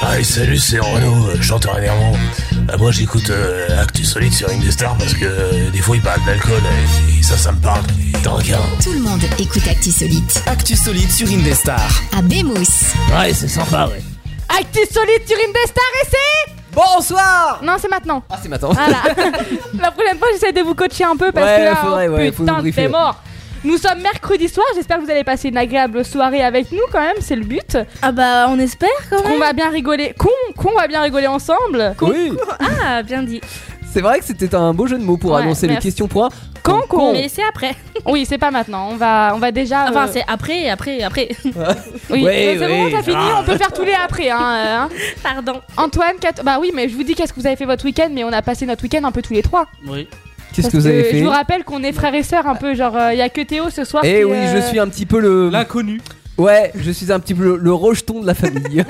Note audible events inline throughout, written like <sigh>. Hey, salut, c'est Renaud, euh, chanteur énervant. Ah, moi, j'écoute euh, Actu Solide sur Indestar parce que euh, des fois, ils parlent d'alcool euh, et, et ça, ça me parle. T'en regardes. Tout le monde écoute Actisolite. Actu solide sur Indestar. À Bémousse. Ouais, c'est sympa, ouais. Actu solide sur Indestar et c'est... Bonsoir Non, c'est maintenant. Ah, c'est maintenant. <laughs> Voilà. La prochaine fois, j'essaie de vous coacher un peu parce Ouais, que là, faudrait, oh, ouais, faut nous putain, briefer. t'es mort. Nous sommes mercredi soir, j'espère que vous allez passer une agréable soirée avec nous quand même, c'est le but. Ah bah on espère quand Qu'on même. va bien rigoler, qu'on qu'on va bien rigoler ensemble. Oui, Ah bien dit. c'est vrai que c'était un beau jeu de mots pour Ouais, annoncer les merci. questions pour un. Quand qu'on Mais c'est après. Oui, c'est pas maintenant, on va on va déjà Enfin euh, c'est après, après, après. <laughs> oui, Ouais, c'est bon, ouais. ça fini, Ah. on peut faire tous les après hein. euh, hein. Pardon. Antoine, Kat- bah oui, mais je vous dis qu'est-ce que vous avez fait votre week-end, mais on a passé notre week-end un peu tous les trois. Oui. Qu'est-ce Parce que vous avez fait Je vous rappelle qu'on est frères et sœurs un peu, genre il y a que Théo ce soir. Eh qui, oui, euh, je suis un petit peu le. L'inconnu. Ouais, je suis un petit peu le, le rejeton de la <laughs> famille.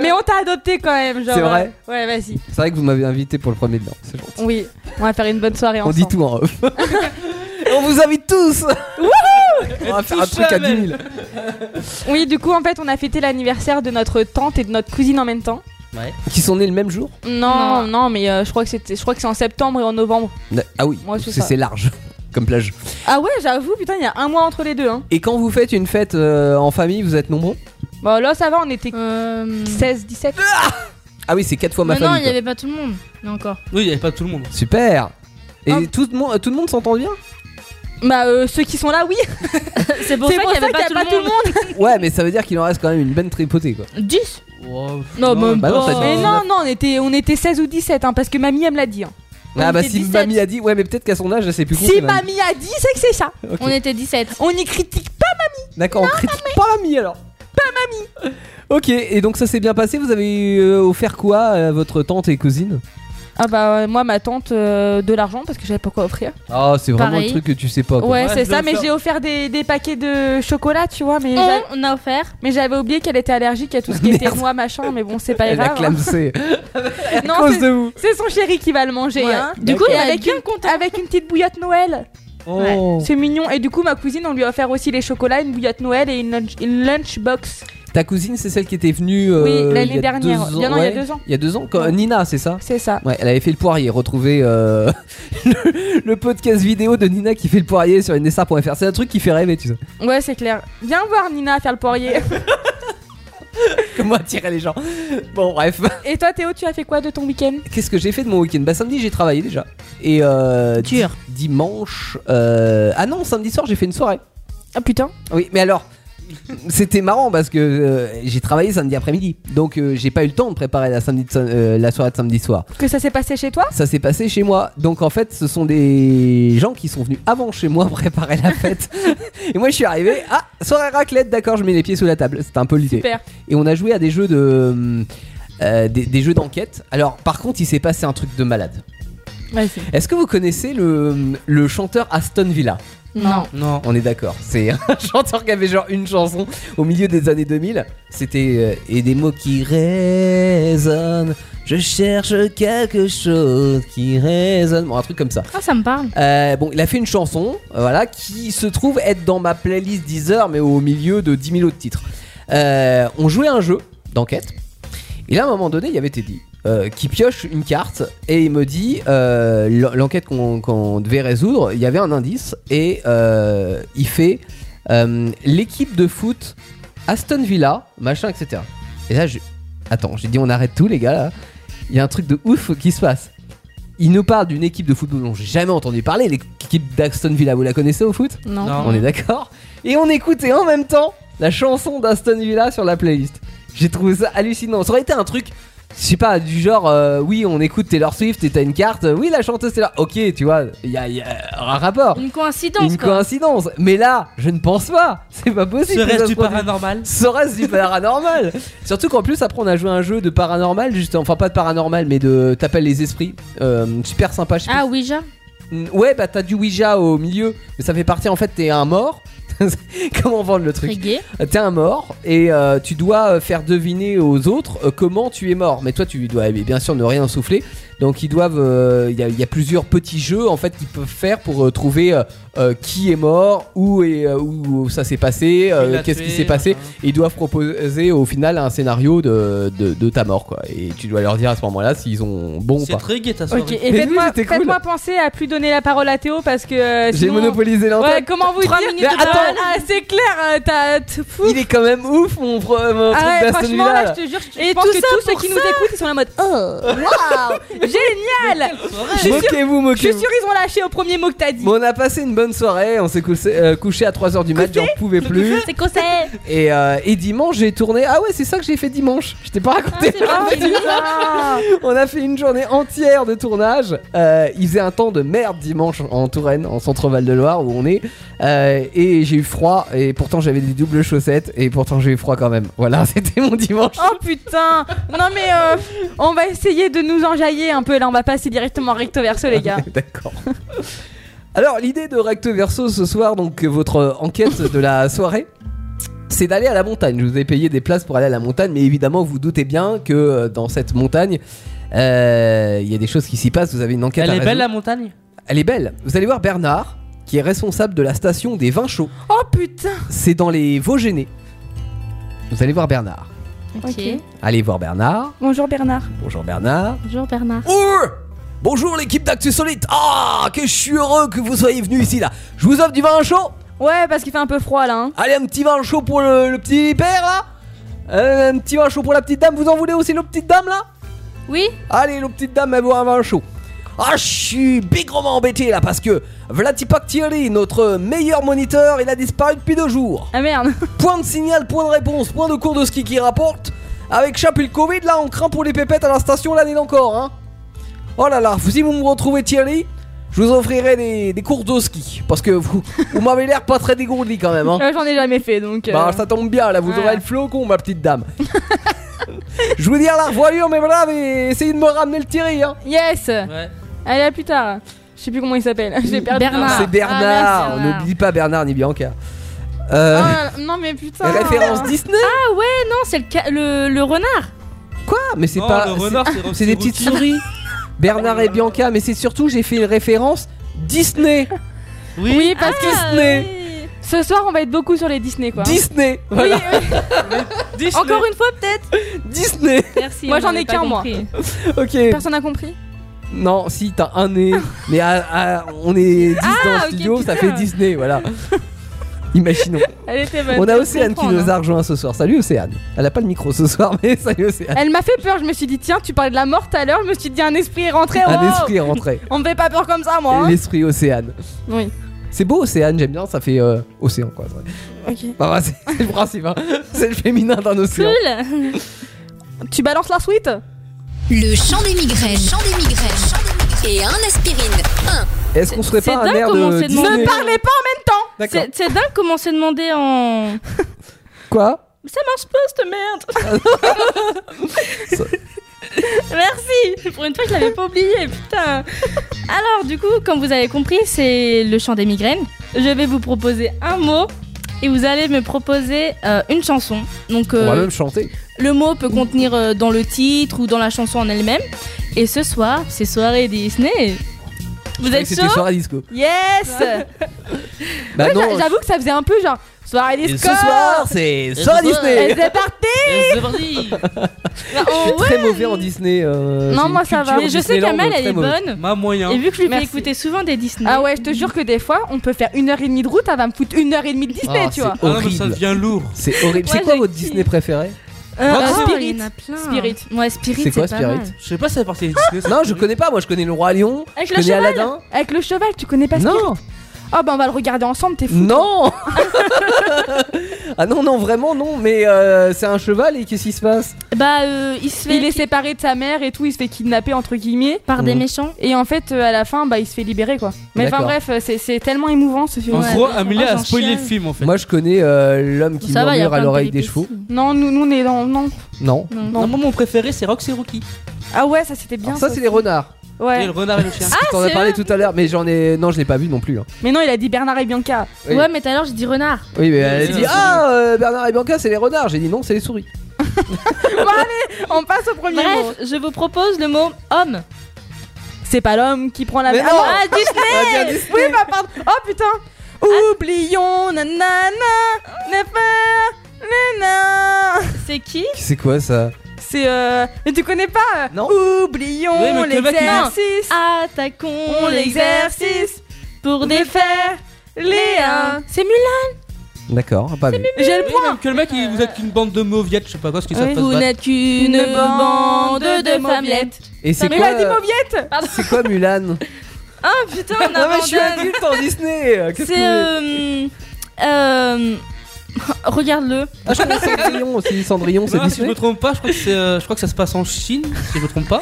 Mais on t'a adopté quand même, genre. C'est vrai euh, Ouais, vas-y. c'est vrai que vous m'avez invité pour le premier de l'an, c'est gentil. Oui, on va faire une bonne soirée On ensemble. dit tout en <laughs> off. On vous invite tous On va faire un truc à 10 000. Oui, du coup, en fait, on a fêté l'anniversaire de notre tante et de notre cousine en même temps. Qui sont nés le même jour Non, non, mais euh, je crois que c'était, je crois que c'est en septembre et en novembre. Ah oui, Ouais, c'est c'est ça. c'est large comme plage. Ah ouais, j'avoue, putain, il y a un mois entre les deux. Hein. Et quand vous faites une fête euh, en famille, vous êtes nombreux Bon, là, ça va, on était Euh... 16, 17. Ah oui, c'est 4 fois ma Mais non, famille. il y quoi. avait pas tout le monde. Mais encore. Oui, il n'y avait pas tout le monde. Super Et Ah. tout, le monde, tout le monde s'entend bien Bah, euh, ceux qui sont là, oui. <laughs> C'est pour c'est ça qu'il y avait pas, qu'il y a pas tout le monde. Ouais, mais ça veut dire qu'il en reste quand même une bonne tripotée quoi. 10 Non, même bah non, pas. ça dit- mais non, non, on était, on était 16 ou 17, hein, parce que mamie, elle me l'a dit. hein. On ah bah était si 17. mamie a dit, ouais, mais peut-être qu'à son âge, elle sait plus Si compter, mamie. mamie a dit, c'est que <laughs> c'est ça. Ok. On était 17. On n'y critique pas. D'accord, on critique pas mamie alors Pas mamie <laughs> Ok, et donc ça s'est bien passé, vous avez euh, offert quoi à votre tante et cousine Ah bah, euh, moi, ma tante, euh, de l'argent, parce que j'avais pas quoi offrir. Ah, c'est vraiment Pareil. le truc que tu sais pas quoi. Ouais, Ouais, c'est je ça, vais mais faire. j'ai offert des, des paquets de chocolat, tu vois, mais, j'a- On a offert. mais j'avais oublié qu'elle était allergique à tout ce <laughs> qui était noix, machin, mais bon, c'est pas Elle a grave. hein. clamsé à <laughs> Non, cause c'est- de vous. c'est son chéri qui va le manger, Ouais. hein. Du coup, Et il a avec bien une, avec une petite bouillotte Noël. Oh. C'est mignon. Et du coup, ma cousine, on lui a offert aussi les chocolats, une bouillotte Noël et une, lunch, une lunchbox. Ta cousine, c'est celle qui était venue euh, Oui, l'année il y a dernière. deux ans- Il y a- non, il y a ouais, deux ans. Il y a deux ans, quand- Nina, c'est ça C'est ça. Ouais, elle avait fait le poirier, retrouver euh, <laughs> le, le podcast vidéo de Nina qui fait le poirier sur indestar.fr. C'est un truc qui fait rêver, tu sais. <laughs> Ouais, c'est clair. Viens voir Nina faire le poirier. <laughs> Comment attirer les gens Bon, bref. et toi, Théo, tu as fait quoi de ton week-end Qu'est-ce que j'ai fait de mon week-end Bah, samedi, j'ai travaillé déjà. Et euh, di- Dur. dimanche. euh, Ah non, samedi soir, j'ai fait une soirée. Ah putain. Oui, mais alors. <laughs> C'était marrant parce que euh, j'ai travaillé samedi après-midi, donc euh, j'ai pas eu le temps de préparer la, samedi de sa- euh, la soirée de samedi soir. Que ça s'est passé chez toi Ça s'est passé chez moi. Donc en fait, ce sont des gens qui sont venus avant chez moi <laughs> préparer la fête. <laughs> et moi, je suis arrivé. Ah, soirée raclette, d'accord, je mets les pieds sous la table. C'était un peu l'idée. Super. Et on a joué à des jeux de. euh, des, des jeux d'enquête. Alors, par contre, il s'est passé un truc de malade. Vas-y. Est-ce que vous connaissez le, le chanteur Aston Villa Non. Non. On est d'accord. C'est un chanteur qui avait <laughs> genre une chanson au milieu des années 2000. C'était euh, Et des mots qui résonnent. Je cherche quelque chose qui résonne. Bon, un truc comme ça. Ah, ça me parle. Euh, bon, il a fait une chanson, euh, voilà, qui se trouve être dans ma playlist Deezer, mais au milieu de 10 000 autres titres. Euh, on jouait à un jeu d'enquête, et là, à un moment donné, il y avait Teddy. euh, qui pioche une carte et il me dit euh, l- l'enquête qu'on qu'on devait résoudre il y avait un indice et euh, il fait euh, l'équipe de foot Aston Villa machin etc et là je attends j'ai dit on arrête tout les gars là il y a un truc de ouf qui se passe il nous parle d'une équipe de football dont j'ai jamais entendu parler, l'équipe d'Aston Villa. Vous la connaissez au foot Non. Ah Non. On est d'accord Et on écoutait en même temps la chanson d'Aston Villa sur la playlist. J'ai trouvé ça hallucinant. Ça aurait été un truc, je sais pas, du genre, euh, oui, on écoute Taylor Swift et t'as une carte, oui, la chanteuse Taylor. Ok, tu vois, il y, a- y a un rapport. Une coïncidence une quoi. coïncidence. Mais là, je ne pense pas. C'est pas possible. que ça Serait-ce se du produise. paranormal Ce reste du paranormal Surtout qu'en plus après on a joué à un jeu de paranormal juste enfin pas de paranormal mais de t'appelles les esprits Euh, super sympa je sais Ah, Ouija. Mm, Ouais, bah t'as du Ouija au milieu, mais ça fait partie en fait, t'es un mort. <laughs> comment vendre le Très truc gay. T'es un mort et euh, tu dois euh, faire deviner aux autres euh, comment tu es mort. Mais toi, tu dois eh bien sûr ne rien souffler. Donc ils doivent, euh, il y, a- il y a plusieurs petits jeux en fait qu'ils peuvent faire pour euh, trouver euh, euh, qui est mort, où et où ça s'est passé, euh, l'a euh, qu'est-ce qui tué, s'est passé. machin. Et ils doivent proposer au final un scénario de, de, de ta mort quoi. Et tu dois leur dire à ce moment-là s'ils ont bon ou C'est pas. très gai ta soirée. Ok, et Mais faites-moi oui, c'était cool. faites-moi penser à plus donner la parole à Théo parce que. euh, J'ai sinon- monopolisé l'antenne. Ouais, comment vous dire Trois minutes de Ah, parole. ah, C'est clair, euh, t'as. t- fou. Il est quand même ouf mon, pro- mon Ah truc ouais, d'Aston franchement, Villa, là, là. je te jure, je Et je pense tout que ça tous ceux pour qui nous écoutent, ils sont en mode Oh, waouh, <laughs> génial Je suis sûre- Moquez-vous, je suis moquez-vous. sûr, ils ont lâché au premier mot que t'as dit. Bon, on a passé une bonne soirée, on s'est couché, euh, couché à 3h du mat, j'en pouvais plus. C'est quoi c'est Et, euh, et dimanche, j'ai tourné. Ah ouais, c'est ça que j'ai fait dimanche. Je t'ai pas raconté. Ah, putain. on a fait une journée entière de tournage. Euh, il faisait un temps de merde dimanche en Touraine, en centre-val de Loire, où on est. Euh, et j'ai eu froid, et pourtant j'avais des doubles chaussettes, et pourtant j'ai eu froid quand même. Voilà, <laughs> c'était mon dimanche. Oh putain Non mais euh, on va essayer de nous enjailler un peu là, on va passer directement recto verso Ah, les gars. D'accord. Alors, l'idée de Recto Verso ce soir, donc votre euh, enquête de la soirée, c'est d'aller à la montagne. Je vous ai payé des places pour aller à la montagne, mais évidemment, vous doutez bien que euh, dans cette montagne, euh, il y a des choses qui s'y passent. Vous avez une enquête Elle à est résoudre. belle la montagne Elle est belle. Vous allez voir Bernard, qui est responsable de la station des vins chauds. Oh putain C'est dans les Vosgénais. Vous allez voir Bernard. Ok. Allez voir Bernard. Bonjour Bernard. Bonjour Bernard. Bonjour Bernard. Oh Bonjour l'équipe d'Actu Solide Ah Que je suis heureux que vous soyez venus ici là Je vous offre du vin chaud Ouais parce qu'il fait un peu froid là. Hein. Allez un petit vin chaud pour le, le petit père là Euh, Un petit vin chaud pour la petite dame Vous en voulez aussi la petite dame là Oui Allez la petite dame elle veut un vin chaud ah, je suis bigrement embêté là parce que Vladipak Thierry, notre meilleur moniteur, il a disparu depuis deux jours. Ah merde Point de signal, point de réponse, point de cours de ski qui rapporte. Avec Chap et le Covid, là, on craint pour les pépettes à la station l'année encore, hein. Oh là là, si vous me retrouvez Thierry, je vous offrirai des, des cours de ski. Parce que vous, vous m'avez l'air pas très dégourdi quand même, hein. Euh, J'en ai jamais fait donc... euh, Bah, ça tombe bien, là, vous voilà. aurez le flocon, ma petite dame. je vous dis à la revoyure, mes braves, et essayez de me ramener le Thierry, hein. Yes Ouais. Allez à plus tard. Je sais plus comment il s'appelle. <laughs> J'ai perdu. Bernard. Ah, C'est Bernard, ah, merci, on Bernard. n'oublie pas Bernard ni Bianca. Euh, Ah, non mais putain. Oh, référence Disney Non, c'est le, ca- le, le renard. Quoi Mais c'est Non, pas. le c'est- ah, renard, c'est C'est des petites souris. Bernard et Bianca, mais c'est surtout j'ai fait une référence Disney. Oui, Oui parce que Ah Disney. ce soir on va être beaucoup sur les Disney quoi. Disney. Oui, Voilà. oui. Disney. Encore une fois peut-être Disney. Merci. Moi, on j'en ai n'avait pas qu'un, moi. compris. Ok. personne n'a compris. Non, si t'as un nez, mais à- à- on est 10 Ah, dans le ok, studio, ça putain. fait Disney, <laughs> voilà. Imaginons. Elle était bonne. On a je Bah, peux Océane qui comprendre, nous hein. a rejoint ce soir. Salut Océane. Elle a pas le micro ce soir, <laughs> mais salut Océane. Elle m'a fait peur, je me suis dit tiens tu parlais de la mort tout à l'heure, je me suis dit un esprit est rentré. Un Eh, wow. esprit est rentré. <laughs> On me fait pas peur comme ça, moi. hein. L'esprit Océane. Oui. C'est beau Océane, j'aime bien, ça fait euh, océan quoi. c'est vrai. Ok. Enfin, <laughs> c'est c'est le principe, hein. c'est le féminin d'un océan. Cool. Tu balances la suite Le chant des migraines. Chant des migraines. Et un aspirine. Un. Est-ce qu'on serait C'est pas un dingue air comment on de s'est demandé. Disney Ne Parlez pas en même temps D'accord. C'est c'est dingue comment c'est demandé en. Quoi Ça marche pas cette merde <laughs> Ça- Merci Pour une fois, je l'avais pas oublié, putain Alors, du coup, comme vous avez compris, c'est le chant des migraines. Je vais vous proposer un mot et vous allez me proposer euh, une chanson. Donc, euh, On va même chanter. le mot peut contenir euh, dans le titre ou dans la chanson en elle-même. Et ce soir, c'est soirée Disney. Vous êtes C'était chaud soirée disco. Yes Bah Ouais, j'a- non. J'avoue que ça faisait un peu genre soirée Et des ce soir, c'est soirée ce soir, Disney. Et c'est parti C'est parti. Je suis très mauvais en Disney. euh, Non, j'ai moi, une ça culture va. Mais Bah, je sais Disneyland, qu'Amel, euh, elle très est mauvaise. bonne. Ma moyen. Ah, Et vu que je lui fais Merci. écouter souvent des Disney. Ah ouais, je te jure que des fois, on peut faire une heure et demie de route, elle va me foutre une heure et demie de Disney, Ah, tu vois. Ah non, mais ça horrible. devient lourd. C'est horrible. C'est Moi, quoi j'ai votre kiffé. Disney préféré Euh, Rock oh, Spirit. il y en a plein. Spirit. Ouais, Spirit. C'est quoi, pas Spirit mal. Ah, Je sais pas si ça fait partie des Disney. ça. Non, je connais pas. Moi, je connais le roi lion. Avec Je le connais cheval Aladdin. Avec le cheval, tu connais pas ce Non, Ah bah on va le regarder ensemble, t'es fou. non. <laughs> ah non, non, vraiment non. Mais euh, c'est un cheval et qu'est-ce qui se passe Bah, euh, il se fait Il est ki- séparé de sa mère et tout, il se fait kidnapper entre guillemets. par des Mmh. méchants. Et en fait, euh, à la fin, bah il se fait libérer quoi. Mais enfin D'accord. bref, euh, c'est- c'est tellement émouvant ce film. En Ouais. gros, Ah, Amélie a j'en spoilé le chiale. film en fait. Moi, je connais euh, l'homme qui Ça va, il y a murmure à plein de l'oreille des péripéties. chevaux. Non, nous, nous on est dans. Non. Non. Non. Non, moi, mon préféré, c'est Roxy Rookie. Ah ouais, ça c'était bien. Alors ça, c'est les renards. Et Ouais. le renard et le chien. T'en as c'est parlé eux tout à l'heure, mais j'en ai. Non, je l'ai pas vu non plus. hein. Mais non, il a dit Bernard et Bianca. Oui. Ouais, mais tout à l'heure, j'ai dit renard. Oui, mais elle a Oui, dit oui. Ah, euh, Bernard et Bianca, c'est les renards. J'ai dit non, c'est les souris. On passe au premier mot. Bref, je vous propose le mot homme. c'est pas l'homme qui prend la Mais mer. non. Ah, non, Ah, bien ah, dit. Disney Oui, bah pardon Oh putain Oublions nanana Ne pas nana C'est qui C'est quoi ça C'est euh... Mais tu connais pas euh, Non. Ouais, Oublions mais que l'exercice Ah, Attaquons <laughs> On l'exercice pour défaire les uns. C'est Mulan. D'accord, pas vu. J'ai le Oui, point même que le mec, il- vous êtes qu'une bande de mauviettes, je sais pas quoi, ce que ça Oui. fasse. Vous battre. n'êtes qu'une Une bande bande de de femmelettes. Et c'est Mais quoi m'a dit euh, mauviette C'est quoi Mulan Ah <laughs> putain, on Non mais je suis abandonne. adulte en Disney. euh, qu'est-ce que C'est vous voulez euh, euh, <laughs> Regarde-le. Ah, je connais Cendrillon aussi. Cendrillon, c'est Non, si je me Disney. trompe pas, je crois que c'est, euh, je crois que ça se passe en Chine, si je me trompe pas.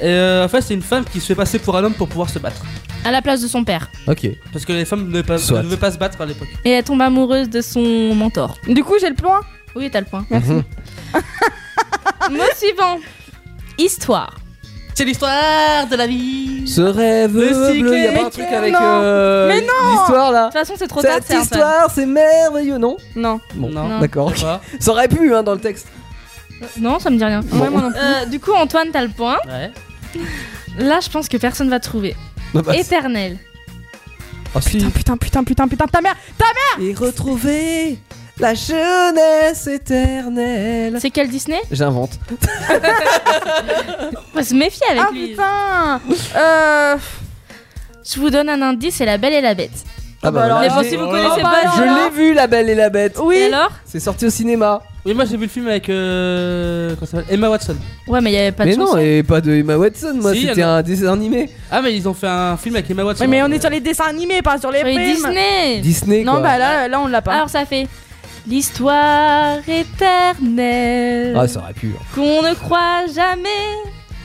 Et euh, en fait, c'est une femme qui se fait passer pour un homme pour pouvoir se battre. À la place de son père. Ok. Parce que les femmes ne devaient pas, Soit. ne devaient pas se battre à l'époque. Et elle tombe amoureuse de son mentor. Du coup, j'ai le point Oui, t'as le point. Mhm. Mot suivant. Histoire. C'est l'histoire de la vie. Ce rêve Le cycle bleu, y a pas un mais truc que- avec non. euh, Mais l'histoire là De toute façon, c'est trop tard. Cette c'est un fan. histoire, c'est merveilleux, non Non. Bon, Non. d'accord. Je sais pas. Ça aurait pu hein, dans le texte. Non, ça me dit rien. Ouais, moi Euh, du coup, Antoine, t'as le point. Ouais. Là, je pense que personne va trouver. Ah, bah, Éternel. ah, si. Putain, putain, putain, putain, putain, ta mère Ta mère Et retrouver la jeunesse éternelle. C'est quel Disney J'invente. Ah Faut se méfier avec Ah lui. putain Euh... Je vous donne un indice, c'est la belle et la bête. Ah bah, alors, voilà. Mais je bon, l'ai- si vous oh connaissez là pas, là. je- Je l'ai vu, La Belle et la Bête. Et Oui alors C'est sorti au cinéma. Oui, moi j'ai vu le film avec euh, comment ça s'appelle Emma Watson. Ouais, mais il y avait pas de mais non, chanson. et pas de Emma Watson, moi, Si, c'était alors- un dessin animé. Ah, mais ils ont fait un film avec Emma Watson. Oui, mais on est sur les dessins animés, pas sur les Sur les films Disney. Disney, Non, quoi. bah là, là, on l'a pas. Alors ça fait l'histoire éternelle Ah, ça aurait pu. hein. qu'on ne croit jamais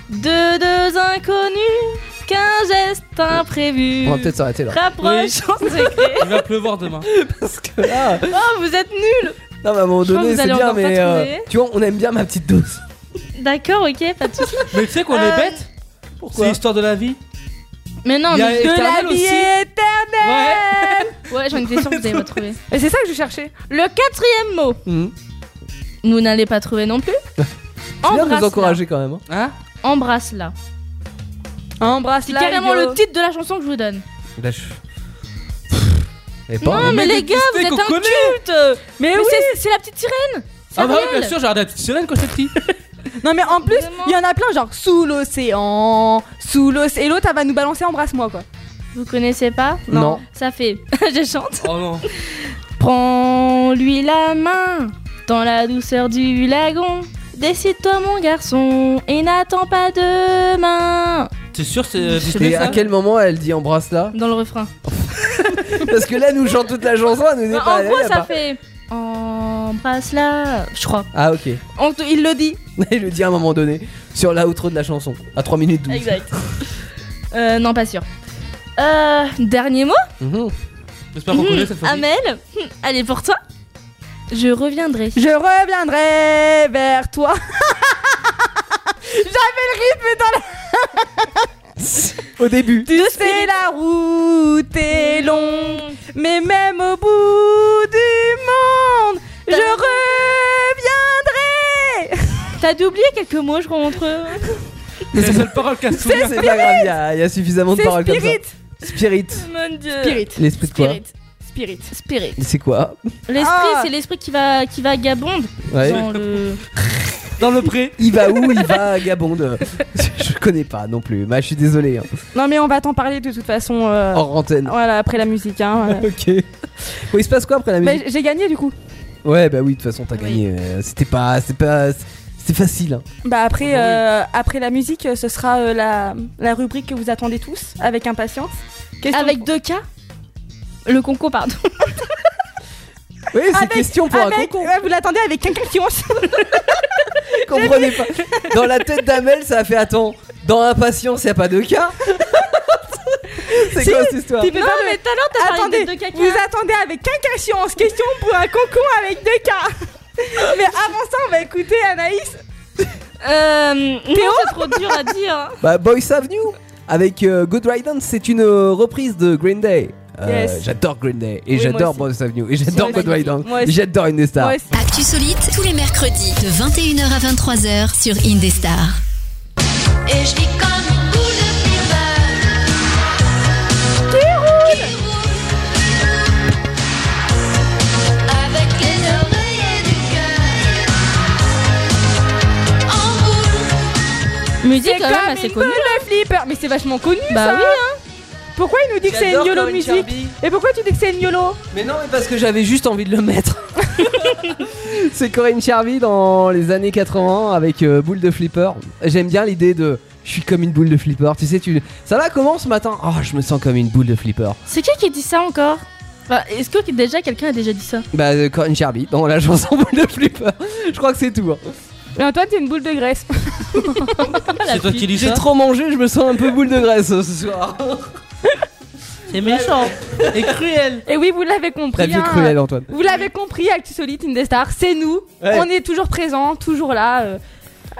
de deux inconnus qu'un geste imprévu. On va peut-être s'arrêter là. Rapproche en <laughs> secret. Il va pleuvoir demain. Parce que là, non, Oh, vous êtes nuls. Ah, mais à un moment Je crois que donné, vous c'est allez bien, encore pas mais euh, trouver. tu vois, on aime bien ma petite dose. D'accord, ok, pas de soucis. mais tu sais qu'on Euh, est bête C'est l'histoire de la vie. Mais non, Il y a mais Éternel de la aussi. vie. Ouais. Ouais, j'en étais sûre que vous allez pas trouver. Et c'est ça que je cherchais. Le quatrième mot, Mhm. vous n'allez pas trouver non plus. Tu viens de nous Embrasse-la. encourager quand même. hein. Hein Embrasse-la. Embrasse C'est carrément le titre de la chanson que je vous donne. Là, je. Mais pas Non, hein. mais les gars, vous Disney êtes qu'on connaît. incultes. Mais Mais Eh oui c'est- c'est la petite sirène. Ah, bah oui, Ariel. bien sûr, j'ai regardé la petite sirène quand <laughs> j'étais petit. Non, mais en plus, Vraiment. il y en a plein, genre sous l'océan, sous l'océan. Et l'autre, elle va nous balancer embrasse-moi, quoi. Vous connaissez pas Non. Ça fait. <laughs> je chante. Oh non. Prends-lui la main dans la douceur du lagon. Décide-toi, mon garçon, et n'attends pas demain. T'es sûr, c'est euh, Disney Et à ça quel moment elle dit embrasse là Dans le refrain. Parce que là, elle nous chante toute la chanson, elle nous dit pas Bah, en elle gros, est ça là-bas. fait. Embrasse-la, je crois. Ah, ok. On te- Il le dit. <laughs> Il le dit à un moment donné sur la outro de la chanson à 3 minutes 12. Exact. euh, non, pas sûr. Euh, dernier mot Hmm, Mhm. J'espère qu'on connaît cette fois. Amel, Hmm, allez pour toi. Je reviendrai. Je reviendrai vers <laughs> toi. Au début. Tu sais, la route est longue, mais même au bout du monde, je reviendrai. T'as dû oublier quelques mots, je crois, entre eux. C'est la seule parole qu'à <laughs> <laughs> se C'est souvenir. pas grave, il y, a- il y a suffisamment de paroles C'est comme ça. Spirit. Spirit. Mon dieu. Spirit. L'esprit de quoi Spirit. Spirit. Spirit. C'est quoi L'esprit, Ah. c'est l'esprit qui va, qui va vagabonde Ouais. dans le. Dans le pré. Il va où Il va à Gabonde. <laughs> je connais pas non plus. Bah, je suis désolé. hein. Non, mais on va t'en parler de toute façon. euh, Hors antenne. Voilà, après la musique. Hein, <laughs> voilà. Ok. Bon, il se passe quoi après la musique Mais j'ai gagné du coup. Ouais, bah oui, de toute façon, t'as gagné. euh, C'était pas. C'était pas. C'était facile. hein. Bah après, euh, après la musique, euh, ce sera euh, la, la rubrique que vous attendez tous avec impatience. Question- Avec deux cas Le conco, pardon. Oui, c'est Avec- question pour un avec- con. ouais, vous l'attendez avec quelqu'un qui mange. Comprenez pas. Dans la tête d'Amel, ça a fait attends. Dans impatience, y a pas de <laughs> cas. c'est Si, quoi cette histoire Tu peux pas le- tout à l'heure, Attendez, <laughs> vous attendez avec quinquascience. Question pour un concon avec des cas. <laughs> Mais avant ça, on va écouter Anaïs. Euh. Non, c'est trop dur à dire. hein. Bah, Boys Avenue avec euh, Good Riddance, c'est une euh, reprise de Green Day. Euh, Yes. J'adore Green Day et Oui, j'adore moi Boys Avenue et j'adore Moi Good aussi. Riddance Moi et aussi. j'adore Indestar. Ouais, c'est- Actu Solite, tous les mercredis, de 21h à 23h sur Indestar. Et je vis comme une boule de pétard. <laughs> Musique C'est quand même comme assez il connue. Le flipper, mais c'est vachement connu Bah ça. oui, Pourquoi il nous dit que c'est une J'adore YOLO Corinne musique Charby. Et pourquoi tu dis que c'est une YOLO Mais non, mais parce que j'avais juste envie de le mettre. <laughs> c'est Corinne Charby dans les années 80 avec euh, boule de flipper. J'aime bien l'idée de je suis comme une boule de flipper. Tu sais, tu ça va comment ce matin Oh, je me sens comme une boule de flipper. C'est qui qui dit ça encore Enfin, Est-ce que déjà quelqu'un a déjà dit ça Bah euh, Corinne Charby dans la <laughs> chanson boule de flipper. Je crois que c'est tout. hein. Mais Antoine, t'es une boule de graisse. <laughs> C'est toi qui dis J'ai ça trop mangé, je me sens un peu boule de graisse euh, ce <laughs> soir. C'est méchant et cruel. Et oui, vous l'avez compris. Très vieux hein. cruel Antoine. Vous l'avez compris, Actu Solide, Indestar, c'est nous. Ouais. On est toujours présents, toujours là. euh.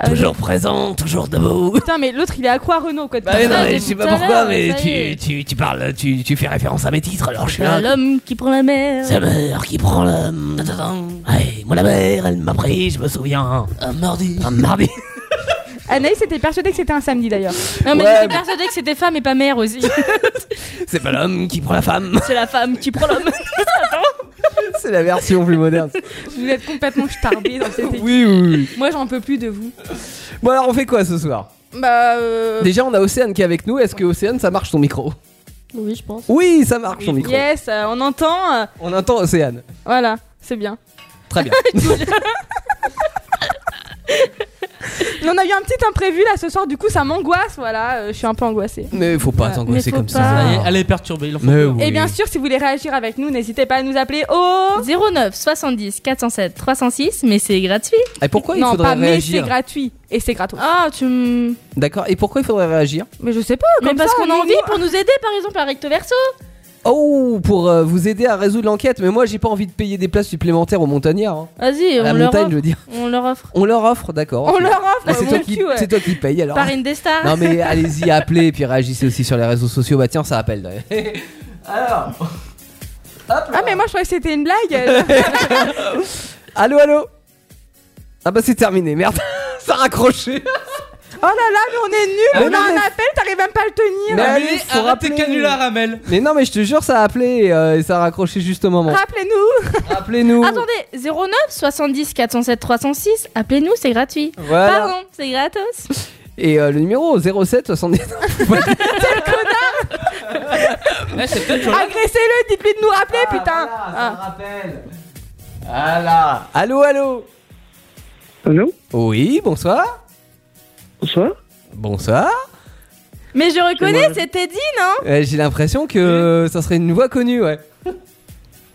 Euh, Toujours présent, toujours debout. Putain, mais l'autre, il est accro à Renault, quoi. de Bah, mais toute façon. non, Ah, mais j'ai je sais dit pas tout à pourquoi, l'heure, mais ça y tu, est. Tu, tu parles, tu, tu fais référence à mes titres, alors je suis Voilà, un... L'homme qui prend la mer. Sa mère qui prend le... Ouais, moi la mère, elle m'a pris, je me souviens. Un mardi. Un mardi. Anaïs était persuadée que c'était un samedi d'ailleurs. Non mais Ouais, j'étais mais- persuadée que c'était femme et pas <laughs> mère aussi. C'est pas l'homme qui prend la femme. c'est la femme qui prend l'homme. c'est la version plus moderne. Vous êtes complètement starbés dans cette <laughs> équipe. oui, oui, oui. Moi, j'en peux plus de vous. Bon alors on fait quoi ce soir Bah, euh, Déjà on a Océane qui est avec nous. Est-ce que Océane ça marche son micro Oui, je pense. Oui, ça marche son micro. yes, euh, on entend. euh, On entend Océane. Voilà, c'est bien. Très bien. Mais on a eu un petit imprévu là ce soir, du coup, ça m'angoisse. Voilà, euh, je suis un peu angoissée. Mais faut pas Ouais, s'angoisser mais faut comme pas. Ça y est, ça. Elle est perturbée. il en faut Mais plus. oui. Et bien sûr, si vous voulez réagir avec nous, n'hésitez pas à nous appeler au. 09 70 407 306 mais c'est gratuit. Et pourquoi il non, faudrait pas mais c'est réagir gratuit et c'est gratos. Ah tu me D'accord. Et pourquoi il faudrait réagir Mais je sais pas, Mais comme parce ça, qu'on a on dit- envie pour nous aider par exemple à recto verso. Oh, pour euh, vous aider à résoudre l'enquête. Mais moi, j'ai pas envie de payer des places supplémentaires aux montagnards. hein. Vas-y, À la on leur montagne, offre. je veux dire. On leur offre On leur offre, d'accord. on ok. leur offre. Ah, c'est mon toi, qui- cul, ouais. c'est toi qui paye alors. par une des stars. Non mais allez-y, appelez et puis réagissez aussi sur les réseaux sociaux. Bah tiens, ça appelle. d'ailleurs. alors. Hop. Ah mais moi je croyais que c'était <laughs> une blague. Allô, allô. Ah bah c'est terminé. Merde, <laughs> ça a raccroché. oh là là, mais on est nuls, Ah, on mais a un mais- appel, t'arrives même pas à le tenir. Mais- Allez, Allez, faut arrête rappeler. tes canulars, Amel. Mais non, mais je te jure, ça a appelé euh, et ça a raccroché juste au <laughs> moment. Rappelez-nous. Appelez-nous. <laughs> Ah, Attendez, 09 70 407 306, appelez-nous, c'est gratuit. Voilà. Pardon, c'est gratos. Et euh, le numéro 07 70. <laughs> Ouais, c'est peut-être sur- Agressez-le, dites-lui de nous rappeler, putain. Ah. rappelle. Voilà. Allô, allô. Allô Oui, bonsoir. Ah Bonsoir Bonsoir. Mais je reconnais, c'est Teddy, non Euh, J'ai l'impression que euh, ça serait une voix connue, ouais.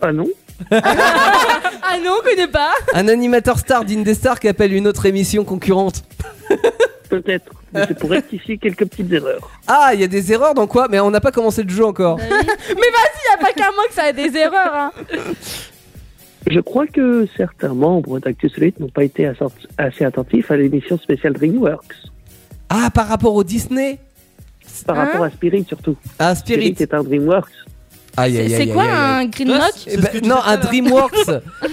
Ah non Ah non, on connaît pas. Un animateur star d'Indestar qui appelle une autre émission concurrente. Peut-être. Mais <laughs> c'est pour rectifier quelques petites erreurs. Ah, il y a des erreurs dans quoi Mais on n'a pas commencé le jeu encore. Y a pas qu'à moi que ça a des erreurs. hein. Je crois que certains membres d'Actu Solide n'ont pas été assort- assez attentifs à l'émission spéciale DreamWorks. Ah, par rapport au Disney Par Hein rapport à Spirit surtout. Ah, Spirit Spirit. est un DreamWorks. Aïe, C'est aïe, c'est aïe, quoi aïe, aïe. un green Toi, lock c'est- Eh c'est ce ben, que tu non, fais, un là. <laughs> DreamWorks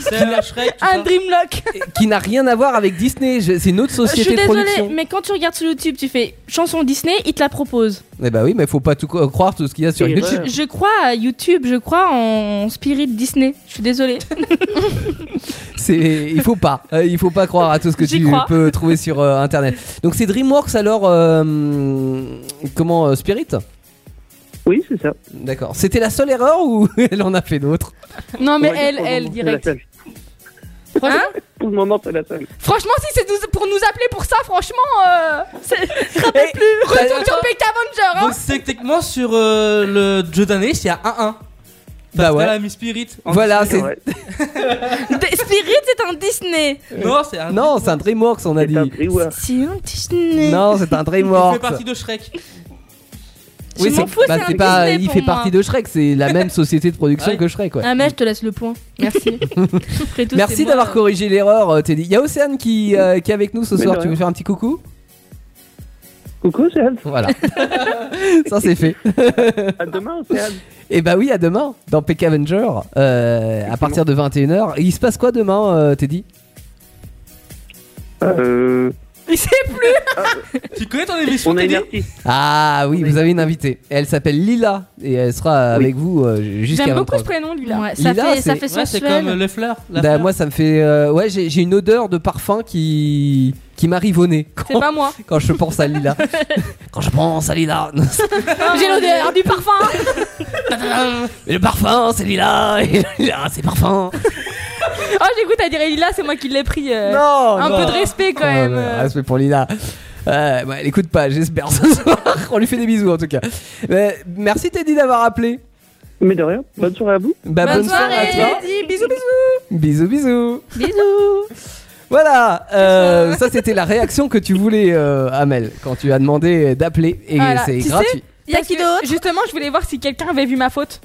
C'est un Shrek. tu Un vois. Dreamlock. qui n'a rien à voir avec Disney. Je- C'est une autre Je suis société de désolée, production. mais quand tu regardes sur YouTube, tu fais chanson Disney, il te la propose. Eh bah oui, mais faut pas tout co- croire tout ce qu'il y a sur Erreur. YouTube. Je crois à YouTube, je crois en spirit Disney. Je suis <laughs> désolée. C'est, il faut pas, Euh, il faut pas croire à tout ce que J'y tu crois. peux trouver sur euh, internet. Donc c'est DreamWorks alors, euh, comment euh, Spirit Oui, c'est ça. D'accord. C'était la seule erreur ou <laughs> elle en a fait d'autres Non mais On va dire elle, pour le elle moment, direct. c'est la seule. Hein? Pour le moment, c'est la seule. Franchement, si c'est nous- pour nous appeler pour ça, franchement, euh, c'est- Eh, retour sur Peck Avenger. hein. Donc c'est techniquement sur euh, le jeu d'année, il y a 1-1. Parce Bah ouais. qu'elle a mis Spirit. <laughs> en Ah, Voilà, dessous. c'est Ouais, <laughs> D- spirit, c'est un Disney. Non, c'est un. non, c'est un DreamWorks on a c'est un dit. DreamWorks. C'est un Disney. Non, c'est un Il fait DreamWorks. partie de Shrek. Je m'en c'est, fous, bah, c'est un c'est pas, Disney il pour fait moi. partie de Shrek. C'est la même société de production Ouais. que Shrek. Ouais. Ah mais je te laisse le point. <laughs> Merci. Après tout, c'est Merci moi. d'avoir corrigé l'erreur, euh, Teddy. Il y a Océane qui, <laughs> euh, qui est avec nous ce Mais soir. de Tu veux rien. faire un petit coucou Coucou, c'est Anne. Voilà. <laughs> Ça, c'est fait. À demain, c'est Anne. Et bah oui, à demain dans Peck Avenger euh, à partir de 21h. Il se passe quoi demain, euh, Teddy Euh, Il sait plus. Tu connais ton émission On a une Teddy artiste. Ah oui, vous avez une invitée. Elle s'appelle Lila et elle sera Oui. avec vous euh, jusqu'à J'aime beaucoup 23. ce prénom, Lila. Ouais, ça, Lila, fait, ça c'est- fait Ouais, c'est sensuel. comme euh, le fleur. la Bah, fleur. moi ça me fait euh, ouais j'ai j'ai une odeur de parfum qui qui m'arrive au nez C'est quand, pas moi. <laughs> quand je pense à <laughs> Lila quand je pense à Lila Ah, J'ai l'odeur du parfum. Mais le parfum c'est Lila <laughs> et Lila c'est parfum Oh, j'écoute à dire Lila, c'est moi qui l'ai pris. euh, non un Oh non. peu de respect quand Ouais, même. ouais, euh. respect pour Lila Euh, bah, elle écoute pas j'espère ce <laughs> soir on lui fait des bisous en tout cas Mais merci Teddy d'avoir appelé Mais de rien, bonne soirée à vous. bah, bonne, à toi Teddy. Bisous, bisous bisous. bisous Bisous. voilà euh, ça c'était la réaction que tu voulais euh, Amel quand tu as demandé d'appeler et Voilà. c'est Tu sais, gratuit Y a Parce qui que, d'autre Justement, je voulais voir si quelqu'un avait vu ma faute.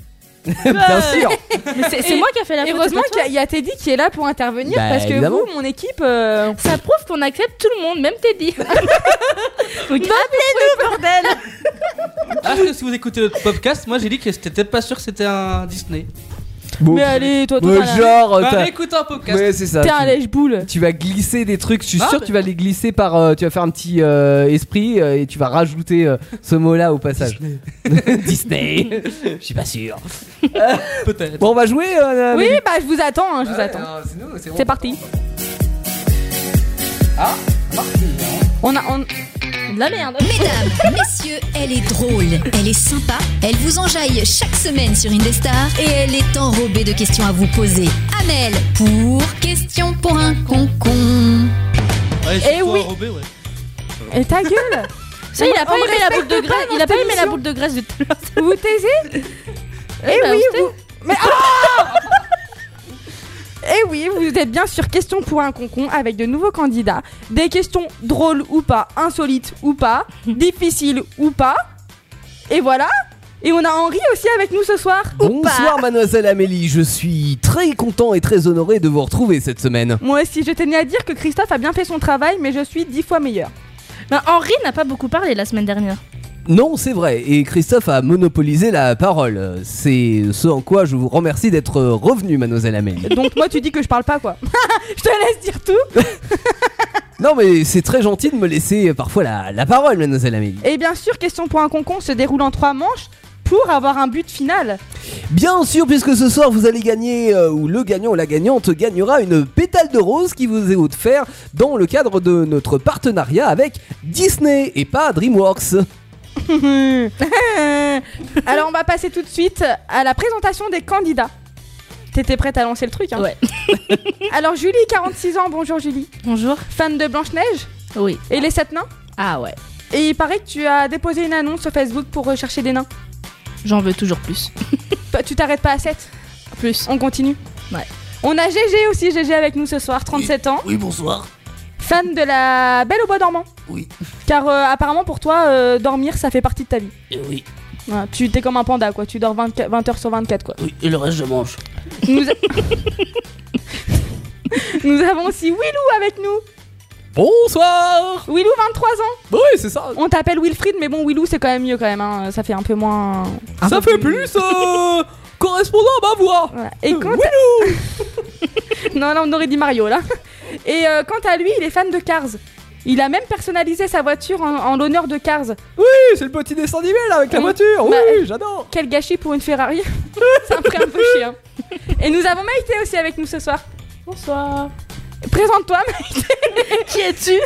<laughs> euh, bien sûr Mais c'est c'est Et- moi qui a fait la Et faute. heureusement c'est pas qu'il y toi. a- il y, a Teddy qui est là pour intervenir Bah, parce que évidemment. vous, mon équipe, euh, Ça prouve qu'on accepte tout le monde, même <laughs> Teddy. <laughs> Appelez-nous, bordel <laughs> Alors Ah, que si vous écoutez le podcast, moi j'ai dit que j'étais peut-être pas sûr que c'était un Disney. Bon. Mais euh, allez, toi, toi, Ouais, t'as la- genre, euh, Bah, t'as- mais écoute un podcast. ouais, c'est ça. t'es un Tu, lèche-boule. tu vas glisser des trucs. Je suis Ah, sûr, mais- tu vas les glisser par. euh, tu vas faire un petit euh, esprit euh, et tu vas rajouter euh, ce mot-là au passage. <laughs> Disney. Je suis pas sûr. Peut-être. Bon, on va jouer. euh, Oui, avec- bah je vous attends, hein, je vous attends. Ah, c'est nous, bon. C'est parti. On a. On... De la merde. Mesdames, messieurs, elle est drôle, elle est sympa, elle vous enjaille chaque semaine sur Indestar et elle est enrobée de questions à vous poser. Amel pour questions pour un concon. Ouais, Eh surtout oui. enrobé, ouais. Et ta gueule Ça, il a pas On aimé la boule de respecte pas graisse. Il a pas notre aimé la émission. boule de graisse de tout à l'heure. Vous vous taisez Eh bah, oui, on se vous. Mais ah <laughs> Eh oui, vous êtes bien sur Question pour un concon avec de nouveaux candidats. Des questions drôles ou pas, insolites ou pas, <laughs> difficiles ou pas. Et voilà. Et on a Henri aussi avec nous ce soir. Bonsoir, mademoiselle Amélie. Je suis très content et très honoré de vous retrouver cette semaine. Moi aussi, je tenais à dire que Christophe a bien fait son travail, mais je suis dix fois meilleur. Ben, Henri n'a pas beaucoup parlé la semaine dernière. Non, c'est vrai, et Christophe a monopolisé la parole. C'est ce en quoi je vous remercie d'être revenu, mademoiselle Amélie. Donc moi, tu dis que je parle pas, quoi. <laughs> je te laisse dire tout. Non, mais c'est très gentil de me laisser euh, parfois la, la parole, mademoiselle Amélie. Et bien sûr, Question pour un concon se déroule en trois manches pour avoir un but final. <laughs> Bien sûr, puisque ce soir vous allez gagner, euh, ou le gagnant ou la gagnante gagnera une pétale de rose qui vous est offerte dans le cadre de notre partenariat avec Disney et pas DreamWorks. Alors on va passer tout de suite à la présentation des candidats. T'étais prête à lancer le truc hein Ouais. <laughs> Alors Julie, 46 ans, bonjour Julie. Bonjour. Fan de Blanche-Neige Oui. et les 7 nains. Ah ouais. Et il paraît que tu as déposé une annonce sur Facebook pour rechercher des nains. J'en veux toujours plus. Toi, Tu t'arrêtes pas à 7, Plus. on continue Ouais. On a GG aussi, GG avec nous ce soir, 37 ans. Oui, bonsoir. Fan de la Belle au bois dormant. Oui. Car euh, apparemment pour toi, euh, dormir ça fait partie de ta vie. Et Eh oui, Ouais, tu t'es comme un panda quoi, tu dors 24 20 heures sur 24 quoi. oui, et le reste, je mange. Nous, a- <laughs> Nous avons aussi Willou avec nous. Bonsoir Bah Willou, 23 ans. Oui, c'est ça On t'appelle Wilfried, mais bon, Willou, c'est quand même mieux quand même. hein. Ça fait un peu moins. Ça fait plus <laughs> euh, correspondant à ma voix Voilà. Et Euh, quant non, là, on aurait dit Mario là. <laughs> Et euh, quant à lui, il est fan de Cars. Il a même personnalisé sa voiture en, en l'honneur de Cars. Oui, c'est le petit dessin d'email avec la Oui. voiture Oui, Bah, j'adore Quel gâchis pour une <laughs> Ferrari. ça me ferait un peu chier. hein. Et nous avons Maïté aussi avec nous ce soir. Bonsoir. Présente-toi, <laughs> Qui es-tu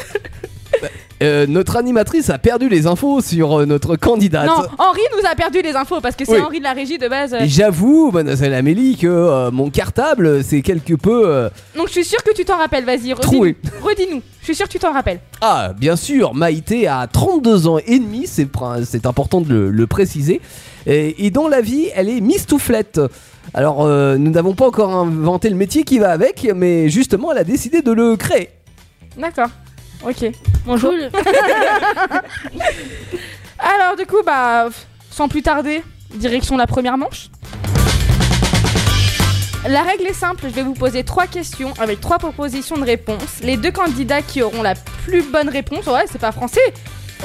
Euh, Notre animatrice a perdu les infos sur euh, notre candidate. Non, Henri nous a perdu les infos parce que c'est Oui. Henri de la régie de base. euh. Et J'avoue, mademoiselle Amélie, que euh, mon cartable, c'est quelque peu euh, Donc je suis sûre que tu t'en rappelles, vas-y, redis-nous. troué. Redis-nous. Je suis sûre que tu t'en rappelles. Ah, bien sûr, Maïté a 32 ans et demi, c'est pr- c'est important de le, le préciser. Et, et dans la vie, elle est mistouflette. Alors, euh, nous n'avons pas encore inventé le métier qui va avec, mais justement, elle a décidé de le créer. D'accord. Ok. Bonjour. Alors du coup, bah, f- sans plus tarder, direction la première manche. La règle est simple, je vais vous poser trois questions avec trois propositions de réponse. Les deux candidats qui auront la plus bonne réponse, ouais, c'est pas français,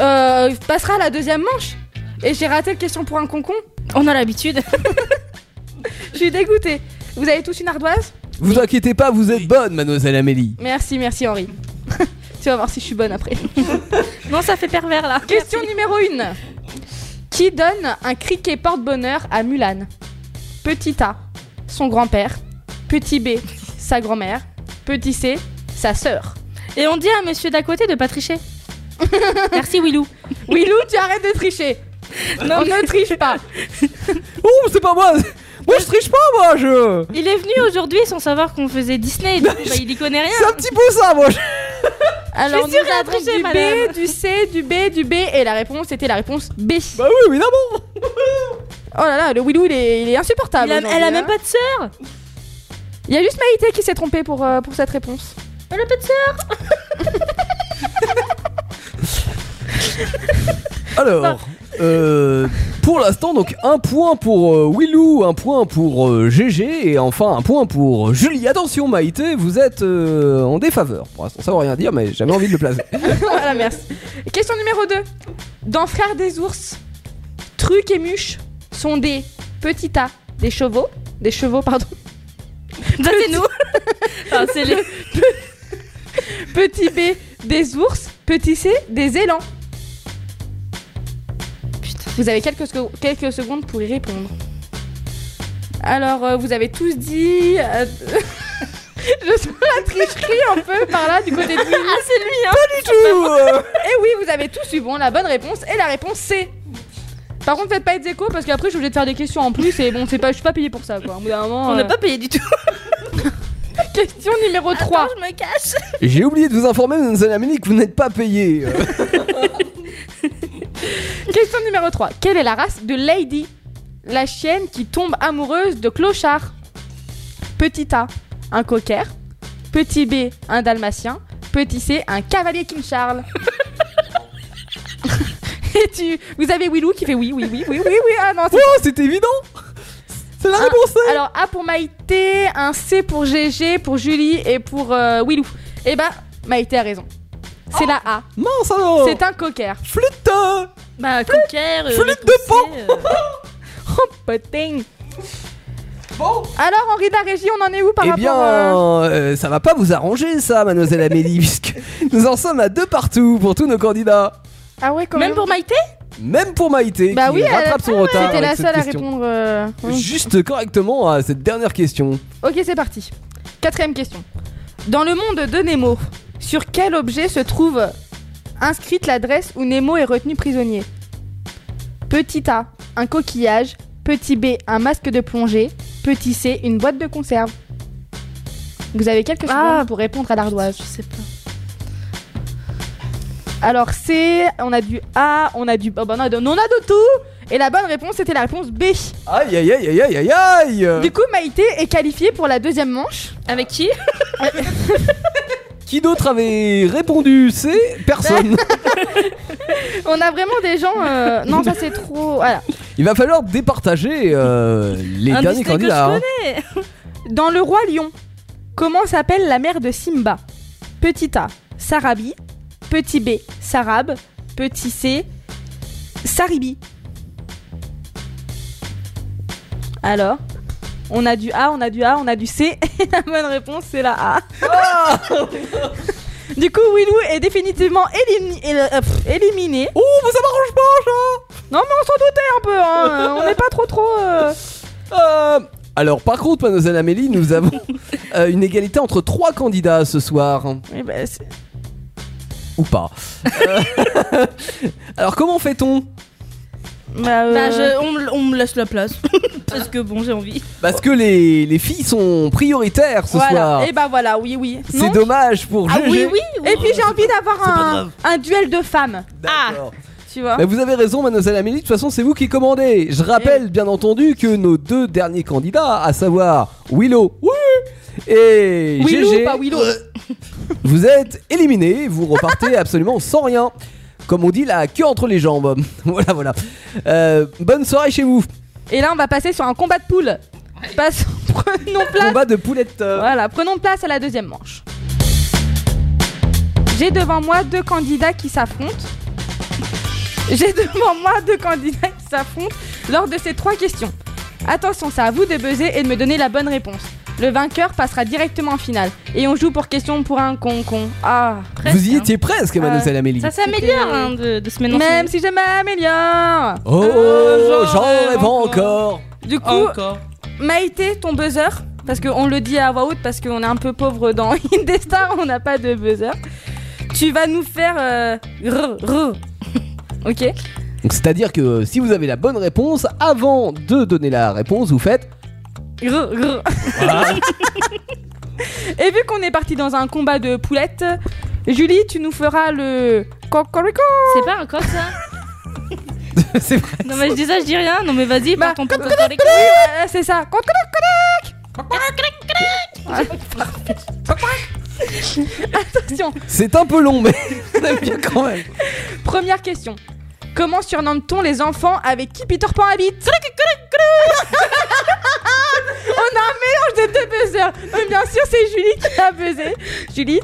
euh, passera à la deuxième manche. Et j'ai raté la question pour un concon. On a l'habitude. Je suis dégoûtée. Vous avez tous une ardoise Vous inquiétez pas, vous êtes bonne, mademoiselle Amélie. Merci, merci Henri. <laughs> Tu vas voir si je suis bonne après. Non, ça fait pervers là. Question numéro 1. Qui donne un criquet porte-bonheur à Mulan Petit A, son grand-père. Petit B, sa grand-mère. Petit C, sa sœur. Et on dit à monsieur d'à côté de pas tricher. <laughs> Merci Willou. Willou, tu arrêtes de <laughs> tricher. Non, On ne triche <laughs> pas. Oh, c'est pas moi <laughs> Moi, je triche pas, moi, je. Il est venu aujourd'hui sans savoir qu'on faisait Disney. Du coup, bah, il y connaît rien. C'est un petit peu ça, moi. je- Alors, Je suis sûre nous qu'elle a avons triché, du madame. B, du C, du B, du B. Et la réponse était la réponse B. Bah oui, évidemment. Oh là là, le Willou, il est, il est insupportable. Il a- aujourd'hui, elle a hein. même pas de sœur. Il y a juste Maïté qui s'est trompée pour, euh, pour cette réponse. <laughs> Elle a pas de sœur. Alors, Ah. euh, pour l'instant, donc un point pour euh, Willou, un point pour euh, GG et enfin un point pour Julie. Attention, Maïté, vous êtes euh, en défaveur. Pour l'instant, ça veut rien dire, mais j'avais envie de le <laughs> placer. Bah, voilà, merci. Question numéro 2. Dans Frères des ours, Truc et Muche sont des petits tas, des chevaux, des chevaux, pardon, <laughs> Ça c'est nous. Enfin, c'est <laughs> les- petit B, des ours, petit C, des élans. Putain. Vous avez quelques, sec- quelques secondes pour y répondre. Alors, euh, vous avez tous dit... euh, <laughs> Je sens la tricherie un peu par là du côté de lui. Ah c'est lui hein. euh, Et oui, vous avez tous eu bon la bonne réponse et la réponse C. Par contre, faites pas être écho parce qu'après, je suis obligée de faire des questions en plus et bon, c'est pas, je suis pas payée pour ça quoi. Au bout d'un moment, On euh, n'a pas payé du tout. <laughs> Question numéro 3. Attends, je me cache. J'ai oublié de vous informer, mes amis, que vous n'êtes pas payé. Euh, Question numéro 3. Quelle est la race de Lady La chienne qui tombe amoureuse de Clochard. Petit A, un cocker. Petit B, un dalmatien. Petit C, un cavalier King Charles. <laughs> Et tu, vous avez Willou qui fait oui, oui, oui, oui, oui, oui. Ah non, c'est- oh, c'est évident. C'est Ah. la réponse. hein. Alors A pour Maïté, un C pour GG, pour Julie et pour euh, Willou. Et bah, Maïté a raison. C'est la A. Mince alors. C'est un cocker. Flûte. euh, Bah Cocker. euh, flûte le de poussé, euh, <laughs> Oh, poting. Alors, Henri de la régie, on en est où par Eh rapport bien, euh, euh, ça va pas vous arranger, ça, mademoiselle Amélie, <laughs> puisque nous en sommes à deux partout pour tous nos candidats. Ah ouais, quand Même pour Maïté Même pour Maïté, Bah qui oui, elle- rattrape son retard. C'était la avec cette seule à question. répondre. euh, oui. Juste correctement à cette dernière question. Ok, c'est parti. Quatrième question. Dans le monde de Nemo, sur quel objet se trouve inscrite l'adresse où Nemo est retenu prisonnier Petit A, un coquillage. Petit B, un masque de plongée. Petit C, une boîte de conserve. Vous avez quelques Ah. secondes pour répondre à l'ardoise. Je sais pas. Alors C, on a du A, on a du... Oh bah non, on a de tout Et la bonne réponse, c'était la réponse B. Aïe aïe aïe aïe aïe aïe aïe Du coup, Maïté est qualifiée pour la deuxième manche. Avec qui euh, Qui d'autre avait répondu C'est Bah. personne. On a vraiment des gens. euh, <laughs> Non, ça c'est trop. Voilà. <laughs> Il va falloir départager euh, les Un derniers Disney que je candidats. hein. Dans Le Roi Lion, comment s'appelle la mère de Simba Petit A, Sarabi. Petit B, Sarab. Petit C, Saribi. Alors on a du A, on a du A, on a du C. <laughs> Et la bonne réponse, c'est la A. Oh <laughs> du coup, Willou est définitivement élimi- éle- euh, pff, éliminé. Oh, bah ça m'arrange pas, Non, mais on s'en doutait un peu. hein. On n'est pas trop, trop. euh, ça Euh, Alors, par contre, mademoiselle Amélie, nous <laughs> avons euh, une égalité entre trois candidats ce soir. hein. eh ben, c'est- Ou pas. Euh, <laughs> alors, comment fait-on bah, euh, Bah je, on, me- on me laisse la place. <laughs> Parce que bon j'ai envie. Parce que les, les filles sont prioritaires ce voilà. soir. Et bah voilà, oui, oui. C'est Non dommage pour Ah GG. oui oui, oui. Et puis j'ai envie d'avoir pas un, grave. un duel de femmes, D'accord. tu vois. Mais vous avez raison, mademoiselle Amélie, de toute façon, c'est vous qui commandez. Je rappelle, bien entendu, que nos deux derniers candidats, à savoir Willow oui, et Willou, GG, pas Willow. <laughs> vous êtes éliminés. Vous repartez absolument sans rien. Comme on dit, la queue entre les jambes. <laughs> voilà, voilà. Euh, bonne soirée chez vous. Et là, on va passer sur un combat de poules. Passe- prenons place. Combat de poulettes. euh, Voilà, prenons place à la deuxième manche. J'ai devant moi deux candidats qui s'affrontent. J'ai <laughs> devant moi deux candidats qui s'affrontent lors de ces trois questions. Attention, c'est à vous de buzzer et de me donner la bonne réponse. Le vainqueur passera directement en finale. Et on joue pour question pour un concon. Ah. Presque, Vous y hein. étiez presque, Ah, mademoiselle Amélie. Ça s'améliore hein, de, de semaine en Même semaine. si je m'améliore. Oh, Euh, j'en j'en rêve rêve encore. Du coup, Encore. Maïté, ton buzzer, parce qu'on le dit à voix haute, parce qu'on est un peu pauvre dans <laughs> Indestar, on n'a pas de buzzer. Tu vas nous faire. euh, grr, grr. <laughs> Ok Donc, C'est-à-dire que si vous avez la bonne réponse, avant de donner la réponse, vous faites. Grr, grr. Et vu qu'on est parti dans un combat de poulettes, Julie, tu nous feras le. Cocorico <laughs> C'est pas encore <laughs> ça C'est vrai. Non mais je dis ça, je dis rien. Non mais vas-y, Bah, par ton pote. Euh, C'est ça Cocorico Attention C'est un peu long, mais <laughs> on aime bien quand même. Première question. Comment surnomme-t-on les enfants avec qui Peter Pan habite <laughs> On a un mélange de deux buzzers. Mais bien sûr, c'est Julie qui a buzzé. Julie,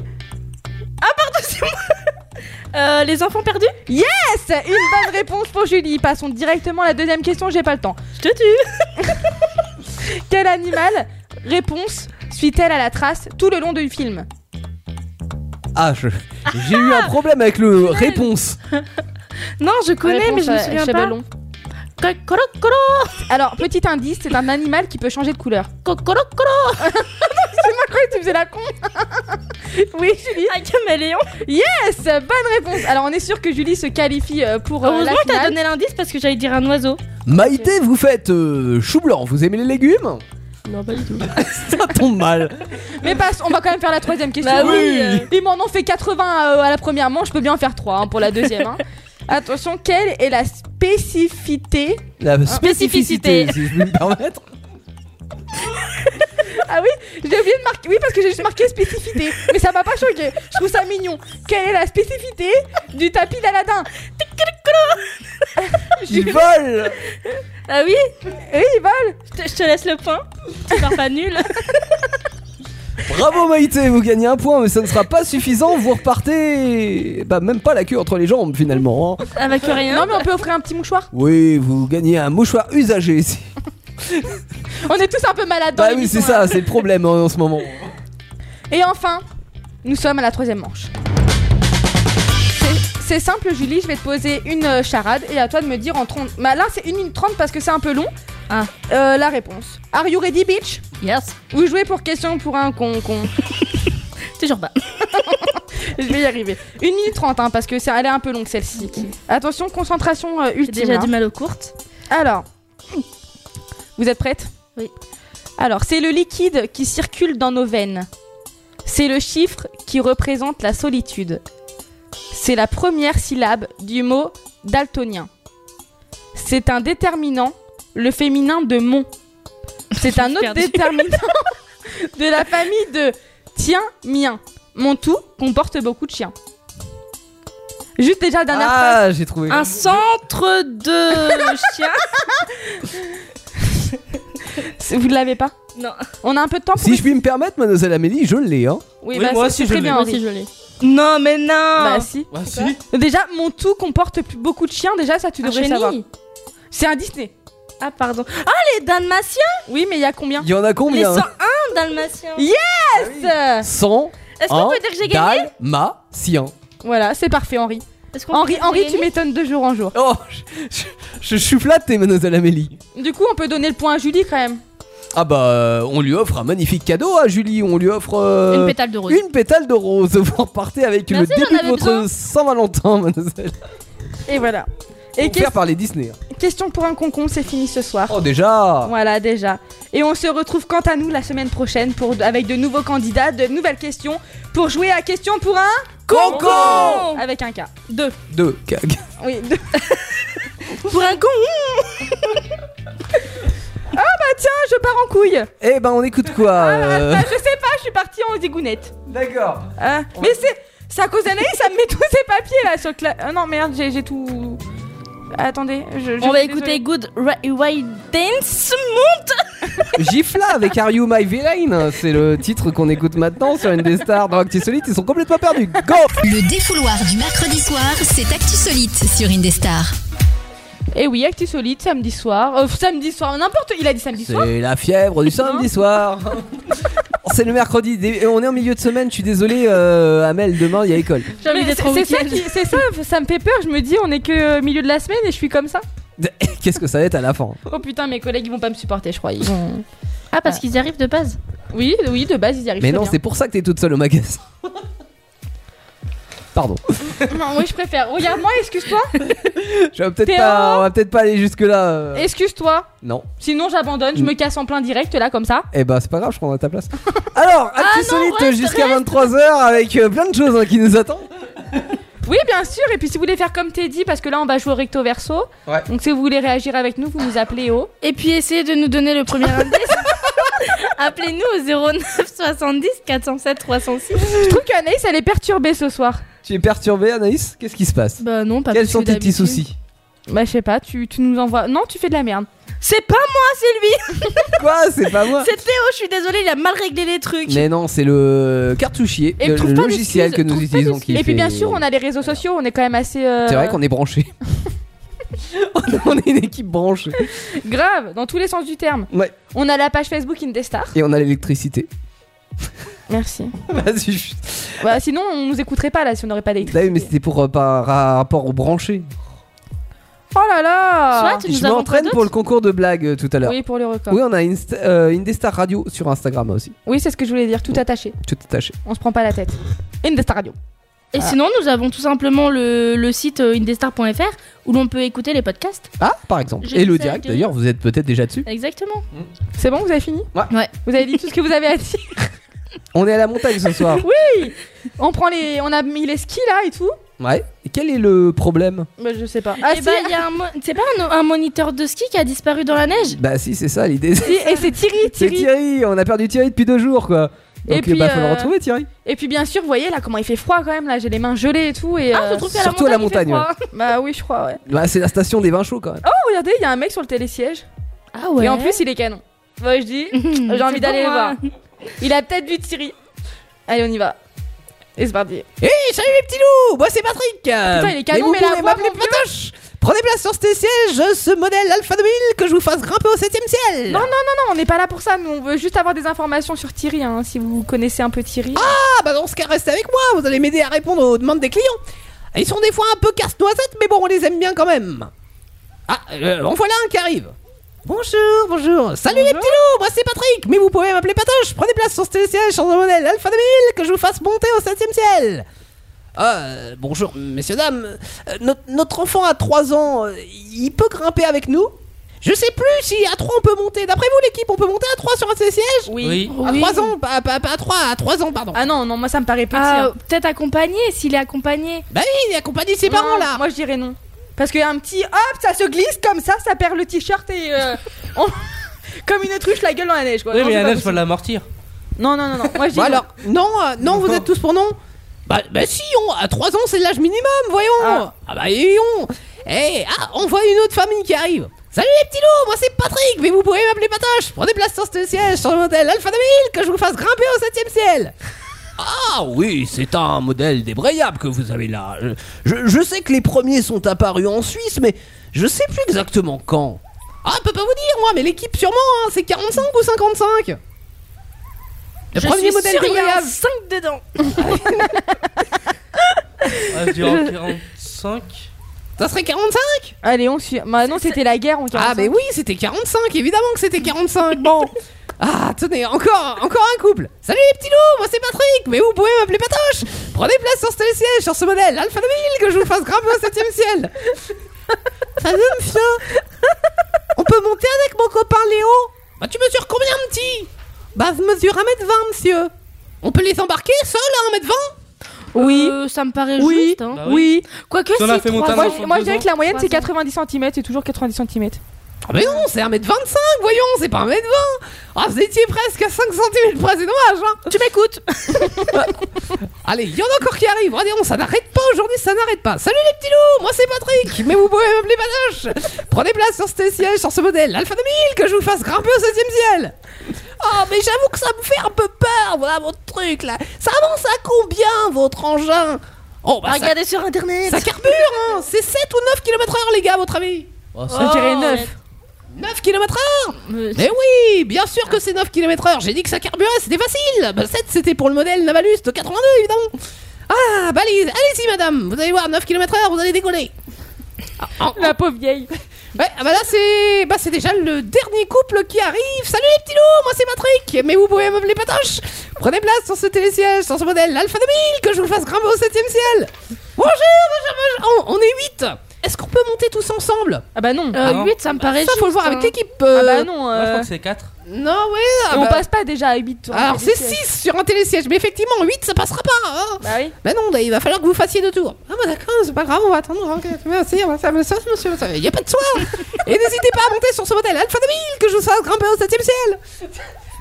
Euh, les enfants perdus yes Une bonne réponse pour Julie. Passons directement à la deuxième question, j'ai pas le temps. Je te tue. Quel animal Réponse suit-elle à la trace tout le long du film Ah, je- j'ai eu un problème avec le Ah, réponse. Non, je connais, mais je me souviens pas. Cocorocoro, Alors, petit indice, c'est un animal qui peut changer de <laughs> couleur. cocorocoro. Ah Pourquoi tu faisais la con Oui, Julie Un caméléon. Yes Bonne réponse Alors, on est sûr que Julie se qualifie euh, pour euh, la Heureusement que t'as finale. donné l'indice parce que j'allais dire un oiseau. Maïté, vous faites euh, chou blanc. Vous aimez les légumes <laughs> Non, pas du tout. Ça tombe mal. Mais passe, on va quand même faire la troisième question. Bah oui, euh. Ils m'en ont fait 80 euh, à la première manche, je peux bien en faire 3 pour la deuxième. <laughs> hein. Attention, quelle est la spécificité La Spécificité. spécificité, si je puis me permettre. Ah oui, j'ai oublié de marquer. Oui, parce que j'ai juste marqué spécificité. Mais ça m'a pas choqué. Je trouve ça mignon. Quelle est la spécificité du tapis d'Aladin <laughs> Ils volent. Ah oui Oui, ils volent. Je te- je te laisse le point. Tu pars pas nul. Bravo Maïté, vous gagnez un point, mais ça ne sera pas suffisant. Vous repartez, bah même pas la queue entre les jambes finalement. hein. <laughs> Avec rien. Non, mais on peut offrir un petit mouchoir. Oui, vous gagnez un mouchoir usagé. ici. On est tous un peu malades dans hein. Bah oui, l'émission, c'est là. ça, c'est le problème hein, en, en ce moment. Et enfin, nous sommes à la troisième manche. C'est- C'est simple, Julie, je vais te poser une euh, charade et à toi de me dire en 30. Bah là, c'est 1 minute 30 parce que c'est un peu long. Ah. Euh, la réponse. Are you ready, bitch Yes. Vous jouez pour question pour un con con. Toujours pas. <laughs> je vais y arriver. 1 minute 30 hein, parce que c'est elle est un peu longue celle-ci. Attention, concentration euh, J'ai ultime. déjà hein. du mal aux courtes. Alors, vous êtes prête Oui. Alors, c'est le liquide qui circule dans nos veines. C'est le chiffre qui représente la solitude. C'est la première syllabe du mot daltonien. C'est un <laughs> déterminant, le féminin de mon. C'est un autre perdue. déterminant <laughs> de la famille de tiens, mien. Mon tout comporte beaucoup de chiens. Juste déjà dernière phrase. Ah, j'ai trouvé. Un centre <laughs> de chien. C'est- Vous ne l'avez pas Non. On a un peu de temps pour Si je puis me permettre, mademoiselle Amélie, je l'ai. Hein. Oui, Oui, bah, moi c'est- aussi, c'est je très l'ai, bien, moi Henri. je l'ai. Non, mais non. Bah si. Ah si. Déjà, mon tout comporte plus beaucoup de chiens. Déjà, ça tu Un devrais Ah, chenille. savoir. C'est un Disney. Ah, pardon. Ah, les dalmatiens. Oui, mais il y a combien Il y en a Les combien 101 dalmatiens. Yes. Euh, 100 Est-ce Hein qu'on peut dire que j'ai gagné dalmatien. Voilà, c'est parfait, Henri. Est-ce qu'on peut Henri, dire que j'ai Henri, tu gagné m'étonnes de jour en jour. Oh, je, je, je suis flatté, mademoiselle Amélie. Du coup, on peut donner le point à Julie quand même. Ah bah, euh, on lui offre un magnifique cadeau à Julie. On lui offre euh, Une pétale de rose. une pétale de rose. <laughs> Vous repartez avec le Merci, début j'en de avais votre besoin. Saint-Valentin, mademoiselle. Et voilà. Et Offert que- par les Disney. hein. question pour un concon, c'est fini ce soir. Oh déjà. Voilà, déjà. Et on se retrouve quant à nous la semaine prochaine pour, avec de nouveaux candidats, de nouvelles questions pour jouer à question pour un Concon Avec un K. Deux. Deux cag. Oui, deux. Pour un con. Ah, je pars en couille. Eh ben, on écoute quoi euh, Ah, je sais pas, je suis partie en zigounette. D'accord. Ah, mais c'est c'est à cause d'Anaïs, ça me met <laughs> tous ces papiers là sur cla... Ah non merde, j'ai j'ai tout. Attendez, je, je- On va désolée. écouter Good Ra- Wild Dance. <laughs> Gifla avec Are You My Villain, c'est le titre qu'on écoute maintenant sur une des stars dans Actu Solide, ils sont complètement perdus. Go Le défouloir du mercredi soir, c'est Actu Solite sur Indestar. Et Eh oui, Actu Solide, samedi soir. Euh, samedi soir, n'importe. Il a dit samedi soir. C'est la fièvre du samedi soir. C'est le mercredi. Dé- euh, On est en milieu de semaine. Je suis désolé, euh, Amel. Demain, il y a école. J'ai envie Mais d'être au C'est c'est ça, week-end. qui- c'est ça, ça me fait peur. Je me dis, on est que euh, milieu de la semaine et je suis comme ça. <laughs> Qu'est-ce que ça va être à la fin Oh putain, mes collègues ils vont pas me supporter, je crois. Ils vont- Ah, parce qu'ils y arrivent de base. Oui, oui, de base ils y arrivent. Mais très non, c'est bien. pour ça que t'es toute seule au magasin. Pardon. Non, oui, je préfère. Regarde-moi, excuse-toi, Je vais peut-être Théo pas, on va peut-être pas aller jusque là. excuse-toi. Non. Sinon, j'abandonne, je me casse en plein direct là comme ça. Eh ben c'est pas grave, je prendrai ta place. Alors, actu Ah non, solide reste, jusqu'à 23h avec euh, plein de choses hein, qui nous attendent. Oui, bien sûr. Et puis si vous voulez faire comme Teddy, parce que là on va jouer au recto verso. Ouais. Donc si vous voulez réagir avec nous, vous nous appelez au. Et puis essayez de nous donner le premier <laughs> indice. Appelez-nous au 09 70 407 306. Je trouve qu'Anaïs elle est perturbée ce soir. Tu es perturbée, Anaïs Qu'est-ce qui se passe Bah non, pas Quels plus sont que tes petits d'habitude. soucis Bah je sais pas, tu, tu nous envoies. Non, tu fais de la merde. C'est pas moi, c'est lui. Quoi C'est pas moi. <laughs> C'est Théo, je suis désolée, il a mal réglé les trucs. Mais non, c'est le cartouchier, Et le, trouve le pas logiciel que d'excuses, nous trouve pas utilisons d'excuses. qui Et puis fait- bien sûr, on a les réseaux sociaux, on est quand même assez. euh, C'est vrai qu'on est <laughs> branché. on est une équipe branchée. Grave, dans tous les sens du terme. Ouais. On a la page Facebook Indestar. Et on a <laughs> l'électricité. Merci. Vas-y. je- Bah, sinon, on nous écouterait pas là si on n'aurait pas Bah oui, d'électricité. mais c'était pour euh, par rapport au branché. Oh là là Soit nous Je avons m'entraîne quoi pour le concours de blagues euh, tout à l'heure. Oui, pour le record. Oui, Oui, on a Insta- euh, Indestar Radio sur Instagram aussi. c'est ce que je voulais dire, tout attaché. Tout attaché. On se prend pas la tête. Indestar Radio. Et sinon, nous avons tout simplement le, le site euh, indestar.fr où l'on peut écouter les podcasts. Ah, par exemple. Je Et le sais direct, que- d'ailleurs, vous êtes peut-être déjà dessus. Exactement. C'est bon, vous avez fini Ouais. Ouais. Vous avez dit tout ce que vous avez à dire. On est à la montagne ce <laughs> soir. On prend les. On a mis les skis là et tout ouais. Et quel est le problème Bah, je sais pas. Ah, et si, bah, il y a un, mo- c'est pas un, un moniteur de ski qui a disparu dans la neige Bah, si, c'est ça l'idée. <laughs> si, et c'est Thierry, C'est Thierry. Thierry, on a perdu Thierry depuis deux jours quoi. Et Donc, puis, bah, faut le euh, retrouver, Thierry. Et puis bien sûr, vous voyez là comment il fait froid quand même, là j'ai les mains gelées et tout. Et, Ah, euh, tu trouves qu'à surtout à la il fait montagne, froid Bah oui, je crois, ouais. Bah, c'est la station des vins chauds quand même. Oh, regardez, il y a un mec sur le télésiège. Ah ouais. Et en <laughs> plus, il est canon. Ouais, je dis, j'ai envie C'est d'aller le bon, voir. hein. Il a peut-être vu Thierry. Allez, on y va. Et c'est parti. salut les petits loups, moi c'est Patrick. Putain, il est canon, mais la voix, mon Prenez place sur ces sièges, ce modèle Alpha 2000 que je vous fasse grimper au 7ème ciel. Non, Non, on n'est pas là pour ça, nous on veut juste avoir des informations sur Thierry, hein, si vous connaissez un peu Thierry. Ah bah dans ce cas, restez avec moi, vous allez m'aider à répondre aux demandes des clients. Ils sont des fois un peu casse-noisettes, mais bon, on les aime bien quand même. Ah, euh, en voilà un qui arrive. Bonjour, bonjour. Salut les petits loups, moi c'est Patrick, mais vous pouvez m'appeler Patoche. Prenez place sur ce siège sur le modèle Alpha 2000 que je vous fasse monter au 7ème ciel. Ah, euh, bonjour, messieurs, dames. Euh, notre, notre enfant a 3 ans, euh, il peut grimper avec nous Je sais plus si à 3 on peut monter. D'après vous, l'équipe, on peut monter à 3 sur un de ces sièges Oui. À Oui. 3 ans, pas, pas, pas à 3, à 3 ans, pardon. Ah non, non, moi ça me paraît petit. Ah, hein. peut-être accompagné, s'il est accompagné. Bah oui, il accompagne ses parents Non, là. Moi je dirais non. Parce qu'un petit hop, ça se glisse comme ça, ça perd le t-shirt et. euh, <laughs> on- Comme une autruche, la gueule dans la neige quoi. Oui, non, mais c'est la pas neige va possible. l'amortir. Non, non, non, non. Moi je dis. Bon non. alors, non, euh, non, vous Non. êtes tous pour non bah, bah si, on, à 3 ans c'est l'âge minimum, voyons Ah. Ah, bah et on Eh, ah, on voit une autre famille qui arrive Salut les petits loups, moi c'est Patrick, mais vous pouvez m'appeler Patoche Prenez place sur ce siège, sur le modèle Alpha 2000, que je vous fasse grimper au 7ème ciel Ah oui, c'est un modèle débrayable que vous avez là. Je, je sais que les premiers sont apparus en Suisse, mais je sais plus exactement quand. Ah, je peux pas vous dire, moi, mais l'équipe sûrement, hein, c'est 45 ou 55 Le Je premier suis modèle sûre, il y a un débrayable 5 dedans. Ah, je dirais en 45. Ça serait 45 Allez, on suit. Bah non, c'était la guerre, on Ah mais oui, c'était 45, évidemment que c'était 45. Bon. Ah, tenez, encore, encore un couple. Salut les petits loups, moi c'est Patrick, mais vous pouvez m'appeler Patoche. Prenez place sur ce siège, sur ce modèle Alpha 2000 que je vous fasse grimper au 7 ciel. Salut monsieur. On peut monter avec mon copain Léo Bah tu mesures combien petit Bah je mesure 1m20 monsieur. On peut les embarquer seuls à 1m20 Oui. Euh, ça me paraît Oui. juste. hein. Bah oui. Oui. Quoique, Si on a si, fait trois monter un ans. Moi, enfant je, de moi, je deux dirais ans. que la moyenne c'est Trois ans. 90 cm, c'est toujours 90 cm. Ah mais non, c'est 1m25, voyons, c'est pas 1m20 Ah, vous étiez presque à 5 cm près, c'est dommage, hein Tu m'écoutes Allez, il y en a encore qui arrivent, allez, on, ça n'arrête pas aujourd'hui, ça n'arrête pas Salut les petits loups, moi c'est Patrick, mais vous pouvez m'appeler Panoche Prenez place sur ce siège, sur ce modèle Alpha 2000, que je vous fasse grimper au 7ème ciel Oh, mais j'avoue que ça me fait un peu peur, voilà votre truc, là Ça avance à combien, votre engin Oh, bah ça, Ah, Regardez sur internet. ça carbure, hein C'est 7 ou 9 km heure, les gars, à votre avis Oh, Oh, ça- Je dirais neuf. arrête. 9 km Euh, Eh oui, bien sûr que c'est 9 km/h. J'ai dit que ça carburait, c'était facile. Bah, 7, c'était pour le modèle Navalus de 82, évidemment. Ah, balise, allez-y, madame. Vous allez voir, 9 km/h, vous allez décoller. Ah, Oh, ah, La pauvre vieille. Ouais, ah bah là, c'est bah, c'est déjà le dernier couple qui arrive. Salut les petits loups, moi c'est Patrick. Mais vous pouvez meubler patoche. Prenez place sur ce télésiège, sur ce modèle Alpha 2000, que je vous le fasse grimper au 7 ciel. Bonjour, bonjour, bonjour. On, on est 8. Est-ce qu'on peut monter tous ensemble Ah bah non. Ah non. 8, Euh, ça me paraît Ça, faut le voir juste, avec hein. l'équipe. euh, Ah bah non. Moi, je euh, crois que c'est 4. Non, ouais. ah et on bah- passe pas déjà à 8 Alors c'est 6 sur un télésiège, mais effectivement 8 ça passera pas. Hein Bah oui. bah non, il va falloir que vous fassiez deux tours. Ah bah d'accord, c'est pas grave, on va attendre. hein, que- Merci, on va- ça me sauce, monsieur. ça- y a pas de soir. Et n'hésitez pas à monter sur ce modèle Alpha 2000 que je vous fasse grimper au 7 ciel.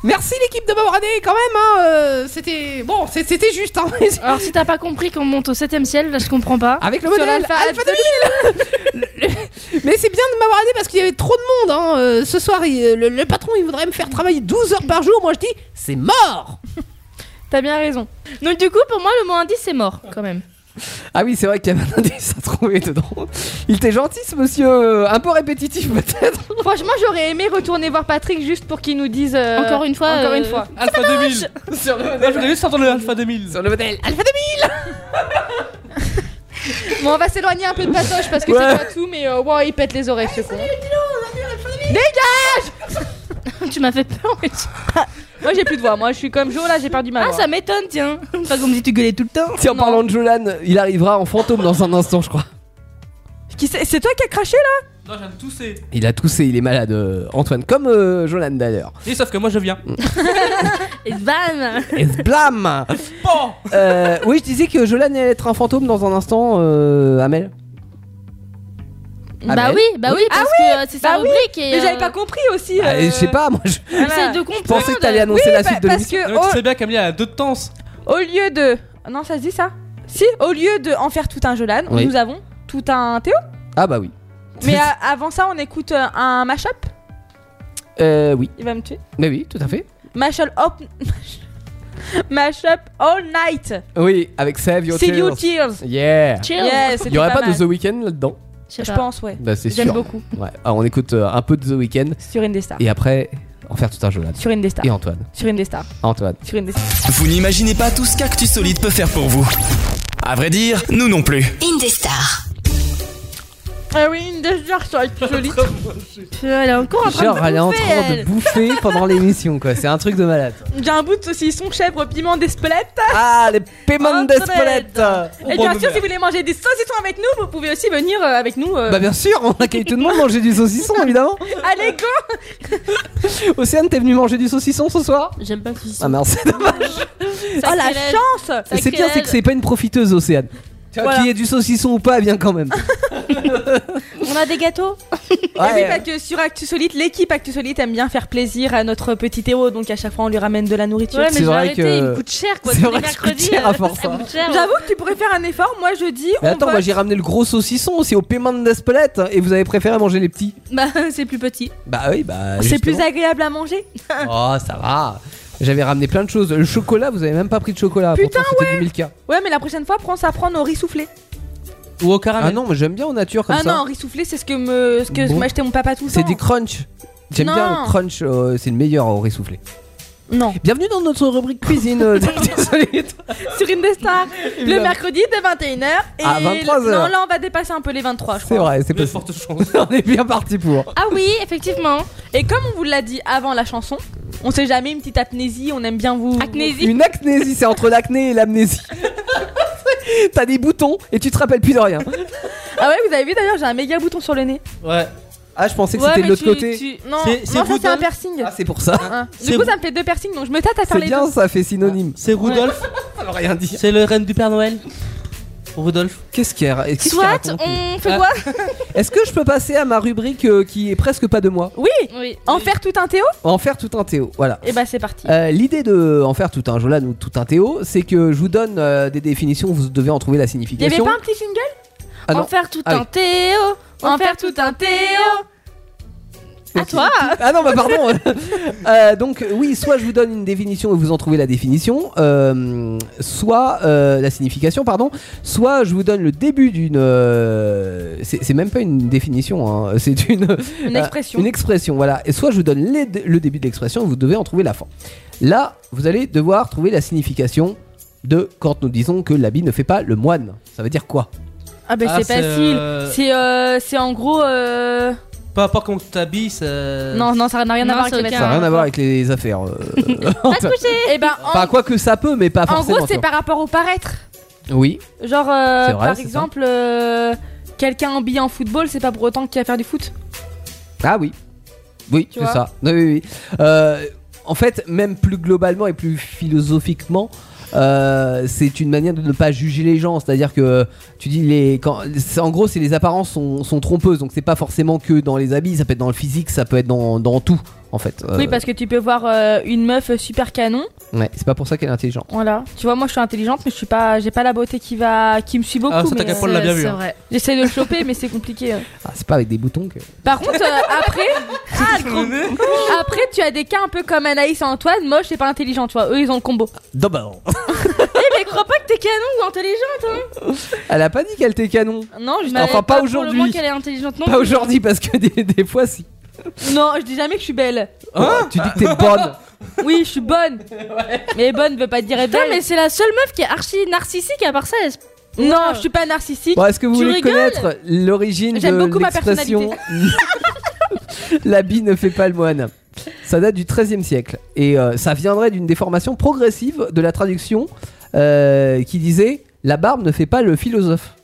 Merci l'équipe de m'avoir aidé quand même. Hein, euh, c'était bon, c'est- c'était juste. <laughs> Hein, mais- Alors, si t'as pas compris qu'on monte au 7ème ciel, là je comprends pas. Avec le Sur modèle Alpha, l'Alpha 2000 <laughs> Mais c'est bien de m'avoir aidé parce qu'il y avait trop de monde. hein. Euh, Ce soir, il- le, le patron, il voudrait me faire travailler 12 heures par jour. Moi, je dis, c'est mort T'as bien raison. Donc, du coup, pour moi, le mot indice c'est mort quand même. Ah oui, c'est vrai qu'il y avait un indice à trouver dedans. Il était gentil, ce monsieur. Un peu répétitif, peut-être. Franchement, j'aurais aimé retourner voir Patrick juste pour qu'il nous dise. euh, Encore une fois, Encore euh, une fois. Alpha 2000 Sur le Là, je voulais juste entendre le Alpha 2000. Sur le modèle. Alpha 2000 Bon, on va s'éloigner un peu de Patoche parce que c'est pas tout, mais euh, wow, il pète les oreilles ce con. <laughs> tu m'as fait <laughs> peur. ouais. Moi j'ai plus de voix, moi je suis comme Jo là, j'ai perdu ma Ah, voix. ça m'étonne, tiens. Pas qu'on me dit tu gueulais tout le temps. Tiens, en parlant de Jolan, il arrivera en fantôme dans un instant, je crois. Qui c'est c'est toi qui as craché là Non, j'aime tousser. Il a toussé, il est malade, euh, Antoine. Comme euh, Jolan, d'ailleurs. Et sauf que moi, je viens. Et bam Et se blâme Bon Euh, oui, je disais que Jolan allait être un fantôme dans un instant, euh, Amel. Ah, Bah mais- oui, bah oui, parce que euh, c'est sa bah oui. rubrique et. Mais j'avais euh, pas compris aussi. Ah, euh, je sais pas, moi je voilà. J'essaie de comprendre. pensais que t'allais annoncer la Pa- suite de parce l'émission. Non, mais Tu que sais bien, Camille elle a deux temps. au, au lieu de. Non, ça se dit ça Si, au lieu de en faire tout un Jolan, Oui. nous avons tout un Théo. Ah bah oui. Mais euh, avant ça, on écoute euh, un mashup. Euh, oui. Il va me tuer. Mais oui, tout à fait. Mashup up. <laughs> Mashup all night. Oui, avec Save Your See Tears. you tears. Yeah. Chill. Yeah, c'était Il y aurait pas, mal. de The Weeknd là-dedans Je sais Je pas. pense, ouais. Bah c'est J'aime sûr. beaucoup. Ouais. Alors, on écoute euh, un peu de The Weeknd Sur Indestar. et après en faire tout un Jolan. Sur Indestar. Et Antoine. Sur Indestar. Antoine. Sur Indestar. Vous n'imaginez pas tout ce qu'Actu Solide peut faire pour vous. À vrai dire, nous non plus. Indestar. Ah oui, Indestar sur <laughs> Solide. Putain, Euh, Elle est encore en train Genre de elle est en bouffer, train de elle. bouffer pendant l'émission quoi. C'est un truc de malade. J'ai un bout de saucisson chèvre piment d'Espelette. Ah les paiements Oh, d'Espelette. Bah Et bien sûr, si vous voulez manger des saucissons avec nous, vous pouvez aussi venir euh, avec nous. euh, Bah, bien sûr, on accueille tout le monde manger du saucisson évidemment. Allez, go Océane, t'es venu manger du saucisson ce soir J'aime pas tout Ah merde, c'est dommage. Oh la Sacrilège. chance C'est bien, c'est que c'est pas une profiteuse Océane. Voilà. Qu'il y ait du saucisson ou pas, elle vient quand même. On a des gâteaux Et oui, Ouais. parce que sur Actu Solite, l'équipe Actu Solite aime bien faire plaisir à notre petit Théo, donc à chaque fois on lui ramène de la nourriture. Ouais, mais C'est j'ai vrai arrêté, que- il me coûte cher quoi. C'est tous les vrai que ça coûte mercredis, cher à euh, force, ça hein. coûte cher. J'avoue que tu pourrais faire un effort, moi je dis. Mais on attends, vote. moi j'ai ramené le gros saucisson aussi aux paiements d'Espelette et vous avez préféré manger les petits. <laughs> Bah, c'est plus petit. Bah oui, bah. C'est justement. plus agréable à manger. Oh, ça va. J'avais ramené plein de choses. Le chocolat, vous avez même pas pris de chocolat. Putain, pourtant, c'était du Milka. Ouais, mais la prochaine fois, prends ça, prends au riz soufflé. Ou au Ah caramel. non, mais j'aime bien en nature comme ah ça. non, riz soufflé, c'est ce que me, ce que Bon. m'achetait mon papa tout le temps. c'est du crunch. J'aime Non. bien le crunch, euh, c'est le meilleur au riz soufflé. Non. Bienvenue dans notre rubrique cuisine. <laughs> euh, d'Actu Solide. <laughs> sur Indestar, le mercredi de 21h. Et À 23h. Non, là on va dépasser un peu les 23, Ah, je c'est crois. vrai, c'est de possible. fortes chances. On est bien parti pour. Ah oui, effectivement. Et comme on vous l'a dit avant la chanson, on sait jamais, une petite apnésie, on aime bien vous. Acnésie. Une acnésie, c'est entre l'acné et l'amnésie. <laughs> T'as des boutons et tu te rappelles plus de rien. Ah ouais, vous avez vu d'ailleurs, j'ai un méga bouton sur le nez. <laughs> Ouais. Ah, je pensais que Ouais, c'était mais de l'autre tu- côté. tu- Non, C'est- non c'est ça c'est un Rudolph. piercing. Ah, c'est pour ça. Hein. c'est Du coup, vous- ça me fait deux piercings, donc je me tâte à faire C'est les bien, deux. ça fait synonyme. C'est <laughs> Rudolf. Ça veut rien dire. C'est le reine du Père Noël. Rudolf. Qu'est-ce qu'il y a qu'est-ce qu'il Soit raconte, lui on fait Ah. quoi Est-ce que je peux passer à ma rubrique euh, qui est presque pas de moi Oui, Oui. en faire tout un Théo En faire tout un Théo, voilà. Et bah c'est parti. Euh, L'idée de en faire tout un Jolan ou tout un Théo, c'est que je vous donne euh, des définitions, vous devez en trouver la Il y avait signification. pas un petit single Ah non. en faire tout Ah un Théo. En faire tout un Théo. À toi <laughs> Ah non, bah pardon. <laughs> Euh, donc oui, soit je vous donne une définition et vous en trouvez la définition, euh, soit euh, la signification, pardon, soit je vous donne le début d'une. euh, c'est c'est même pas une définition, hein, c'est une Une euh, expression. une expression, voilà. Et soit je vous donne les- le début de l'expression, vous devez en trouver la fin. Là, vous allez devoir trouver la signification de quand nous disons que l'habit ne fait pas le moine. Ça veut dire quoi Ah bah Ah, c'est c'est, facile. euh, C'est euh, c'est en gros. euh, Peu importe comment tu t'habilles, ça. Non, non, ça n'a rien Non, à voir c'est avec le aucun- Ça n'a rien à vêtement. voir avec les affaires. euh, Pas se coucher. Et ben en, Enfin, quoi que ça peut, mais pas En forcément. gros, tu c'est par rapport au paraître. vois. Oui. genre euh, C'est vrai, par c'est ça. exemple, euh, quelqu'un habillé en football, c'est pas pour autant qu'il va faire du foot. Ah oui. Oui, Tu c'est vois ça. Oui, oui, oui. Euh, en fait, même plus globalement et plus philosophiquement, euh, c'est une manière de ne pas juger les gens. C'est-à-dire que tu dis les. Quand, c'est- en gros, c'est les apparences sont, sont trompeuses. Donc, c'est pas forcément que dans les habits, ça peut être dans le physique, ça peut être dans, dans tout, en fait. Euh, Oui, parce que tu peux voir euh, une meuf super canon. ouais, c'est pas pour ça qu'elle est intelligente. Voilà. Tu vois, moi je suis intelligente, mais je suis pas, j'ai pas la beauté qui va, qui me suit beaucoup. Ah, ça, mais, t'as qu'à euh, Paul l'a bien vu. hein. J'essaie de le choper, mais c'est compliqué. euh. Ah, c'est pas avec des boutons que. Par contre, euh, <laughs> après, Ah, le gros- après, tu as des cas un peu comme Anaïs et Antoine, moche et pas intelligent, tu vois. Eux, ils ont le combo. D'abord. Eh, mais crois pas que t'es canon ou intelligent. Elle a pas dit qu'elle était canon. Non, je Enfin, n'avais pas pour le aujourd'hui. moment qu'elle est intelligente, non. Pas aujourd'hui, parce que des, des fois, si. Non, je dis jamais que je suis belle. tu dis que t'es bonne. Oui, je suis <laughs> bonne. Mais bonne veut pas dire être Putain, belle. mais c'est la seule meuf qui est archi narcissique à part ça. elle se- Non, je suis pas narcissique. Bon, est-ce que vous Tu voulez rigoles connaître l'origine J'aime de beaucoup ma l'expression <laughs> L'habit ne fait pas le moine. Ça date du XIIIe siècle et euh, ça viendrait d'une déformation progressive de la traduction euh, qui disait la barbe ne fait pas le philosophe.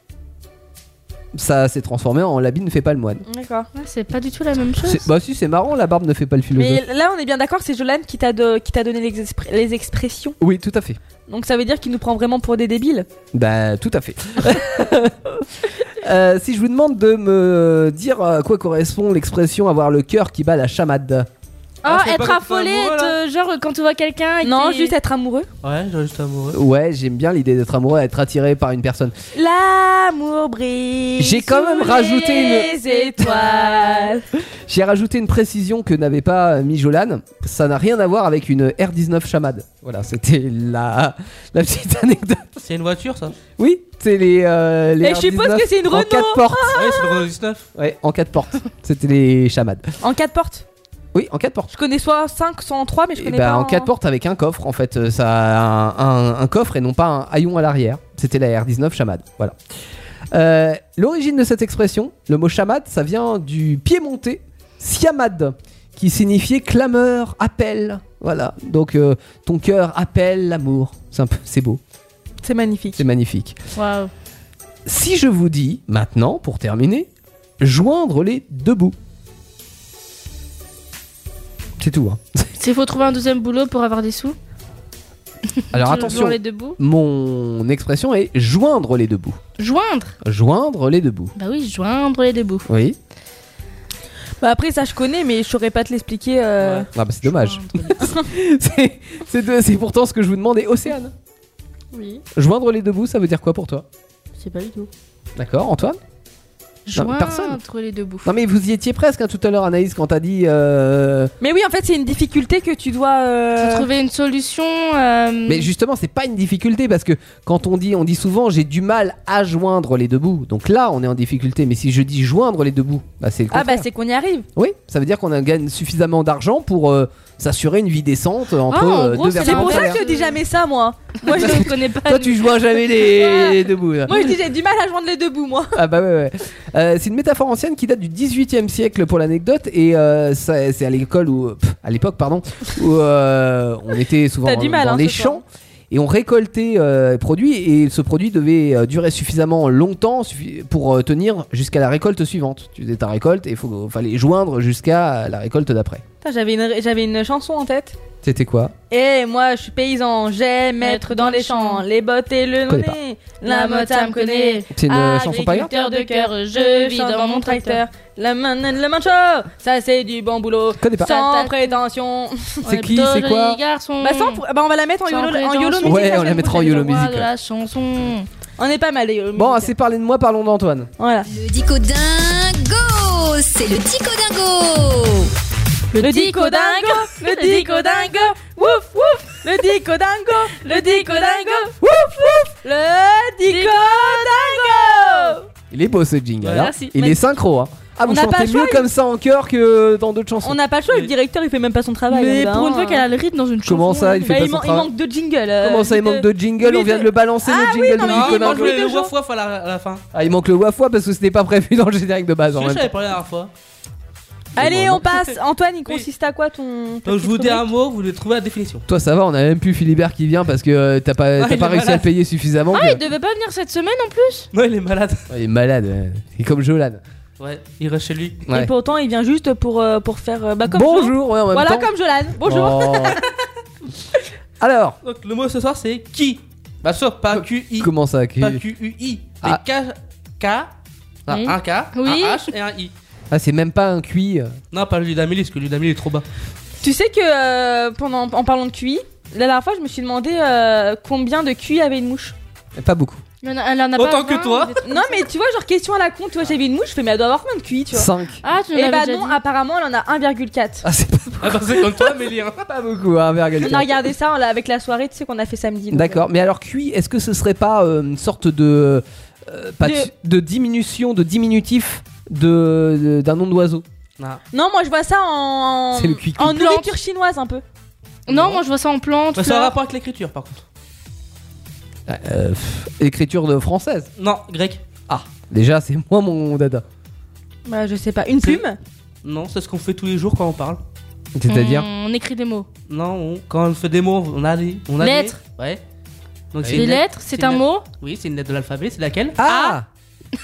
Ça s'est transformé en l'habit ne fait pas le moine. D'accord. Ouais, c'est pas du tout la même chose. C'est- Bah si c'est marrant, la barbe ne fait pas le philosophe. Mais là, on est bien d'accord, c'est Jolane qui t'a de- qui t'a donné les, expr- les expressions. Oui, tout à fait. Donc ça veut dire qu'il nous prend vraiment pour des débiles. Bah, tout à fait. <laughs> Euh, si je vous demande de me dire à quoi correspond l'expression avoir le cœur qui bat la chamade. Ah, Ah, c'est être pas quand t'es affolé, amoureux, être, là. euh, genre quand tu vois quelqu'un. et que Non, t'es- juste être amoureux. hein. Ouais, j'aurais juste amoureux. Ouais, j'aime bien l'idée d'être amoureux, d'être attiré par une personne. L'amour brille. J'ai quand même sous rajouté une- les étoiles. J'ai rajouté une précision que n'avait pas euh, mis Jolan. Ça n'a rien à voir avec une R19 chamade. Voilà, c'était la, la petite anecdote. C'est une voiture, ça Ouais, Oui, c'est les, euh, les Et Eh, je suppose R19 que c'est une en Renault. Ah. quatre portes. Ah. c'est le Renault 19. Ouais, en quatre portes. C'était les chamades. En quatre portes. Oui, en quatre portes. Je connais soit 5, soit en 3, mais je Et connais bah, pas. hein. en quatre portes avec un coffre en fait, Euh, ça a un, un- un coffre et non pas un haillon à l'arrière. C'était la R19 chamade, voilà. Euh, L'origine de cette expression, le mot chamade, ça vient du piémontais siamad, qui signifiait clameur, appel. Voilà, donc euh, ton cœur appelle l'amour. C'est un peu, c'est beau, C'est magnifique. c'est magnifique. Waouh. Si je vous dis maintenant, pour terminer, joindre les deux bouts. C'est tout. hein. S'il faut trouver un deuxième boulot pour avoir des sous. Alors toujours attention, les deux bouts. mon expression est joindre les deux bouts. Joindre. Joindre les deux bouts. Bah oui, joindre les deux bouts. Oui. Bah après, ça je connais, mais je saurais pas te l'expliquer. euh. Ah bah c'est dommage. <laughs> c'est c'est de- c'est pourtant ce que je vous demandais. Océane. Oui, Joindre les deux bouts, ça veut dire quoi pour toi c'est pas du tout. D'accord, Antoine Joindre personne. les deux bouts. Non mais vous y étiez presque hein, tout à l'heure, Anaïs, quand t'as dit. euh, Mais oui, en fait, c'est une difficulté que tu dois. euh, Faut trouver une solution. euh, Mm. Mais justement, c'est pas une difficulté parce que quand on dit, on dit souvent j'ai du mal à joindre les deux bouts. Donc là, on est en difficulté. Mais si je dis joindre les deux bouts, bah c'est le Ah contraire. bah c'est qu'on y arrive. Oui, ça veut dire qu'on a- gagne suffisamment d'argent pour euh, s'assurer une vie décente entre Ah, en euh, gros, deux c'est C'est versions la pour de ça salaire. que je dis jamais ça, moi. Moi je, je connais pas. Toi, tu joins jamais <laughs> les, les deux bouts. là. moi, je dis j'ai du mal à joindre les deux bouts, moi. Ah bah ouais, ouais. Euh, c'est une métaphore ancienne qui date du 18e siècle pour l'anecdote et euh, ça- c'est à l'école où pff, à l'époque pardon où euh, on était souvent <laughs> T'as dans, du mal, dans hein, les ce soir. champs et on récoltait euh, produits et ce produit devait euh, durer suffisamment longtemps suffi- pour euh, tenir jusqu'à la récolte suivante. Tu faisais ta récolte et il fallait joindre jusqu'à la récolte d'après. Putain, J'avais une, j'avais une chanson en tête. C'était quoi Eh, moi, je suis paysan, j'aime être dans les champs, les bottes et le connais nez. La motte, ça me connaît. C'est une euh, chanson païenne Agriculteur de cœur, je vis dans mon tracteur. La main, le manchot, ça c'est du bon boulot. Connais pas. Sans Patate. prétention. C'est qui C'est quoi Bah, sans, pr- bah, on va la mettre en Ah, Sans YOLO, en prétention. YOLO musique. Ouais, la on la semaine mettra en prochaine. YOLO le roi musique, de ouais. la chanson. On est pas mal, les YOLO Bon, musique. assez parlé de moi, parlons d'Antoine. Voilà. Le dico dingo Dingo, c'est le Dico Dingo. Le dico dingo, le dico dingo, wouf wouf, le dico dingo, le dico dingo, wouf wouf, le dico dingo. Il est beau ce jingle. Ouais, hein. merci. Il Mais- est synchro. Hein. Ah, vous On n'a pas chantez le mieux choix, comme ça en chœur que dans d'autres chansons. On n'a pas le choix, le directeur il fait même pas son travail. Mais hein, pour une ben, fois qu'elle a le rythme dans une chanson. Comment ça, là, il fait bah, pas il, son man- il travail manque de jingle. euh, Comment ça, il manque de jingle lui On vient de de- le balancer Ah le oui, jingle non, de mais Ah, Nicolas. il manque manque le de gens. waf waf à la, à la fin. Ah, il manque le wafwa parce que ce n'est pas prévu dans le générique de base. Je En même l'avais temps. parlé la dernière fois. Allez, Bon, on passe. Antoine, il Oui. consiste à quoi ton. ta Donc je vous petite dis un rubrique mot, vous devez trouver la définition. Toi, ça va, on a même plus Philibert qui vient parce que euh, t'as pas, Ah, t'as il pas est réussi à le malade. payer suffisamment. Ah, que- il devait pas venir cette semaine en plus Non, il est malade. Ouais, il est malade. euh. Il est comme Jolan. Ouais, il reste chez lui. Ouais. Et pourtant, il vient juste pour, euh, pour faire. euh, Bah, comme Jo- Bonjour, ouais, en même Voilà, temps. comme Jolan. Bonjour. <laughs> Oh. Alors, Donc le mot ce soir c'est qui Bah sûr, pas Q-I. Euh, comment ça qui- Pas Q-U-I. Mais Ah. K. K. Oui. Un K, Oui. un H et un I. Ah, c'est même pas un cuit. euh. Non, pas Ludamili, parce que Ludamili est trop bas. Tu sais que euh, pendant, en parlant de QI, la dernière fois, je me suis demandé euh, combien de QI avait une mouche. Pas beaucoup. Il y en a- Elle en a pas Autant que 20, toi. des trucs Non, mais tu vois, genre question à la con, tu vois, j'avais une mouche, je fais, mais elle doit avoir combien de QI, tu vois 5. Ah, tu nous Et l'avais bah déjà non, dit. apparemment, elle en a 1,4. Ah, c'est pas, <laughs> Ah bah c'est comme toi, Amélie. hein. pas beaucoup, hein, On a regardé ça on l'a- avec la soirée, tu sais, qu'on a fait samedi. donc, D'accord, mais alors cuit, est-ce que ce serait pas euh, une sorte de, euh, pas De- de... de diminution, de diminutif de de- d'un nom d'oiseau euh. Non, moi, je vois ça en. C'est le cuicui. En Plante. nourriture chinoise, un peu. Non, moi je vois ça en plante. Bah, c'est un fleurs. rapport avec l'écriture par contre. Euh, pff, Écriture de française. Non, grec. Ah, déjà c'est <laughs> moi mon dada. Bah, je sais pas. Une C'est- plume Non, c'est ce qu'on fait tous les jours quand on parle. C'est-à-dire Hmm. On écrit des mots. Non, on- quand on fait des mots, on a des. On a des- Lettres. Ouais. Donc Bah, Des une lettres, c'est un une- mot. Oui, c'est une lettre de l'alphabet, c'est laquelle Ah,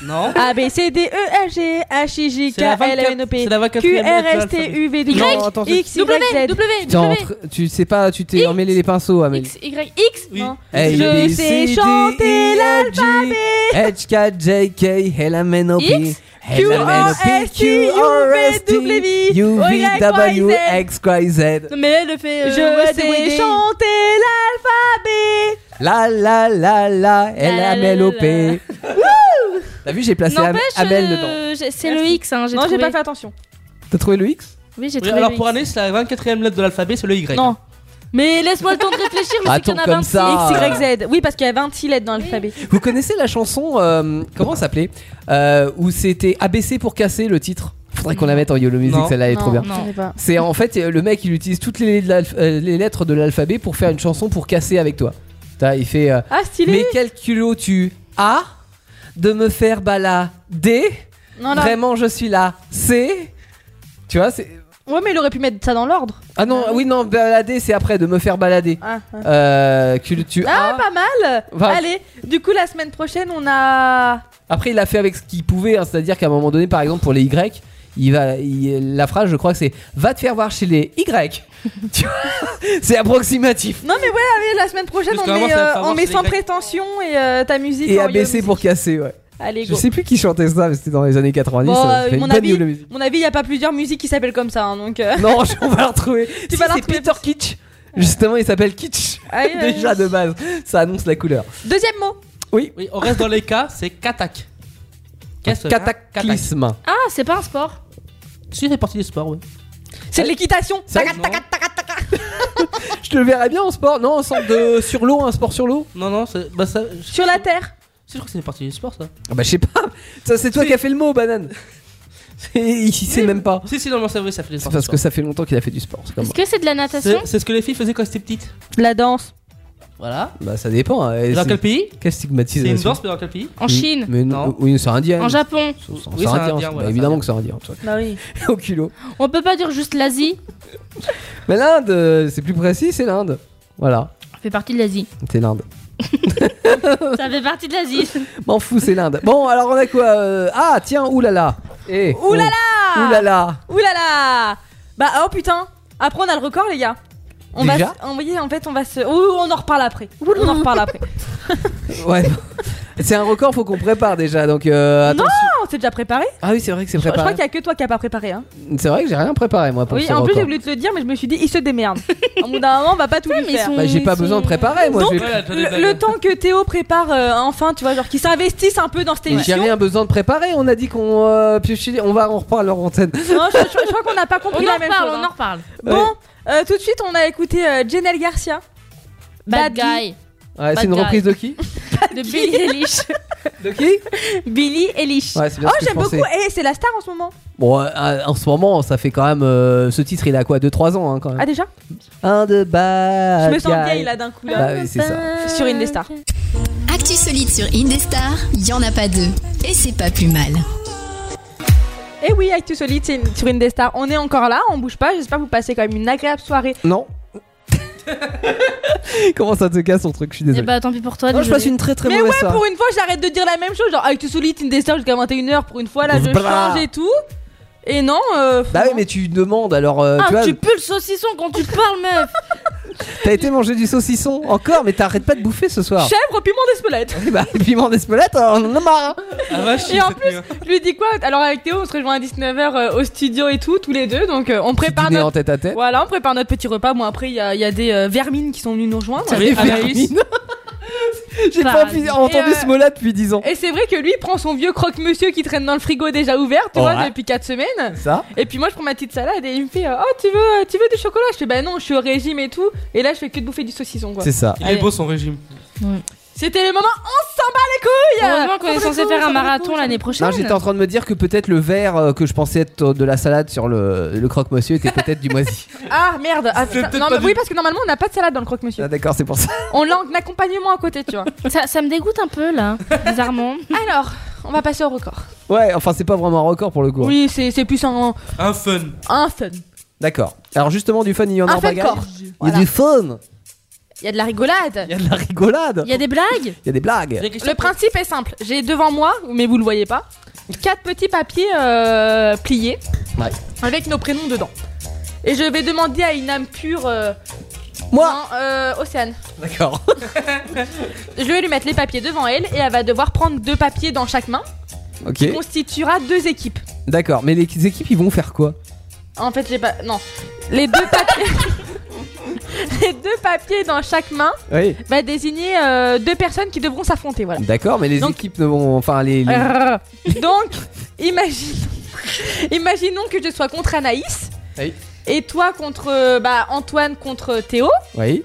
Non. A, B, C, D, E, F, G, H, I, J, K, C'est la L, M, N, O, 24 P, c'est la 24e Q, lettre R, de S, T, l'alphabet. U, V, Y, W, Non, attends, c'est- X, Y, W, Z. W, T'es en W, train- tu sais pas, tu t'es X. emmêlé les pinceaux, Amélie. X, Y, X. Oui. Non. A, Je B, sais C, D, chanter E, F, G, H, K, J, K, L, M, N, O, P, X, L, M, N, O, P, Q, R, S, T, U, V, U, V, Oh, Y, W, Y, Z. X, Y, Z. Non, Mais elle le fait. euh, Je ouais, des- sais des- chanter l'alphabet. La la la la, elle la, a la, Mel la, OP. T'as vu, j'ai placé Ah, Am- N'empêche, Amel euh, dedans. j'ai- c'est le X. hein, Non, j'ai trouvé. pas fait attention. T'as trouvé le X Oui, j'ai Oui, trouvé. alors le pour X. année, c'est la 24ème lettre de l'alphabet, c'est le Y. Non. Mais laisse-moi le temps de <laughs> réfléchir, mais c'est qu'il y en a Ah, Attends, comme 26. ça. X, Y, Z. Oui, parce qu'il y a 26 lettres dans l'alphabet. Vous connaissez la chanson, euh, comment ça s'appelait Euh, Où c'était ABC pour casser le titre. Faudrait qu'on la mette en YOLO Music, Non. celle-là elle est trop bien. Non. Je sais pas. C'est en fait euh, le mec il utilise toutes les, de l'alph- euh, les lettres de l'alphabet pour faire une chanson pour casser avec toi. T'as- Il fait euh, Ah, stylé. Mais quel culot tu as de me faire balader Non, non. Vraiment je suis là. C'est Tu vois c'est Ouais, mais il aurait pu mettre ça dans l'ordre. Ah non, oui non, balader c'est après de me faire balader. Ah, ah. Euh, cul- tu as. Ah, pas mal. Bah. Allez, du coup, la semaine prochaine, on a. Après, il a fait avec ce qu'il pouvait, hein, c'est-à-dire qu'à un moment donné, par exemple, pour les Y, il va, il- la phrase, je crois que c'est va te faire voir chez les Y. <laughs> Tu vois c'est approximatif. Non, mais ouais, allez, la semaine prochaine, Parce on qu'à met, moi, ça euh, va pas on met avoir sans les Grecs. prétention et euh, ta musique. Et en ABC yo-musique. pour casser, ouais. Allez, Je go. sais plus qui chantait ça, mais c'était dans les années 90. Bon, ça euh, fait une mon bonne avis- gueule de musique. Mon avis, il n'y a pas plusieurs musiques qui s'appellent comme ça, hein, <laughs> donc. euh, Non, on va la retrouver. Si, vas la c'est retrouver Peter Kitsch. Justement, il s'appelle Kitsch. allez, euh, <laughs> Déjà de base, ça annonce la couleur. Deuxième mot. Oui, on reste dans les cas, c'est katak. Qu'est-ce que- Katak. Cataclysme. Ah, c'est pas un sport. Si, c'est parti du sport, oui. C'est de l'équitation. Ça- Tac, Non. tac, tac, tac, tac, tac. Je le verrais bien en sport. Non, en sorte de sur l'eau, un sport sur l'eau. Non, non, c'est. Bah, ça. je- Sur la terre. Si, je crois que c'est parti du sport, ça. Ah bah je sais pas. Ça c'est toi Si. qui as fait le mot, banane. il sait même pas. Si, si, non, mais ça, oui, ça fait du C'est sport. parce du que sport. ça fait longtemps qu'il a fait du sport. c'est comme Est-ce que c'est de la natation C'est- C'est ce que les filles faisaient quand elles étaient petites. La danse. Voilà. Bah ça dépend. hein. Et Et dans c'est- quel pays Quelle C'est stigmatisation une danse, mais dans quel pays En Chine Mais non. Non. Oui, c'est indien. En Japon C'est- c'est Oui, c'est indien. indien, ça. voilà, Bah, c'est évidemment indien. que c'est indien. tu Bah oui. vois. <laughs> Au culot. On peut pas dire juste l'Asie. Mais l'Inde, euh, c'est plus précis, c'est l'Inde. Voilà, Ça fait partie de l'Asie. c'est l'Inde. <laughs> Ça fait partie de l'Asie. M'en fous, c'est l'Inde. Bon, alors on a quoi euh, Ah, tiens, oulala. Eh, Oulala oh, Oulala Ouh là là Ah, Bah oh putain Après on a le record les gars on va Déjà se- on- voyez, en fait, on va se. Ouh, on en reparle après. <laughs> On en reparle après. Ouais. c'est un record, faut qu'on prépare déjà. Donc, euh, Non, attention. on s'est déjà préparé. Ah oui, c'est vrai que c'est Je, je crois préparé. qu'il y a que toi qui a pas préparé. Hein. C'est vrai que j'ai rien préparé moi pour Oui, ce en plus j'ai record. voulu te le dire, mais je me suis dit, il <laughs> se démerde. Au bout d'un moment, on va pas tout lui faire. Bah, j'ai pas besoin de préparer moi. Donc, j'ai- le, le temps que Théo prépare euh, enfin, tu vois, genre qu'il s'investisse un peu dans cette Mais J'ai émission. rien besoin de préparer. On a dit qu'on euh, piochait- On va en reparler leur antenne. Non, je, je- je crois qu'on n'a pas compris On en la même reparle, chose. on hein. en reparle. Bon, euh, tout de suite, on a écouté euh, Janelle Garcia. Bad Guy. guy. Ouais, Bad c'est une guy. reprise de qui De Billy Eilish. De <laughs> qui Billy Eilish. <laughs> Ouais, c'est bien Oh, ce que je j'aime pensais. beaucoup. Et c'est la star en ce moment. Bon, euh, euh, en ce moment, ça fait quand même. euh, ce titre, il a quoi 2-3 ans hein, quand Ah, même. déjà Un de bas. Je me sens vieille là d'un coup. Là. Bah oui, c'est ça. <laughs> Sur Indestar. Actu solide sur Indestar, il y en a pas deux. Et c'est pas plus mal. Et Eh oui, Actu Solide, c'est une- sur Indestar. On est encore là, on bouge pas. J'espère que vous passez quand même une agréable soirée. Non. <laughs> Comment ça te casse son truc Je suis Et désolé. bah tant pis pour toi. Non, je désolé. passe une très très Mais mauvaise ouais, soirée. pour une fois, j'arrête de dire la même chose. Genre, Actu Solide, Indestar jusqu'à 21h pour une fois. Là, je Blah. change et tout. Et non, euh, Bah oui, non. mais tu demandes alors. euh, tu Ah, vois, tu pues le saucisson quand tu parles, <laughs> meuf. t'as été manger du saucisson encore, mais t'arrêtes pas de bouffer ce soir. Chèvre, piment <laughs> d'Espelette. Et bah, piment d'Espelette, on en a marre. hein. Ah, vache, Et en plus, je lui dis quoi Alors, avec Théo, on se rejoint à 19h euh, au studio et tout, tous les deux. Donc, euh, on prépare Dîner notre en tête à tête. Voilà, on prépare notre petit repas. Moi, après, il y, a- il y a des euh, vermines qui sont venues nous rejoindre. Les vermines. <laughs> J'ai pas Paradis. pu- entendu Et, euh, ce mot-là depuis 10 ans. Et c'est vrai que lui il prend son vieux croque-monsieur qui traîne dans le frigo déjà ouvert, tu vois, Ouais. depuis 4 semaines. Ça Et puis moi, je prends ma petite salade et il me fait euh, Oh, tu veux, euh, tu veux du chocolat Je fais Bah non, je suis au régime et tout. Et là, je fais que de bouffer du saucisson, quoi. C'est ça. Il est beau son régime. C'était le moment, on s'en bat les couilles Heureusement qu'on est censé faire un marathon l'année Non, prochaine. j'étais en train de me dire que peut-être le verre euh, que je pensais être de la salade sur le, le croque-monsieur était peut-être du moisi. Ah merde ah, putain. peut-être Non, pas mais du- Oui, parce que normalement, on n'a pas de salade dans le croque-monsieur. Ah, D'accord, c'est pour ça. On l'a en accompagnement à <laughs> côté, tu vois. Ça, ça me dégoûte un peu là, bizarrement. Alors, on va passer au record. Ouais, enfin, c'est pas vraiment un record pour le coup. hein. Oui, c'est c'est plus un, Un fun. un fun. D'accord. Alors, justement, du fun, il y en a Un en fun bagarre. corps. Il y a du fun, Il y a de la rigolade. il y a de la rigolade, Il y a des blagues il y a des blagues. Le principe est simple. J'ai devant moi, mais vous le voyez pas, quatre petits papiers euh, pliés Ouais. avec nos prénoms dedans. Et je vais demander à une âme pure, euh, Moi non, euh, Océane. D'accord. Je vais lui mettre les papiers devant elle et elle va devoir prendre deux papiers dans chaque main. Ok. Constituera deux équipes. D'accord, mais les équipes, ils vont faire quoi En fait, j'ai pas. Non. Les deux papiers. <laughs> les deux papiers dans chaque main Oui. va désigner euh, deux personnes qui devront s'affronter. Voilà. D'accord, mais les Donc- Euh. équipes ne vont. Enfin, les. les- Donc, imaginons, imaginons que je sois contre Anaïs. Oui. Et toi contre euh, bah, Antoine contre Théo. Oui.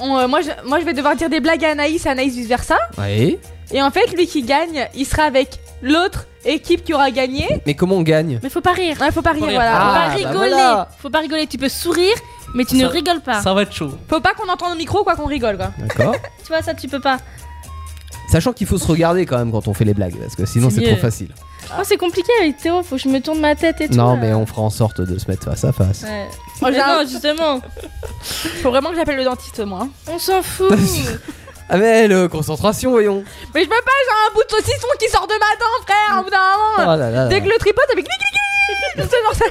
On, euh, moi, je, moi, je vais devoir dire des blagues à Anaïs, Anaïs vice versa. Oui. Et en fait, lui qui gagne, il sera avec l'autre équipe qui aura gagné. Mais comment on gagne Mais faut pas rire. Il faut pas rire, rire. voilà. faut Ah, pas bah rigoler. voilà. Faut pas rigoler. Tu peux sourire, mais tu ne Ça- rigoles pas. Ça va être chaud. Faut pas qu'on entende au micro quoi qu'on rigole quoi. D'accord. Tu vois, ça, tu peux pas. Sachant qu'il faut se regarder quand même quand on fait les blagues, parce que sinon, C'est c'est mieux. trop facile. Oh, c'est compliqué avec Théo. Faut que je me tourne ma tête et tout. Non, là. mais on fera en sorte de se mettre face à face. Ouais. Oh, Mais j'ai un- non, justement. Faut vraiment que j'appelle le dentiste moi. hein. On <laughs> s'en fout. Ah mais le concentration, voyons. Mais je peux pas, j'ai un bout de saucisson qui sort de ma dent frère au bout d'un Ah, Oh moment. là là là. Dès que le tripote avec C'est genre ça,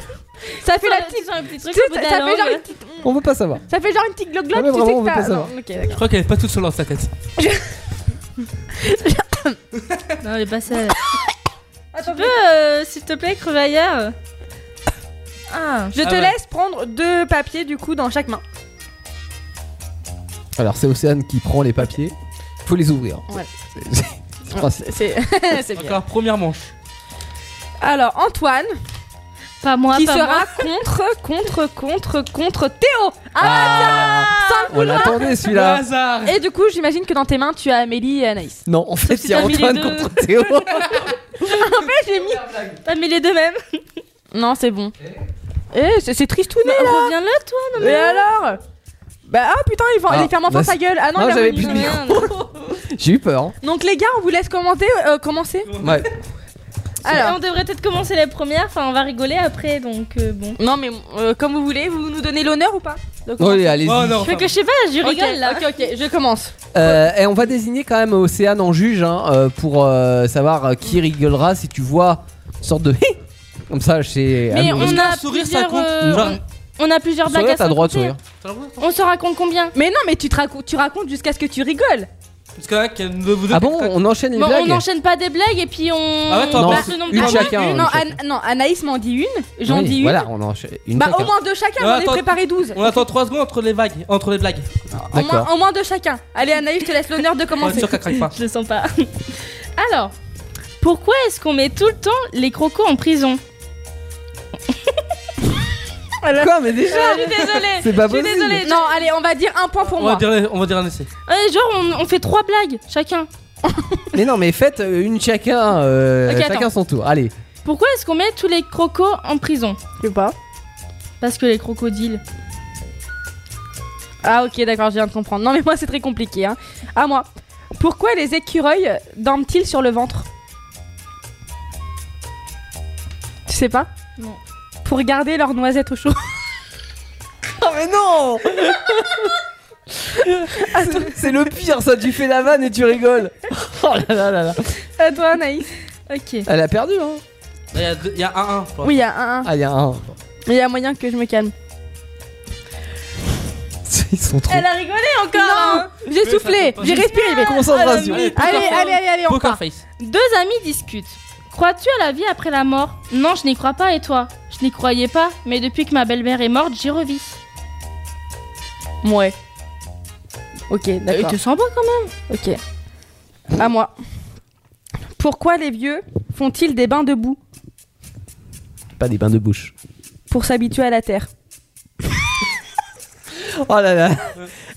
ça fait la petite un petit truc. Tu sais, au bout ça, de la ça fait genre langue. une petite, On veut pas savoir. ça fait genre une petite glotte Ah, mais tu vraiment, sais on que veut pas t'as- savoir. non, ok, Je d'accord. crois qu'elle est pas toute seule dans sa tête. Non, mais pas ça. tu peux, euh, s'il te plaît, crever ailleurs Ah. Je Ah te ouais. laisse prendre deux papiers du coup dans chaque main. Alors c'est Océane qui prend les papiers. Faut les ouvrir. Ouais. C'est- c'est- c'est le principe. C'est <laughs> c'est bien. Encore première manche. Alors Antoine Pas moi, qui pas moi. sera contre contre contre contre Théo. Ah, Simple. on l'attendait Le celui-là. hasard. Et du coup j'imagine que dans tes mains tu as Amélie et Anaïs. Non, en fait, il y a parmi les Antoine deux. contre <laughs> Théo. Eh, j'ai mis. T'as mis Ah, les deux mêmes. Non c'est bon. Eh c'est c'est tristouné là. Reviens-le, toi. Et alors Bah ah putain il va Ah, il ferme enfin bah, sa gueule. Ah non, non, il a j'avais plus revenu. de micro. J'ai eu peur. hein. Donc les gars on vous laisse commenter euh, commencer. Ouais. Alors. Et on devrait peut-être commencer les premières. Enfin, on va rigoler après, donc euh, bon. Non mais euh, comme vous voulez vous nous donnez l'honneur ou pas De commencer. Oui, allez-y. Oh non. Fait que je sais pas, je Ok, rigole là. Ok, ok, je commence. Euh, et on va désigner quand même Océane en juge hein, euh, pour euh, savoir euh, qui rigolera si tu vois une sorte de <laughs> hi comme ça chez. Mais Amélie. on Parce a qu'un sourire, ça plusieurs, compte. euh, Genre- on, on a plusieurs blagues Sourire, à t'as le droit de se raconter. sourire. On se raconte combien Mais non, mais tu, te racontes- tu racontes jusqu'à ce que tu rigoles. Parce qu'il y en a qui veut vous Ah bon, on enchaîne les Bon, on blagues n'enchaîne pas des blagues et puis on. Ah ouais, t'en on penses passe le nombre une de- chacun, Une- une non, chacun. Anne- Ah Non, Anaïs m'en dit une, j'en Oui, dis une. voilà, on enchaîne. Une bah, chacun. au moins deux chacun, Ouais, j'en ai attends. préparé 12. On attend 3 secondes entre les, vagues, entre les blagues. Au moins, D'accord. au moins deux chacun. Allez, Anaïs, je te laisse l'honneur de On est commencer. sûr qu'elle craque pas. Je le sens pas. <laughs> Alors, pourquoi est-ce qu'on met tout le temps les crocos en prison Quoi, mais <laughs> déjà Ah, Je suis désolée. C'est pas Je suis possible. désolée. Non, allez, on va dire un point pour On va, moi. dire, on va dire un essai. Ouais, Euh, genre, on, on fait trois blagues chacun. Mais non, mais faites euh, une chacun, euh, Ok, chacun attends. son tour. Allez. Pourquoi est-ce qu'on met tous les crocos en prison Je sais pas. Parce que les crocodiles. Ah ok, d'accord, je viens de comprendre. Non, mais moi, c'est très compliqué. Hein. À moi. Pourquoi les écureuils dorment-ils sur le ventre Tu sais pas Non. Pour garder leurs noisettes au <laughs> chaud. Oh, mais non C'est- <laughs> C'est le pire, ça. Tu fais la vanne et tu rigoles. <laughs> Oh là là là là. À toi, Anaïs. Ah, Ok. Elle a perdu, hein Il y a deux- il y a 1-1, je crois. Oui, il y a un. un. Ah, il y a un. <laughs> Mais il y a moyen que je me calme. Ils sont trop. Elle a rigolé encore hein. Ah, J'ai Mais soufflé, ça fait pas j'ai du- respiré. mais- Concentration. Allez, Allez, poker- allez, allez, allez, on Poker part. face. Deux amis discutent. Crois-tu à la vie après la mort Non, je n'y crois pas et toi Je n'y croyais pas, mais depuis que ma belle-mère est morte, j'y revis. Ouais. Ok, Il d'accord. Euh, te sens bon quand même Ok. À moi. Pourquoi les vieux font-ils des bains debout Pas des bains de bouche. pour s'habituer à la terre Oh là là.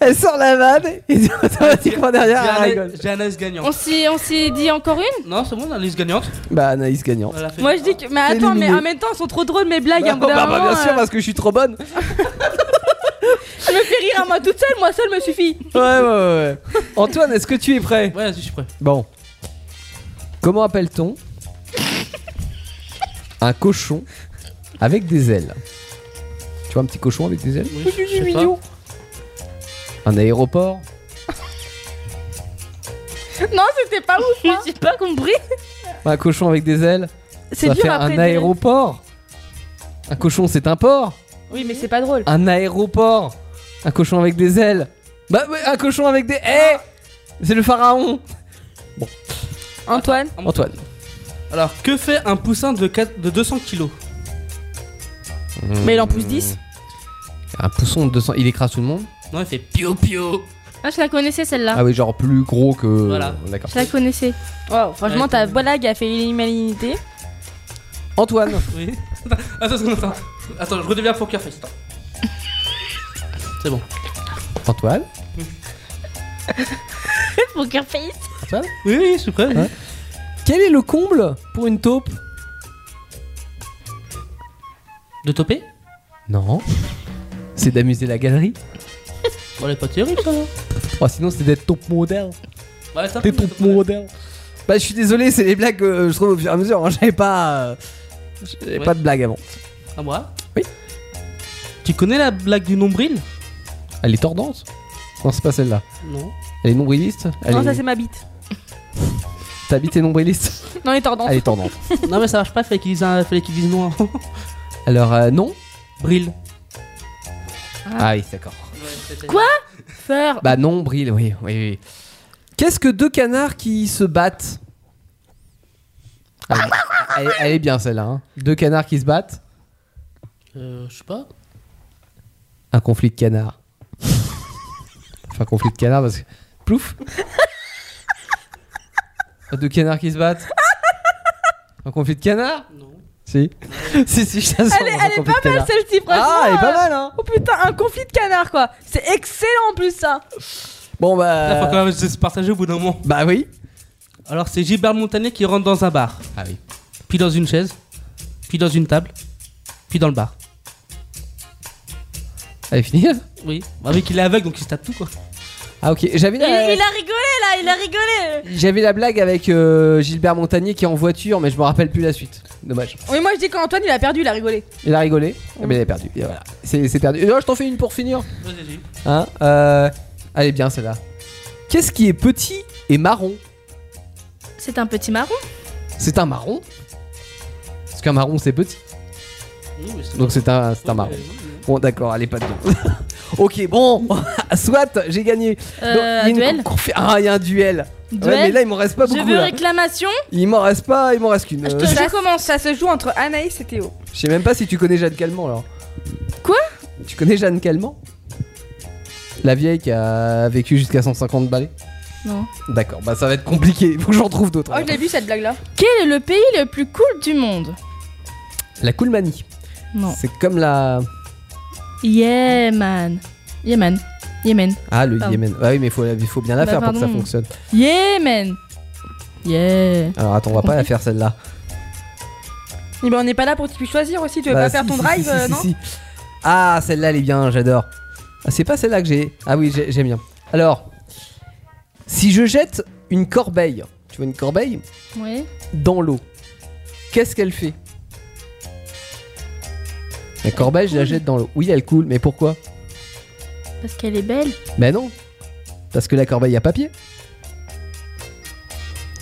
Elle sort la vanne et <laughs> automatiquement derrière, elle J'ai un- Ah, rigole. J'ai un Anaïs gagnant. On s'est on s'est dit encore une Non, c'est bon, on a Anaïs gagnante. Bah, Anaïs gagnant. Elle a fait- Moi je dis que mais attends mais en même temps elles sont trop drôles mes blagues à un bout bah, d'un bah, bah, moment, bien sûr, euh, parce que je suis trop bonne. je me fais rire à moi toute seule moi seule me suffit. Ouais, ouais, ouais. ouais. Antoine, est-ce que tu es prêt Ouais, vas-y, je suis prêt. Bon. Comment appelle-t-on un cochon avec des ailes Tu vois un petit cochon avec des ailes Oui, je- je sais pas. Un aéroport Non c'était pas ouf. <laughs> hein. J'ai pas compris Un cochon avec des ailes Ça C'est va dur faire après. un de- aéroport Un cochon, c'est un port Oui mais c'est pas drôle. Un aéroport Un cochon avec des ailes Bah, ouais, un cochon avec des. Eh C'est le pharaon Antoine Antoine. Alors, que fait un poussin de, quatre- de 200 kilos mais il en pousse 10. Hmm. Un pousson de 200. Il écrase tout le monde Non, il fait pio pio. Ah, je la connaissais celle-là. Ah oui, genre plus gros que. Voilà. D'accord. Je la connaissais. Wow, franchement Ouais, ta c'est- blague a fait une <laughs> humanité. Antoine Oui. <laughs> attends, attends, attends. Attends, je redeviens poker face. attends. C'est bon. Antoine Poker face. Oui, oui, je suis prêt. Hein Quel est le comble pour une taupe de topé Non. C'est d'amuser la galerie. Bon, elle est pas terrible, ça. Oh, sinon, c'est d'être taupe modèle. Bah, ça T'es taupe modèle. Bah, je suis désolé, c'est les blagues que je trouve au fur et à mesure. hein. J'avais pas. euh, J'avais Ouais. pas de blague avant. À moi Oui. Tu connais la blague du nombril Elle est tordante Non, c'est pas celle-là. Non. Elle est nombriliste Elle Non ça est... c'est ma bite. Ta bite est nombriliste Non les tordants. Elle est tordante. non, mais ça marche pas, fallait qu'ils disent, un- fallait qu'ils disent <laughs> non. Alors, euh, non Bril. Ah oui, d'accord. Quoi Faire. Bah, nombril, oui, oui, oui. Qu'est-ce que deux canards qui se battent elle, elle- elle est bien celle-là. hein. Deux canards qui se battent. Euh, je sais pas. Un conflit de canards. <laughs> Enfin, conflit de canards parce que. Plouf Deux canards qui se battent. Un conflit de canards Non. Si. <laughs> si, si, je t'assure. Elle est, un elle est conflit de pas mal canards. celle-ci franchement. Ah, elle est pas euh, mal, hein Oh putain un conflit de canard quoi. C'est excellent en plus ça. Bon, Là, faut bah. quand même se partager au bout d'un moment. Bah oui. Alors, c'est Gilbert Montagnier qui rentre dans un bar. Ah oui. puis dans une chaise, puis dans une table, puis dans le bar. Elle est finie là Oui. Bah, vu qu'il est aveugle, donc il se tape tout quoi. Ah ok, j'avais Il, la, il a rigolé là, il a rigolé. j'avais la blague avec euh, Gilbert Montagnier qui est en voiture, mais je me rappelle plus la suite. Dommage. Oui moi je dis qu'Antoine il a perdu il a rigolé. Il a rigolé, mais il a perdu. Et voilà, c'est, c'est perdu. Et là, je t'en fais une pour finir. Vas-y, Hein euh, Elle est bien celle-là. Qu'est-ce qui est petit et marron C'est un petit marron. C'est un marron Parce qu'un marron c'est petit, vas-y. donc c'est un, c'est un marron. Bon d'accord, allez pas dedans. <laughs> Ok, bon, <laughs> soit, j'ai gagné. Euh, Donc, il y a un une duel confi- Ah, il y a un duel. Duel. Ouais, mais là, il m'en reste pas Je beaucoup. veux là. réclamation. Il m'en reste pas, il m'en reste qu'une. Euh, Ça commence, ça se joue entre Anaïs et Théo. Je sais même pas si tu connais Jeanne Calment alors. Quoi Tu connais Jeanne Calment La vieille qui a vécu jusqu'à 150 balais Non. D'accord, bah ça va être compliqué, faut que j'en trouve d'autres. Oh, je l'ai vu cette blague là. Quel est le pays le plus cool du monde La Coolmanie. Non. C'est comme la. Yémen. Yémen. Yémen. Ah, le Pardon. Yémen. Ah oui, mais il faut, la- il faut bien la Bah, faire pour que ça pardon. fonctionne. Yémen. Yeah. Alors attends, on va pas la faire celle-là. Mais Eh ben, on n'est pas là pour que tu puisses choisir aussi, tu veux pas Bah, si, faire ton si, drive, si, euh, si, non si, si. Ah, celle-là, elle est bien, j'adore. Ah, c'est pas celle-là que j'ai. Ah oui, j'ai- j'aime bien. Alors, si je jette une corbeille, tu vois une corbeille, Ouais. dans l'eau, qu'est-ce qu'elle fait La corbeille, je la jette dans l'eau. Oui, elle coule, mais pourquoi Parce qu'elle est belle. Ben non Parce que la corbeille à papier.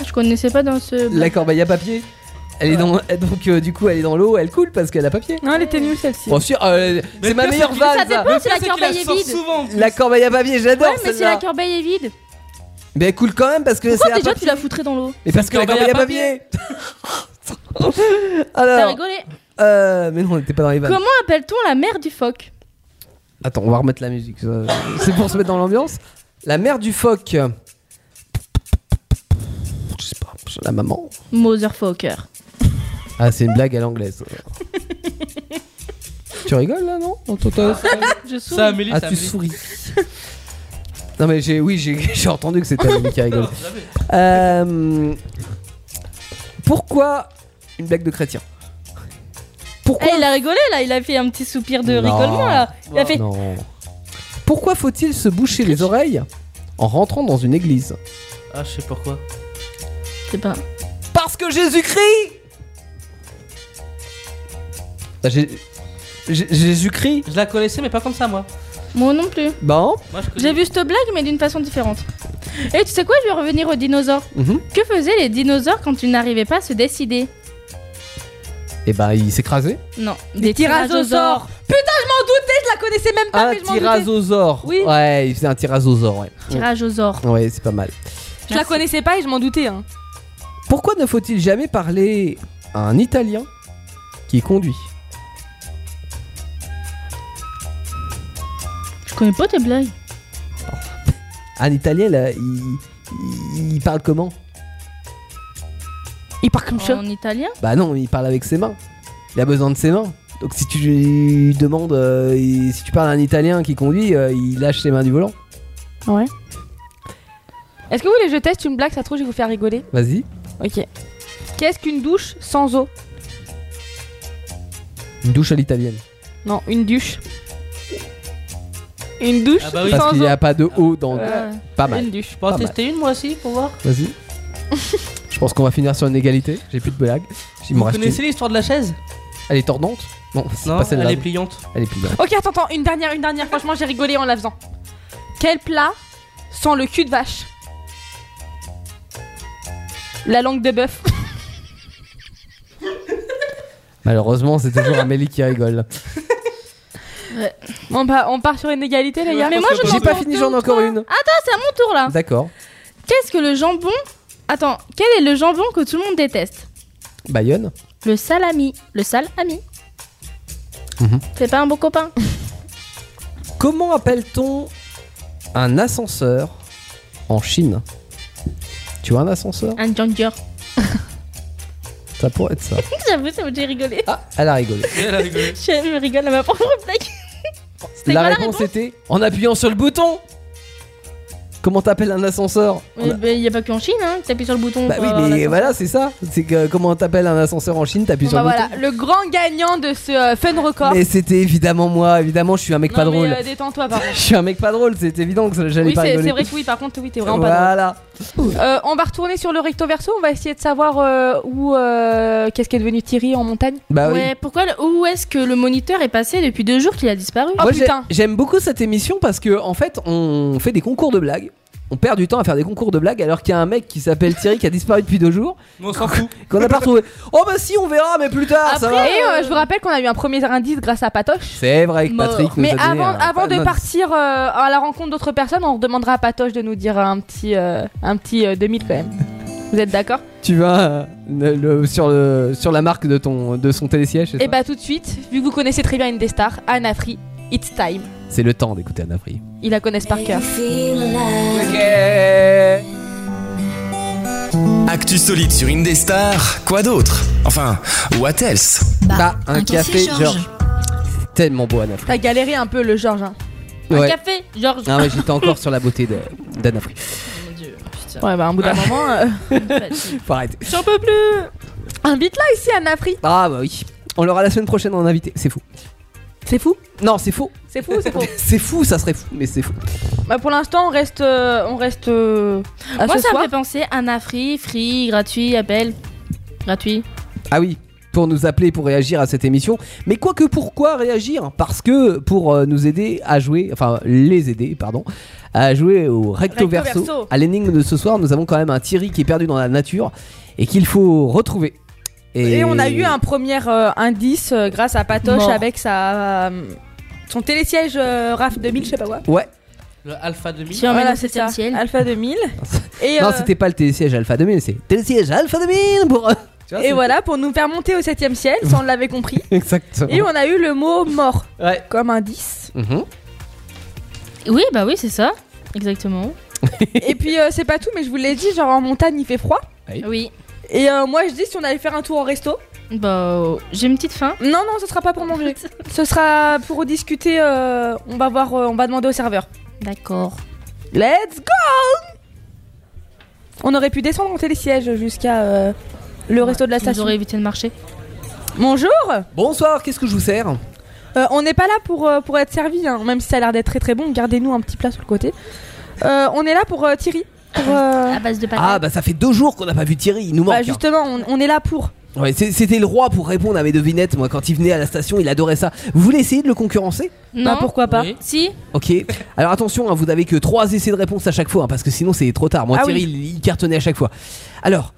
Ah, Je connaissais pas dans ce. La corbeille à papier, elle est dans. Donc, euh, du coup, elle est dans l'eau, elle coule parce qu'elle a papier. Non, elle était nulle celle-ci. Bon, sûr, euh, c'est ma le meilleure pire, c'est- vanne, Ça ça. dépend si la c'est qu'il corbeille la est sort vide. souvent. La corbeille à papier, j'adore Ouais, mais si celle-là. la corbeille est vide. Mais elle coule quand même parce que c'est Pourquoi à déjà papier. tu la foutrais dans l'eau Et parce que la corbeille à papier. <laughs> T'as Alors, rigolé. euh, mais non, on n'était pas dans les vannes. Comment appelle-t-on la mère du phoque Attends, on va remettre la musique. ça- <laughs> C'est pour se mettre dans l'ambiance. La mère du phoque. Je sais pas, la maman. Motherfucker. Ah, c'est une blague à l'anglaise. tu rigoles là, non Oh, toi, toi, <laughs> ça- Je souris. Ça, Amélie, Ah, ça, tu Amélie. souris. Non, mais j'ai, oui, j'ai, <laughs> j'ai entendu que c'était Amélie qui rigole. Alors, jamais. Euh, pourquoi une blague de chrétien Pourquoi Eh, il a rigolé là, il a fait un petit soupir de Non. rigolement là. Il a fait. Ah, Non. Pourquoi faut-il se boucher les oreilles en rentrant dans une église Ah, je sais pourquoi. C'est pas. Parce que Jésus-Christ Bah, Jé- Jé- Jésus-Christ Je la connaissais, mais pas comme ça, moi. Moi non plus. Bon. Moi, je connais. J'ai vu cette blague mais d'une façon différente. Et tu sais quoi, je vais revenir aux dinosaures. Mhm. Que faisaient les dinosaures quand ils n'arrivaient pas à se décider Et bah, il s'écrasait. Non, Des tyrannosaures. Putain, je m'en doutais, je la connaissais même pas, Un Ah, mais je m'en doutais. tyrannosaure. Oui. Ouais, il faisait un tyrannosaure, ouais. Tyrannosaures. Ouais, c'est pas mal. Je la connaissais pas et je m'en doutais. Hein. Pourquoi ne faut-il jamais parler à un Italien qui conduit Je connais pas tes blagues. Un Italien, là, il, il- il parle comment Il part comme En italien Bah non, il parle avec ses mains. Il a besoin de ses mains. Donc si tu lui demandes, euh, il- si tu parles à un Italien qui conduit, euh, il lâche ses mains du volant. Est-ce que vous voulez que je teste une blague Ça se trouve, je vais vous faire rigoler. Vas-y. Ok. Qu'est-ce qu'une douche sans eau Une douche à l'italienne. Non, une douche. Une douche Ah bah oui. sans Parce qu'il eau. n'y a pas de haut dans. Euh, Ouais. Pas mal. Une douche. Je peux en Pas mal. tester une, moi aussi, pour voir. Vas-y. Je pense qu'on va finir sur une égalité. J'ai plus de blagues. Il Vous m'en reste une. connaissez l'histoire de la chaise Elle est tordante Non, c'est Non, pas celle-là. elle est pliante. Elle est pliante. Ok, attends, attends, une dernière, une dernière. Franchement, j'ai rigolé en la faisant. Quel plat sans le cul de vache La langue de bœuf. <laughs> Malheureusement, c'est toujours Amélie qui rigole. On, part- on part sur une égalité, les gars. Mais moi je J'ai n'en pas pense fini, deux j'en ou ai encore trois. une. Attends, c'est à mon tour là. D'accord. Qu'est-ce que le jambon Attends, quel est le jambon que tout le monde déteste Bayonne. Le salami. Le salami. Mhm. C'est pas un bon copain. Comment appelle-t-on un ascenseur en Chine Tu vois un ascenseur Un jungler. Ça pourrait être ça. <laughs> J'avoue, ça me j'ai rigolé. Ah, elle a rigolé. Elle a rigolé. <laughs> Je me rigole à ma propre <laughs> blague. C'était Ah La quoi la réponse était en appuyant sur le bouton. Comment t'appelles un ascenseur On Il a- y a pas que en Chine, hein. T'appuies sur le bouton. Bah pour oui, avoir mais l'ascenseur. voilà, c'est ça. C'est que comment t'appelles un ascenseur en Chine, t'appuies Bon, sur bah le bouton. voilà, le grand gagnant de ce euh, fun record. Mais c'était évidemment moi, évidemment, je suis un mec Non, pas mais, drôle. euh, Détends-toi, par contre. Je suis un mec pas drôle, c'est évident que j'allais Oui, pas c'est rigoler. c'est vrai que oui, par contre, oui, t'es vraiment pas Voilà. drôle. Euh, on va retourner sur le recto verso. On va essayer de savoir euh, où. euh, Qu'est-ce qu'est devenu Thierry en montagne Bah oui. Ouais, pourquoi le- où est-ce que le moniteur est passé depuis deux jours qu'il a disparu Oh, Moi, j'ai- putain. j'aime beaucoup cette émission parce que en fait, on fait des concours de blagues on perd du temps à faire des concours de blagues alors qu'il y a un mec qui s'appelle Thierry qui a disparu depuis deux jours. on s'en fout. <laughs> Qu'on n'a pas retrouvé. Oh bah si, on verra, mais plus tard, ça Ah. va. Après, euh, je vous rappelle qu'on a eu un premier indice grâce à Patoche. C'est vrai que Mort. Patrick nous Mais a donné avant, un- avant de un- partir euh, à la rencontre d'autres personnes, on demandera à Patoche de nous dire un petit, euh, un petit euh, 2000 quand même. Vous êtes d'accord Tu vas euh, le- le- sur, le, sur la marque de, ton, de son télésiège. Eh Eh c'est Et ça bah tout de suite, vu que vous connaissez très bien une des stars, Anna Free, It's Time. C'est le temps d'écouter Anna Free. Ils la connaissent par cœur. Actu solide sur Indestar, quoi d'autre Enfin, what else Bah, un café, Georges. C'est tellement beau, Anna Free. T'as galéré un peu le Georges. hein. Un Ouais. café, Georges. Ah ouais, j'étais encore sur la beauté de- d'Anna Free. Ouais, bah un bout d'un moment. Faut arrêter. J'en peux plus Un beat là ici, Anna Free. Ah bah oui. On l'aura la semaine prochaine en invité. C'est fou. C'est fou Non, c'est faux. C'est fou, c'est faux. C'est fou, ça serait fou, mais c'est fou. Bah pour l'instant, on reste. euh, on reste euh, à Moi, ce ça me soir. fait penser à un free, free, gratuit, appel. Gratuit. Ah oui, pour nous appeler pour réagir à cette émission. Mais quoique pourquoi réagir Parce que pour euh, nous aider à jouer, enfin les aider, pardon, à jouer au recto Recto verso, verso. à l'énigme de ce soir, nous avons quand même un Thierry qui est perdu dans la nature et qu'il faut retrouver. Et on a eu un premier euh, indice euh, grâce à Patoche Mort. avec sa, euh, son télésiège euh, RAF 2000, je sais pas quoi. Ouais. Le Alpha 2000. Voilà, c'est ça. Alpha 2000. Et, Non, euh, c'était pas le télésiège Alpha 2000, c'est télésiège Alpha 2000 <laughs> pour. Tu vois, et c'est- voilà, pour nous faire monter au 7ème ciel, ça on l'avait compris. Exactement. Et on a eu le mot mort Ouais. <laughs> comme indice. Mhm. Oui, bah oui, c'est ça. Exactement. et puis, euh, c'est pas tout, mais je vous l'ai dit, genre en montagne, il fait froid. Oui. Et euh, moi, je dis si on allait faire un tour au resto. Bah, j'ai une petite faim. Non, non, ce sera pas pour manger. <laughs> ce sera pour discuter. euh, on va voir, euh, on va demander au serveur. D'accord. Let's go On aurait pu descendre en télésiège jusqu'à euh, le resto de la vous station. aurez évité le marché. Bonjour Bonsoir, qu'est-ce que je vous sers Euh, on n'est pas là pour, euh, pour être servi, hein, même si ça a l'air d'être très très bon. Gardez-nous un petit plat sur le côté. Euh, on est là pour euh, Thierry. Pour, À base de Ah bah ça fait deux jours qu'on n'a pas vu Thierry, il nous manque. Bah hein. justement, on, on est là pour. Ouais, c'est- c'était le roi pour répondre à mes devinettes. Moi, quand il venait à la station, il adorait ça. Vous voulez essayer de le concurrencer bah, Non. pourquoi pas Si. Ok. Alors attention, hein, vous n'avez que trois essais de réponse à chaque fois, hein, parce que sinon c'est trop tard. Moi, Ah Thierry, oui. il, il cartonnait à chaque fois. Alors,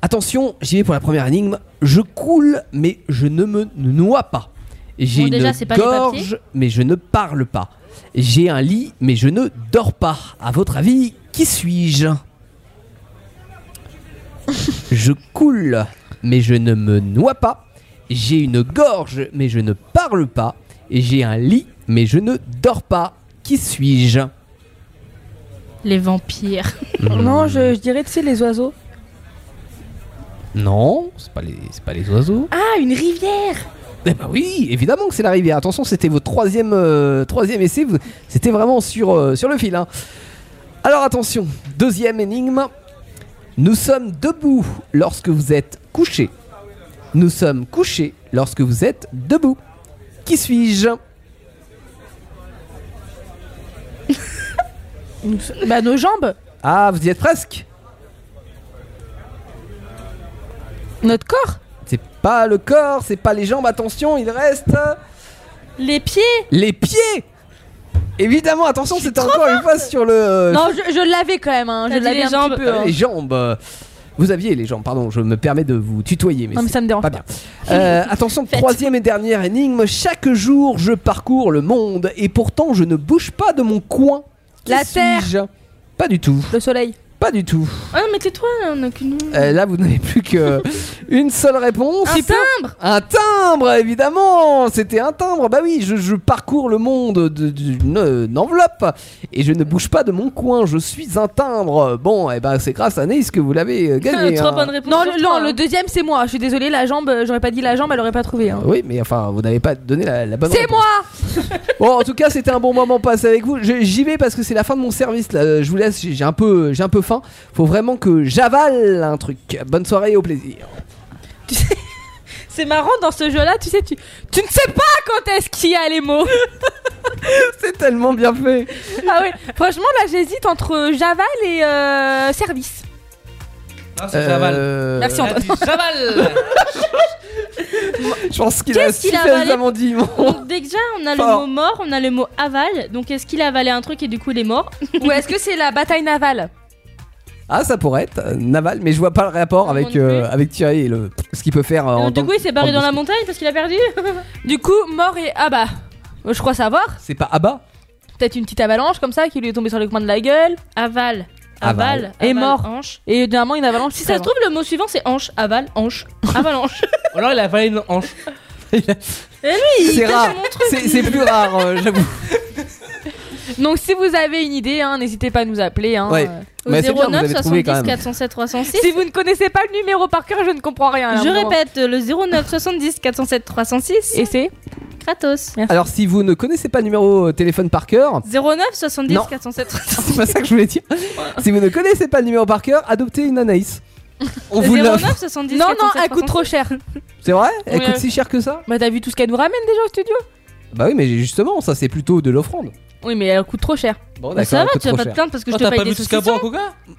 attention, j'y vais pour la première énigme. Je coule, mais je ne me noie pas. J'ai Bon, une déjà, c'est pas des gorge, papiers. mais je ne parle pas. J'ai un lit, mais je ne dors pas. À votre avis, qui suis-je Je coule, mais je ne me noie pas. J'ai une gorge, mais je ne parle pas. Et j'ai un lit, mais je ne dors pas. Qui suis-je Les vampires. Non, je, je dirais, tu sais, les oiseaux. Non, c'est pas les, c'est pas les oiseaux. Ah, une rivière Eh bah oui, évidemment que c'est la rivière. Attention, c'était votre troisième, euh, troisième essai. Vous- C'était vraiment sur, euh, sur le fil. hein. Alors attention, deuxième énigme. Nous sommes debout lorsque vous êtes couché. Nous sommes couchés lorsque vous êtes debout. Qui suis-je Bah, nos jambes Ah, vous y êtes presque. Notre corps C'est pas le corps, c'est pas les jambes. Attention, il reste Les pieds les pieds. Évidemment, attention, c'était encore une fois sur le. euh, Non, je, je l'avais quand même, hein, je dit l'avais les un jambes. petit peu. Ah, hein. Les jambes. Vous aviez les jambes, pardon, je me permets de vous tutoyer. Mais Non, mais c'est ça me dérange Pas bien. Euh, attention, troisième et dernière énigme. Chaque jour, je parcours le monde et pourtant, je ne bouge pas de mon coin. Qui La Terre. suis-je Pas du tout. Le soleil Pas du tout. Ah non, mais tais-toi, là, on a qu'une. Euh, là, vous n'avez plus <laughs> que une seule réponse. Un timbre Un timbre, évidemment C'était un timbre. Bah oui, je, je parcours le monde de- d'une euh, d'une enveloppe et je ne bouge pas de mon coin. Je suis un timbre. Bon, et ben c'est grâce à Nice que vous l'avez <laughs> euh, <laughs> gagné. hein. Non, le, non, le deuxième, c'est moi. Je suis désolée, la jambe, euh, j'aurais pas dit la jambe, elle aurait pas trouvé. hein. Oui, mais enfin, vous n'avez pas donné la, la bonne C'est réponse. moi Bon, en tout cas, c'était un bon moment passé avec vous. Je- J'y vais parce que c'est la fin de mon service. Là. Euh, Je vous laisse, j'ai j'ai un peu, j'ai un peu faim. Faut vraiment que j'avale un truc. Bonne soirée et au plaisir. C'est marrant dans ce jeu-là, tu sais, tu, tu ne sais pas quand est-ce qu'il y a les <laughs> mots. <laughs> c'est tellement bien fait. Ah oui, franchement, là, j'hésite entre Javal et euh, <laughs> Service. Ah, c'est Javal. Euh, Merci, Antoine. Javal Je pense qu'il a Qu'est-ce qu'il a avalé suffisamment dit <laughs> mon. Donc déjà, on a Fort. le mot mort, on a le mot aval. Donc est-ce qu'il a avalé un truc et du coup il est mort Ou est-ce que c'est la bataille navale Ah, ça pourrait être euh, Naval, mais je vois pas le rapport avec, euh, avec Thierry et le, ce qu'il peut faire euh, en Du tant coup, que- il s'est barré en dans la tant que- montagne parce qu'il a perdu Du coup, mort et ah bah, je crois savoir. C'est pas Abba Peut-être une petite avalanche comme ça qui lui est tombée sur le coin de la gueule. Aval. Aval. Aval. Et mort. Et dernièrement, une avalanche. Eh, Si ça se trouve, le mot suivant c'est hanche, aval, <laughs> hanche, avalanche. Ou alors il a avalé une hanche. Et lui, il C'est cache rare, mon truc. c'est c'est plus rare, euh, j'avoue. Donc si vous avez une idée, hein, n'hésitez pas à nous appeler. Ah, Hein, Ouais. euh, Au Mais c'est bien, vous avez 09 trouvé, quand 70 même. 407 <laughs> 306. Si vous ne connaissez pas le numéro par cœur, je ne comprends rien. là, Je vraiment. répète, le 09 70 407 306. Et c'est Kratos. Alors, si vous ne connaissez pas le numéro euh, téléphone par cœur, 09 70 Non. 407 306. <laughs> c'est pas ça que je voulais dire. Si vous ne connaissez pas le numéro par cœur, adoptez une Anaïs. On vous l'offre. 09 70 Non, non, 407 elle coûte trop cher. C'est vrai Elle Oui, coûte oui. si cher que ça Bah t'as vu tout ce qu'elle nous ramène déjà au studio Bah oui, mais justement, ça c'est plutôt de l'offrande. Oui, mais elle coûte trop cher. Bon, Bah, d'accord, ça va, elle coûte tu vas trop pas te cher. Ah, plaindre parce que Oh, je te t'as paye pas des vu tout ce qu'elle boit en saucissons. coca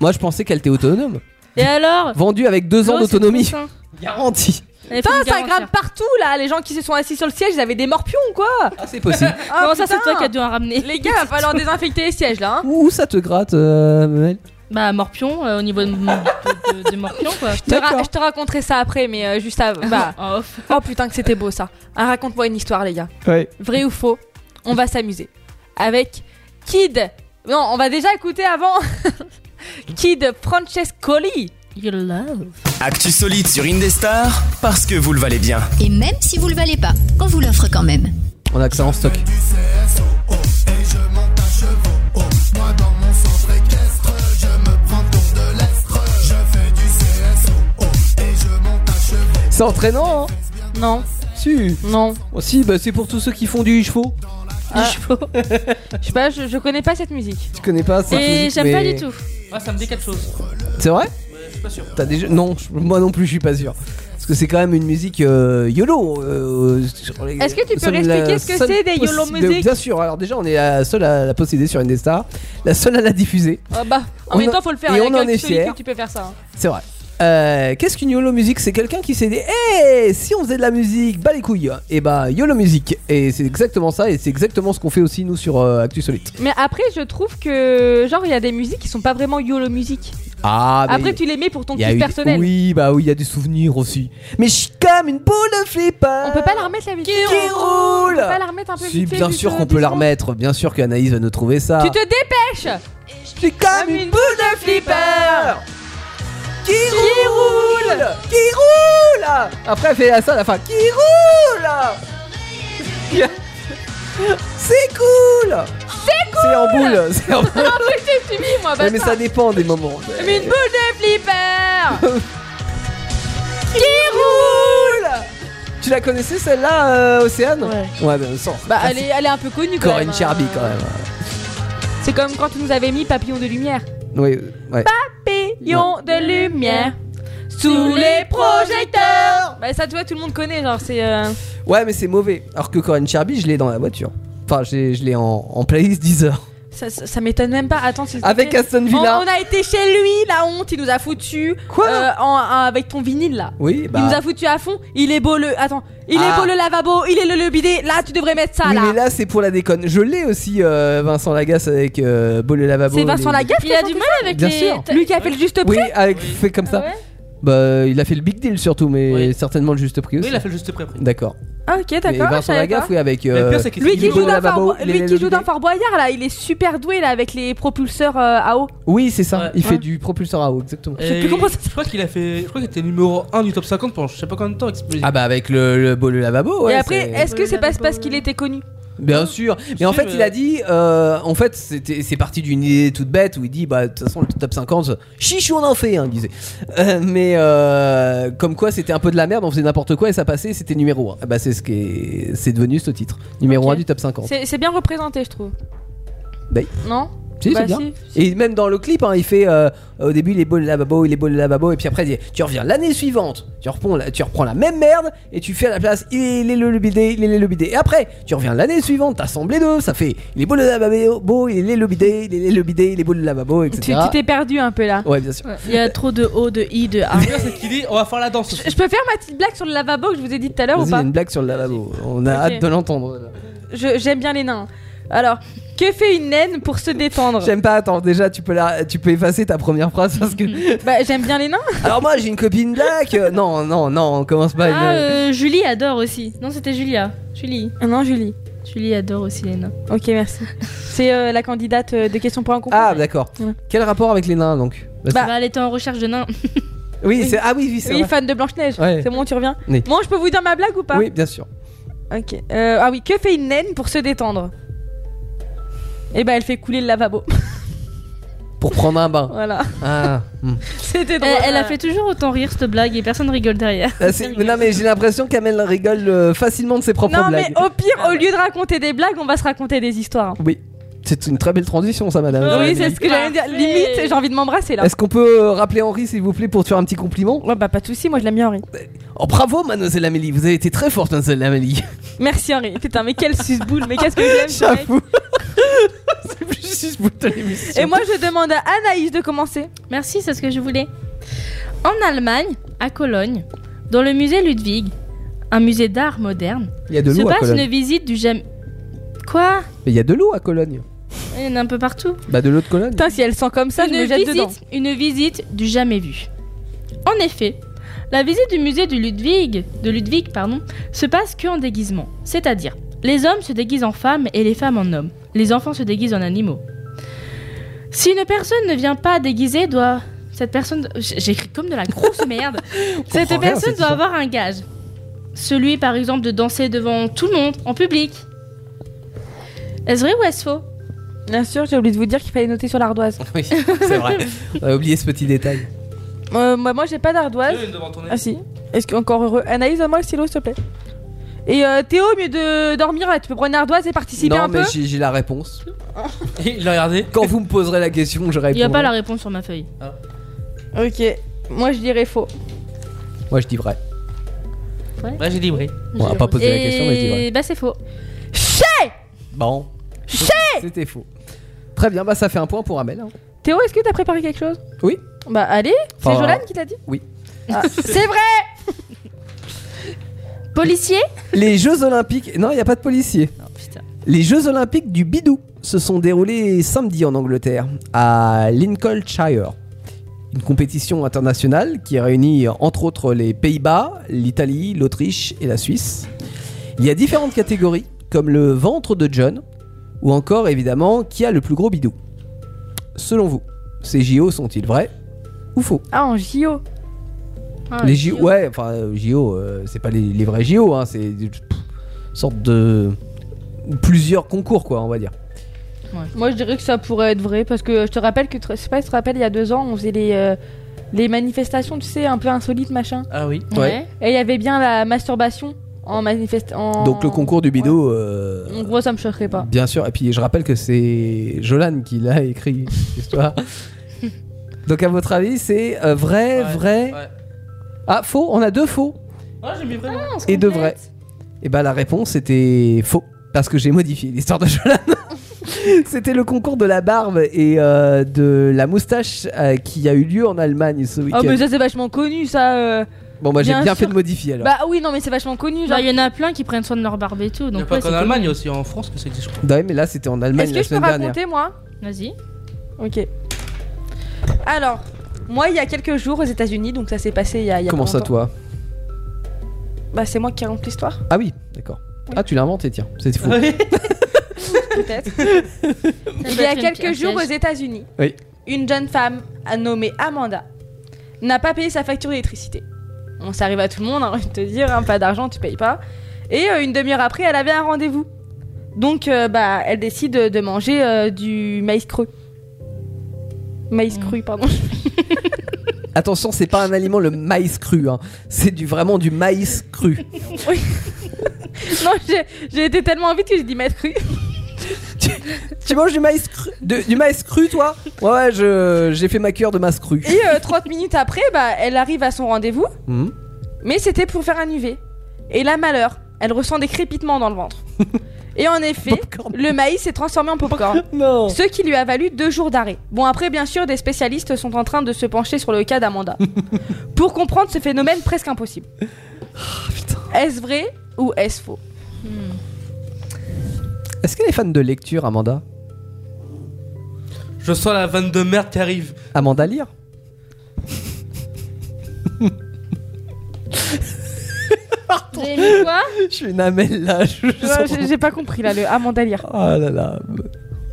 Moi je pensais qu'elle était autonome. Et alors Vendue avec deux ans L'eau, c'est d'autonomie. trop sain. Garantie. Elle fait Putain, une ça garantie. grimpe partout là. Les gens qui se sont assis sur le siège, ils avaient des morpions ou quoi Ah, c'est possible. Ah, Non, ça c'est putain. toi qui as dû en ramener. Les gars, va <laughs> falloir désinfecter les sièges là. hein. Où ça te gratte, euh, Maëlle Bah, Morpion, euh, au niveau de, de- de- de Morpion quoi. Je te, ra- D'accord. je te raconterai ça après, mais euh, juste avant. Bah. En off. oh putain, que c'était beau ça. Ah, Raconte-moi une histoire, les gars. Ouais. Vrai ou faux On va s'amuser. Avec Kid. Non, on va déjà écouter avant. <laughs> Kid Francescoli. You love. Actu solide sur Indestar, parce que vous le valez bien. Et même si vous le valez pas, on vous l'offre quand même. On a que ça en stock. C'est entraînant, hein Non, Si. non. Oh, si, bah c'est pour tous ceux qui font du chevaux. Du chevaux. <laughs> Je sais pas, je, je connais pas cette musique. Tu connais pas ça Et j'aime pas du tout. Ah, ça me dit quelque chose. C'est vrai Je suis pas sûr. T'as déjà Non, je- moi non plus, je suis pas sûr. Parce que c'est quand même une musique euh, YOLO. euh, sur les- Est-ce que nous tu peux sommes la expliquer ce que seule c'est des YOLO possible- music Bien sûr, alors déjà on est la seule à la posséder sur Indestar, la seule à la diffuser, Ah bah, en On même en- temps, faut le faire. et il y a on en qu'un est seul fiers. que Tu peux faire ça. hein. c'est vrai. Euh, Qu'est-ce qu'une YOLO musique C'est quelqu'un qui s'est dit Hey, si on faisait de la musique, bah les couilles Et bah YOLO musique Et c'est exactement ça, et c'est exactement ce qu'on fait aussi nous sur euh, Actu Solite. Mais après, je trouve que, genre, il y a des musiques qui sont pas vraiment YOLO musique. Ah, mais après, tu les mets pour ton y a eu kiff des- personnel. Oui, bah oui, il y a des souvenirs aussi. Mais je suis comme une boule de flipper On peut pas la remettre la musique. Qui On roule peut pas la remettre un peu Si, vite fait, bien juste, sûr euh, qu'on peut la doucement. remettre, bien sûr qu'Anaïs va nous trouver ça. Tu te dépêches Je suis comme une boule de flipper qui roule Qui roule Après elle fait ça à la fin. Qui <laughs> roule C'est cool C'est cool C'est en boule, c'est en boule. <laughs> J'ai suivi, moi, bah, Ouais, basta. mais ça dépend des moments. Mais une boule de flipper Qui roule Tu la connaissais celle-là, euh, Océane Ouais. Ouais, ben, sans. Bah, elle est, elle est un peu connue quand même. Corinne Charby hein. quand même. C'est comme quand tu nous avais mis Papillon de lumière. Oui, ouais. Papillon <laughs> de lumière sous les projecteurs. Bah, ça, tu vois, tout le monde connaît, genre, c'est. euh, Ouais, mais c'est mauvais. Alors que Corinne Charby, je l'ai dans la voiture. Enfin, je l'ai- je l'ai en, en playlist 10 <laughs> heures. Ça, ça, ça m'étonne même pas. Attends, s'il te Avec plaît. Aston on, Villa. on a été chez lui, la honte, il nous a foutu. Quoi Euh, en- en- Avec ton vinyle là. Oui, Oh. bah. Il nous a foutu à fond. Il est beau le. Attends, il Ah. est beau le lavabo, il est le, le bidet. Là, tu devrais mettre ça oui, là. mais là, c'est pour la déconne. Je l'ai aussi, euh, Vincent Lagasse avec euh, Beau le lavabo. C'est Vincent les- Lagaffe Il a du mal avec Bien les. sûr. Lui qui a fait le juste prix. Oui, avec fait comme Ah ça. ouais Bah, il a fait le big deal surtout, mais Oui. certainement le juste prix Oui, aussi. il a fait le juste prix. D'accord. Ah, ok, Mais d'accord. je Vincent savais pas. Lagasse, oui, avec. Mais le euh, pire, c'est qu'il Lui Il qui joue joue au dans lavabo, Fort, il lui est qui le joue dans bidet. Fort Boyard là, il est super doué là avec les propulseurs euh, à eau. Oui, c'est ça. Ouais. Il fait Ouais. du propulseur à eau, exactement. sais plus comment ça Je crois qu'il a fait. Je crois qu'il était numéro 1 du top 50 pendant je sais pas combien de temps. explosif. Ah bah avec le, le Beau le lavabo. ouais, Et après, c'est- est-ce que c'est pas Lavabo, parce ouais. qu'il était connu Bien sûr, mais en sais, fait mais- il a dit, euh, en fait c'était- c'est parti d'une idée toute bête où il dit bah de toute façon le top 50, chichou on en fait, hein, il disait. Euh, mais euh, comme quoi c'était un peu de la merde, on faisait n'importe quoi et ça passait, c'était numéro 1. bah c'est ce qui est, c'est devenu ce titre, numéro Ok. 1 du top 50. C'est c'est bien représenté, je trouve. Oui. Non Si, Bah, c'est bien. si, Et même dans le clip, hein, il fait euh, au début les bol lababo, les bol lababo, et puis après il dit, tu reviens l'année suivante, tu reprends, la, tu reprends la même merde et tu fais à la place il est, il est le le bidé, il est le bidé. Et après, tu reviens l'année suivante, t'assembles les deux, ça fait il est bol lababo, il est le bidé, il est le bidé, il est bol lababo, etc. Tu tu t'es perdu un peu là. Ouais, bien sûr. Il y a trop de O, de I, de A. c'est qu'il dit on va faire la danse. <laughs> Je peux faire ma petite blague sur le lavabo que je vous ai dit tout à l'heure Vas-y, ou il y a pas une blague sur le lavabo. On a Ok. hâte de l'entendre. Je- J'aime bien les nains. Alors, que fait une naine pour se détendre J'aime pas, attends, déjà tu peux, la, tu peux effacer ta première phrase parce <laughs> que. Bah, j'aime bien les nains. Alors moi j'ai une copine black. euh, Non, non, non, on commence pas. Ah, une- euh, Julie adore aussi. Non, c'était Julia. Julie. non, Julie. Julie adore aussi les nains. Ok, merci. C'est euh, la candidate euh, de questions pour un concours. Ah, d'accord. Quel rapport avec les nains donc Parce- Bah, elle était en recherche de nains. Oui, c'est ah oui, oui, c'est Oui, vrai. fan de Blanche-Neige. Ouais. C'est bon, tu reviens. Oui. Bon, je peux vous dire ma blague ou pas Oui, bien sûr. Ok. Euh, ah oui, que fait une naine pour se détendre Eh ben, elle fait couler le lavabo. <laughs> Pour prendre un bain. voilà. <laughs> Ah. hmm. C'était Elle, Eh, elle a fait toujours autant rire cette blague et personne rigole derrière. Ah, c'est- non mais j'ai l'impression qu'Amel rigole euh, facilement de ses propres Non, blagues. mais au pire, Ah au lieu de raconter des blagues, on va se raconter des histoires. Oui, c'est une très belle transition ça, madame. oh. oui, c'est ce que j'allais dire. Limite, j'ai envie de m'embrasser là. Est-ce qu'on peut euh, rappeler Henri s'il vous plaît pour te faire un petit compliment bah pas de souci, moi je l'aime bien Henri. Oh bravo mademoiselle Amélie, vous avez été très forte mademoiselle Amélie. Merci Henri. Putain, mais quelle suce-boule, mais <laughs> qu'est-ce que j'aime ce mec. <laughs> J'avoue. <laughs> c'est plus juste pour te l'émission. Et moi je demande à Anaïs de commencer. Merci, c'est ce que je voulais. En Allemagne, à Cologne, dans le musée Ludwig, un musée d'art moderne, Il y a de se l'eau à passe Cologne. une visite du jamais. Quoi Mais il y a de l'eau à Cologne. Il y en a un peu partout. Bah de l'eau de Cologne. Putain, si elle sent comme ça, je me une, jette dedans. visite, une visite du jamais vu. En effet, la visite du musée du Ludwig, de Ludwig pardon, se passe que en déguisement. C'est-à-dire, les hommes se déguisent en femmes et les femmes en hommes. Les enfants se déguisent en animaux. Si une personne ne vient pas déguisée, doit... Cette personne... j- J'écris comme de <laughs> la grosse merde. Cette comprend rien, personne cette doit histoire. avoir un gage. Celui, par exemple, de danser devant tout le monde, en public. Est-ce vrai ou est-ce faux Bien sûr, j'ai oublié de vous dire qu'il fallait noter sur l'ardoise. Oui, c'est <laughs> vrai. On a oublié ce petit détail. Euh, moi, moi j'ai pas d'ardoise. Deux, une devant ton nez. Ah si. Est-ce que- encore heureux Anaïs, donne-moi le stylo s'il te plaît. Et euh, Théo, au mieux de dormir, tu peux prendre une ardoise et participer non un mais peu. j'ai j'ai la <laughs> réponse. Il l'a regardé. Quand vous me poserez la question, je réponds. Il n'y a pas la réponse sur ma feuille. Ok. Moi je dirais faux. Moi je dis vrai. Ouais, j'ai livré. On va pas poser la question, mais je dis vrai. Et bah c'est faux. Bon. C'était faux. Très bien, bah ça fait un point pour Amel. hein. Théo, est-ce que t'as préparé quelque chose Oui. Bah allez, c'est Enfin, Jolan qui t'a dit Oui. <laughs> Ah, C'est vrai <laughs> Policier Les Jeux Olympiques. Non, il n'y a pas de policier. Oh, Les Jeux Olympiques du Bidou se sont déroulés samedi en Angleterre, à Lincolnshire. Une compétition internationale qui réunit entre autres les Pays-Bas, l'Italie, l'Autriche et la Suisse. Il y a différentes catégories, comme le ventre de John, ou encore évidemment qui a le plus gros bidou. Selon vous, ces JO sont-ils vrais ou faux Ah, en JO. Ah, les JO, ouais, enfin euh, JO, euh, c'est pas les, les vrais JO, hein, c'est une sorte de plusieurs concours quoi, on va dire. Moi, je dirais que ça pourrait être vrai parce que euh, je te rappelle que, je sais pas si tu te rappelles, il y a deux ans, on faisait les, euh, les manifestations, tu sais, un peu insolites, machin. Ah oui. Ouais. Et il y avait bien la masturbation en manifestant. Donc le concours du bidou, euh, En gros, ça me choquerait pas. bien sûr. Et puis je rappelle que c'est Jolan qui l'a écrit cette <laughs> histoire. Donc à votre avis, c'est euh, vrai, vrai Ouais. Ah faux, on a deux faux Ouais, j'ai mis vraiment. Ah, et deux vrais. Et bah la réponse était faux parce que j'ai modifié l'histoire de Jolan. <laughs> C'était le concours de la barbe et euh, de la moustache euh, qui a eu lieu en Allemagne ce Oh, week-end. mais ça, c'est vachement connu, ça. euh. Bon, bah j'ai Bien bien, fait sûr. de modifier alors. Bah oui, non, mais c'est vachement connu. Genre, Genre, il y en a plein qui prennent soin de leur barbe et tout. Il y a Donc, pas ouais, qu'en c'est Allemagne, il connu. y a aussi en France que ça existe. je crois. Bah oui, mais là c'était en Allemagne Est-ce la que je peux semaine dernière. raconter, moi Vas-y. Ok. Alors, moi, il y a quelques jours aux États-Unis, donc ça s'est passé il y a. il y a Comment pas ça, longtemps. toi Bah, c'est moi qui raconte l'histoire, Ah oui, d'accord. Ah, tu l'as inventé, tiens. C'était fou. <laughs> peut-être. Ça Il doit y a être une- quelques un jours aux piège. États-Unis, Oui. une jeune femme euh, nommée Amanda n'a pas payé sa facture d'électricité. On s'arrive à tout le monde, hein, je vais te dire, hein, pas d'argent, tu payes pas. Et euh, une demi-heure après, elle avait un rendez-vous. Donc, euh, bah, elle décide de manger euh, du maïs creux. Maïs cru, pardon. <laughs> Attention, c'est pas un aliment le maïs cru. Hein. C'est du, vraiment du maïs cru. non, j'ai j'ai été tellement vite que j'ai dit maïs cru. tu tu manges du maïs cru, de- du maïs cru toi Ouais, ouais, je- j'ai fait ma cure de masse crue. Et euh, 30 minutes après, bah, elle arrive à son rendez-vous, Hmm. mais c'était pour faire un UV. Et là, malheur, elle ressent des crépitements dans le ventre. Et en effet, le maïs s'est transformé <laughs> en popcorn. Ce qui lui a valu deux jours d'arrêt. Bon, après, bien sûr, des spécialistes sont en train de se pencher sur le <laughs> cas d'Amanda. pour comprendre ce phénomène presque impossible. Ah, Est-ce vrai ou est-ce faux Est-ce qu'elle est fan de lecture, Amanda Je sens la vanne de merde qui arrive. Amanda lire J'ai mis quoi Ah, Je suis une amelle là. je- je Ouais, sens- j'ai- J'ai pas compris là, le Amanda lire. Ah là là.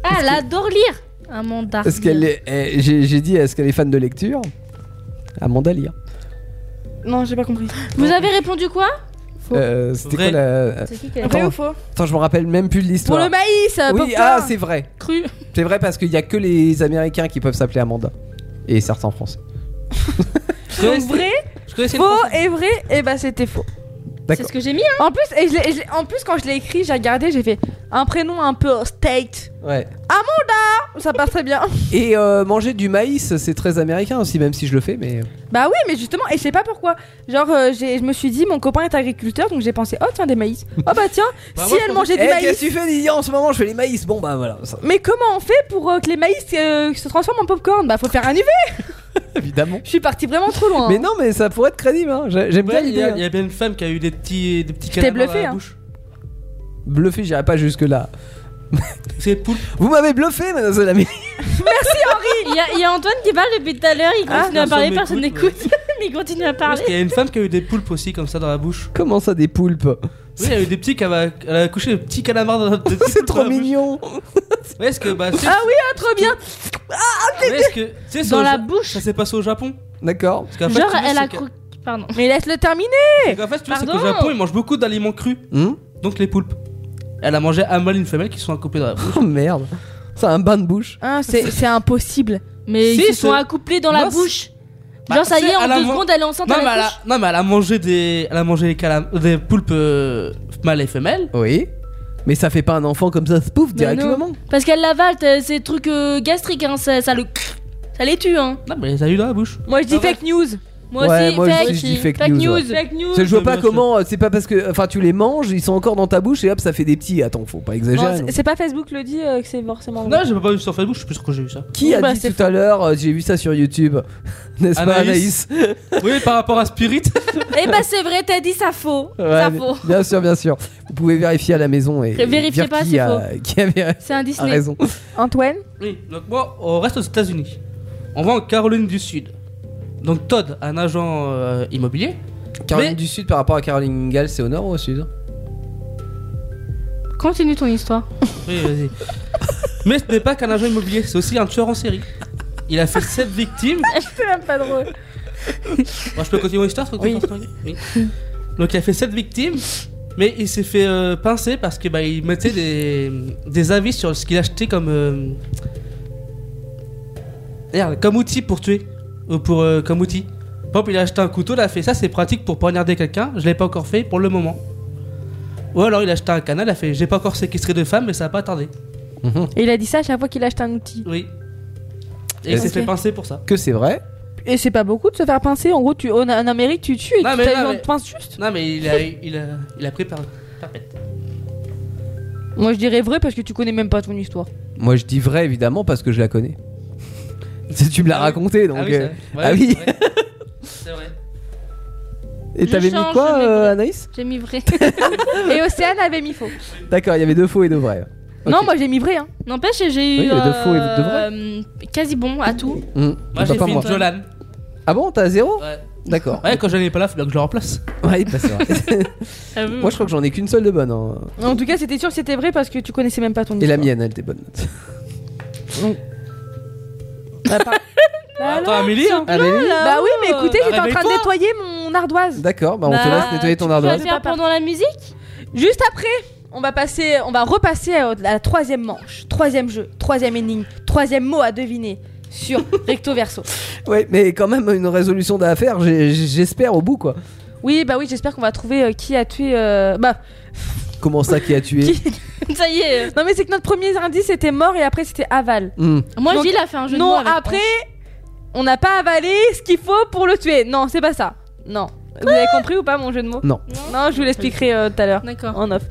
Ah, elle adore lire Un mandat. Est-ce qu'elle est. eh, J'ai j'ai dit, est-ce qu'elle est fan de lecture Amanda lire. Non, j'ai pas compris. Vous avez répondu quoi Euh, C'était quoi la. C'est qui qui a- Attends. Vrai ou faux Attends, je me rappelle même plus de Pour l'histoire. le maïs, euh, Oui, popcorn. ah, c'est vrai. Cru. C'est vrai parce qu'il y a que les Américains qui peuvent s'appeler Amanda. Et certains Français. Donc vrai, faux et vrai, et bah c'était faux. D'accord. que j'ai mis. hein. En plus, et je l'ai- et je l'ai- en plus quand je l'ai écrit, j'ai regardé, j'ai fait un prénom un peu state. Ouais. Amanda, ça passe très bien. Et euh, manger du maïs, c'est très américain aussi, même si je le fais, mais. Bah oui, mais justement, et je sais pas pourquoi. Genre, euh, j'ai- je me suis dit, mon copain est agriculteur, donc j'ai pensé, oh tiens <laughs> des maïs. Oh bah tiens, si elle mangeait du Eh, maïs. Qu'est-ce que tu fais, Didier En ce moment, je fais les maïs. Bon, bah voilà. ça- Mais comment on fait pour euh, que les maïs euh, se transforment en popcorn Bah faut faire un UV. Évidemment. Je suis partie vraiment trop loin. hein. Mais non, mais ça pourrait être crédible. hein. J'ai- J'aime bien Il y, l'idée. a- il y hein. a bien une femme qui a eu des petits, des petits T'es cadavres bluffé, dans la hein. bouche. Bluffé, j'irai pas jusque-là. C'est poule. Vous m'avez bluffé, mademoiselle Amélie. Merci Henri Il y, a- il y a Antoine qui parle depuis tout à l'heure, il Ah, continue à parler, personne personne n'écoute, <laughs> mais il continue à Parce qu'il y parler. a une femme qui a eu des poulpes aussi, comme ça, dans la bouche. <laughs> Comment ça, des poulpes <laughs> Oui, il y a eu des petits qui avaient- elle a couché des petits calamars dans notre C'est trop mignon Ouais, est-ce que bah, c'est- Ah oui, ah, trop bien. ouais, est-ce que, tu sais, c'est Dans au la Ja- bouche. Ça s'est passé au Japon. D'accord. Parce qu'en fait, Genre, si tu veux, elle a c'est que- cru. Pardon. Mais laisse-le terminer. Donc, en fait, si tu veux, c'est qu'au Pardon. Japon, ils mangent beaucoup d'aliments crus, Hmm donc les poulpes. Elle a mangé un mâle et une femelle qui sont accoupés dans la bouche. Oh merde. C'est un bain de bouche. Hein, <laughs> c'est c'est impossible. Mais Si, ils se ce- sont accouplés dans la Non, c'est- bouche. Bah, Genre, ça y c'est est, en à la deux mo- secondes, elle est enceinte Non à mais, la elle a, bouche. non, mais elle a mangé des, elle a mangé des, calam- des poulpes euh, mâles et femelles. Oui. Mais ça fait pas un enfant comme ça, pouf, Mais non. directement. Parce qu'elle l'avale, t'as- ces trucs euh, gastriques, hein, ça, ça le. Ça les tue, hein. Non, mais elle les a eu dans la bouche. Moi je dis Ah ouais. fake news. Moi Ouais, aussi, moi fake, aussi, je dis fake fake news, news. ouais. Fake news. C'est- Je vois Ouais, pas bien sûr. comment, euh, c'est pas parce que, enfin, tu les manges, ils sont encore dans ta bouche et hop, ça fait des petits. Attends, faut pas Non, exagérer. c'est- non. c'est pas Facebook le dit euh, que c'est Ah forcément vrai. Non, j'ai pas vu sur Facebook, je suis plus sûr que j'ai vu ça. Qui a Bah, dit c'est tout à l'heure, euh, j'ai vu ça sur YouTube, <laughs> n'est-ce pas, Anaïs Anaïs. oui, par rapport à Spirit. <laughs> Eh ben, bah, c'est vrai, t'as dit ça faux. <laughs> ça Ouais, faux. bien- Bien sûr, bien sûr. Vous pouvez vérifier à la maison et et Vérifiez dire pas, qui, c'est a, qui a- C'est un a Disney. raison. Antoine oui, donc moi, on reste aux États-Unis. On va en Caroline du Sud. Donc Todd, un agent euh, immobilier. Caroline Mais- du Sud par rapport à Caroline du Galles, c'est au nord ou au sud Continue ton histoire. Oui, vas-y. Mais ce n'est pas qu'un agent immobilier, c'est aussi un tueur en série. Il a fait 7 victimes. <laughs> C'est même pas drôle. Moi, je peux continuer mon histoire faut que tu fasses ton- Oui. Donc, il a fait 7 victimes, mais il s'est fait euh, pincer parce que bah, il mettait des, des avis sur ce qu'il achetait comme. euh, merde, comme outil pour tuer. Ou pour, euh, comme outil. Par exemple, il a acheté un couteau, il a fait ça, c'est pratique pour poignarder quelqu'un, je l'ai pas encore fait pour le moment. Ou alors il a acheté un canal, il a fait j'ai pas encore séquestré de femme, mais ça va pas tarder. Et il a dit ça à chaque fois qu'il achète un outil. Oui. Et il Est-ce s'est fait que- pincer pour ça. Que c'est vrai Et c'est pas beaucoup de se faire pincer. En gros, tu, en, en Amérique, tu tues et Non, tu mais t'as- non, on mais- te pince juste. Non, mais il a, il a, il a pris par. perpète. Ah Moi, je dirais vrai parce que tu connais même pas ton histoire. Moi, je dis vrai, évidemment, parce que je la connais. <laughs> Si tu me l'as Ah oui. raconté, donc. ah oui, euh, c'est vrai. Ouais, ah oui. c'est vrai. C'est vrai. Et Je t'avais mis change, quoi, je mets euh, vrai. Anaïs J'ai <laughs> mis vrai. Et Océane avait mis faux. D'accord, il y avait deux faux et deux vrais. Ok. Non, moi, j'ai mis vrai. Hein. N'empêche, j'ai eu. Oui, il y a deux faux et euh, deux vrais. euh, Quasi bon à tout. Hmm. Moi Bah, j'ai pas fait moi. une Jolan. Ah bon, t'as zéro Ouais. D'accord. Ouais, quand j'en ai pas là, faut bien que je le remplace. Ouais, bah, c'est <laughs> vrai. J'avoue. Moi, je crois que j'en ai qu'une seule de bonne. hein. En tout cas, c'était sûr que c'était vrai parce que tu connaissais même pas ton Et histoire. la mienne, elle était bonne. Mm. <laughs> Attends, Amélie, hein. Amélie Bah oui, mais écoutez, j'étais en train de Réveille-toi. nettoyer mon ardoise. D'accord, bah on te Bah, laisse nettoyer tu ton peux ardoise. le faire pendant la musique Juste après, on va passer, on va repasser à la troisième manche, troisième jeu, troisième énigme, troisième mot à deviner <laughs> sur recto verso. Ouais, mais quand même une résolution d'affaires, j'ai- j'espère au bout quoi. Oui, bah oui, j'espère qu'on va trouver euh, qui a tué. euh, bah, Comment ça qui a tué Qui- Ça y est. Non mais c'est que notre premier indice c'était mort et après c'était aval. Hmm. Moi, Gilles a fait un jeu de non, mots avec après, on n'a pas avalé ce qu'il faut pour le tuer. Non, c'est pas ça. Non. Vous avez compris ou pas mon jeu de mots Non. Non, je vous l'expliquerai euh, tout à l'heure. D'accord. En off.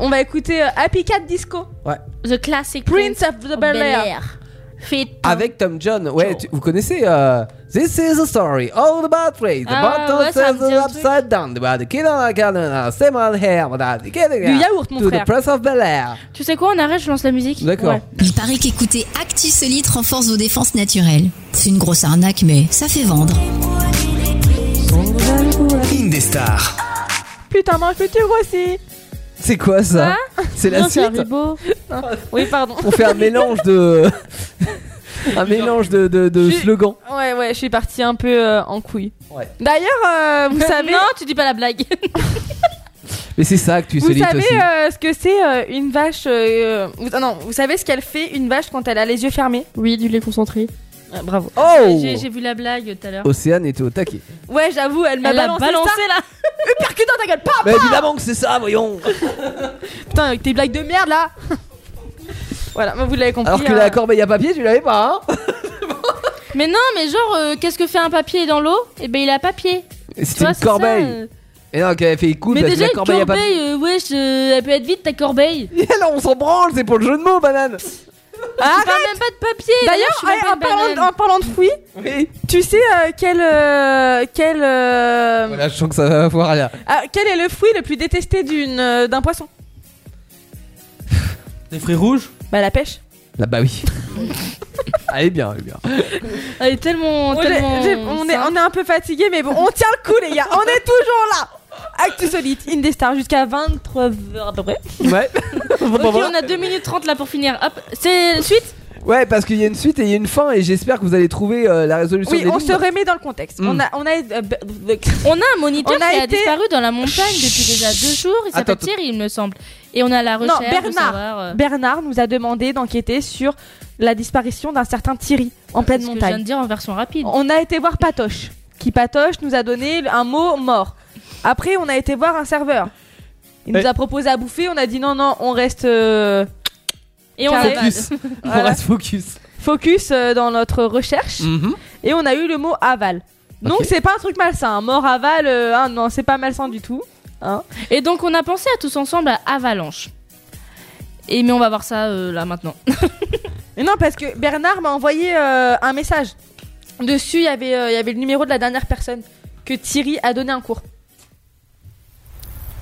On va écouter euh, Happy Cat Disco. Ouais. The Classic Prince of the Bel Air. Fit. Avec Tom John, ouais, tu- vous connaissez euh, This is a story all about race. The Ah, bottom ouais, ça me says dit un upside down. But the kid on the garden, uh, same on hair, but I get it, Du uh, yaourt, mon to frère. the press of Bel Air. Tu sais quoi, on arrête, je lance la musique. D'accord. Ouais. Il paraît qu'écouter Actu Solide renforce vos défenses naturelles. C'est une grosse arnaque, mais ça fait vendre. Indestar. Putain, mon futur aussi. C'est quoi ça C'est la Non, c'est suite. Haribo. <laughs> Non. Oui, <laughs> pardon. On fait un mélange de. <laughs> un mélange de, de, de slogans. Ouais, ouais, je suis partie un peu euh, en couille. Ouais. D'ailleurs, euh, <laughs> vous savez. Non, tu dis pas la blague. <laughs> Mais c'est ça que tu Vous solides savez aussi. euh, ce que c'est euh, une vache euh, vous- ah Non, vous savez ce qu'elle fait une vache quand elle a les yeux fermés Oui, du lait concentré. Ah, bravo. Oh J'ai j'ai vu la blague tout à l'heure. Océane était au taquet. Ouais, j'avoue, elle m'a Elle l'a balancé, balancé, ça. Uppercut dans ta gueule, Ah, pam Mais Bah, évidemment que c'est ça, <laughs> voyons Putain, avec tes blagues de merde là. <laughs> voilà, mais vous l'avez compris. Alors que hein. la corbeille à papier, tu l'avais pas, <laughs> hein Mais non, mais genre, euh, qu'est-ce que fait un papier dans l'eau Eh ben, il a papier. Et Tu C'était vois, une c'est ça, corbeille. euh. Et non, qu'elle avait fait écoute, Mais parce que déjà, la une corbeille, corbeille, à papier. euh, wesh, euh, elle peut être vite ta corbeille. <laughs> Là, on s'en branle, c'est pour le jeu de mots, <laughs> banane Je parle même pas de papier. D'ailleurs, je suis même eh, pas en, une parlant de, banane. en parlant de fruits, Oui tu sais euh, quel euh, quel euh, Voilà, je sens que ça va avoir là. ah, quel est le fruit le plus détesté d'une euh, d'un poisson Des fruits rouges Bah la pêche. Là, bah oui. <laughs> Allez bien, <laughs> allez bien. Elle est tellement. On, est- tellement j'ai- on est, simple. on est un peu fatigué, mais bon, on tient le coup, les gars. On est toujours là. Actu solide, Indestar jusqu'à 23h à peu près. <laughs> Ouais. Ok, on a 2 minutes 30 là pour finir. Hop, c'est suite Ouais, parce qu'il y a une suite et il y a une fin, et j'espère que vous allez trouver euh, la résolution Oui, des on lignes. se remet dans le contexte. Hmm. Mm. On a, on a, euh, b- b- On a un moniteur On a qui a été- disparu dans la montagne depuis déjà deux jours. Il s'appelle Attends, Thierry, il me semble. Et on a la recherche. Non, Bernard. de savoir, euh, Bernard nous a demandé d'enquêter sur la disparition d'un certain Thierry en ce pleine Ah, que je viens de montagne. Oh, dire en version rapide. On a été voir Patoche, qui Patoche nous a donné un mot mort. Après, on a été voir un serveur. Il nous Eh. a proposé à bouffer, on a dit non, non, on reste euh, Et on Carré. avale. Focus. On Voilà. reste focus. focus euh, dans notre recherche. Mhm. et on a eu le mot aval. Donc Ok. c'est pas un truc malsain, hein. mort aval, euh, hein, non c'est pas malsain du tout. hein. Et donc on a pensé à tous ensemble à Avalanche. Et mais on va voir ça euh, là maintenant. Mais non parce que Bernard m'a envoyé euh, un message. Dessus il y avait euh, il y avait le numéro de la dernière personne que Thierry a donné un cours. <laughs>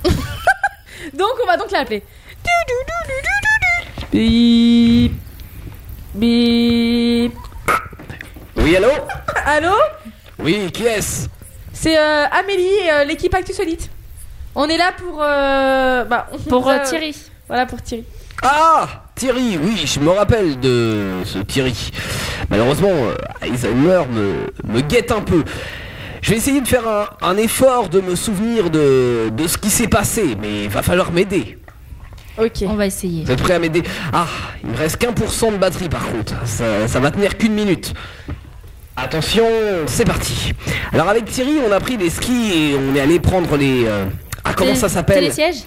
donc on va donc l'appeler. Bip. Bip. Oui, allô Allô Oui, qui est-ce C'est euh, Amélie et euh, l'équipe Actu Solite. On est là pour euh, bah, on Pour vous a- euh, Thierry. Voilà pour Thierry. Ah Thierry, oui, je me rappelle de ce Thierry. Malheureusement, euh, Alzheimer me, me guette un peu. Je vais essayer de faire un, un effort de me souvenir de, de ce qui s'est passé, mais il va falloir m'aider. Ok. On va essayer. Vous êtes prêts à m'aider Ah, il me reste qu'un pour cent de batterie par contre. Ça, ça va tenir qu'une minute. Attention, c'est parti. Alors avec Thierry, on a pris des skis et on est allé prendre les... euh, Ah, comment Télé- ça s'appelle Télésiège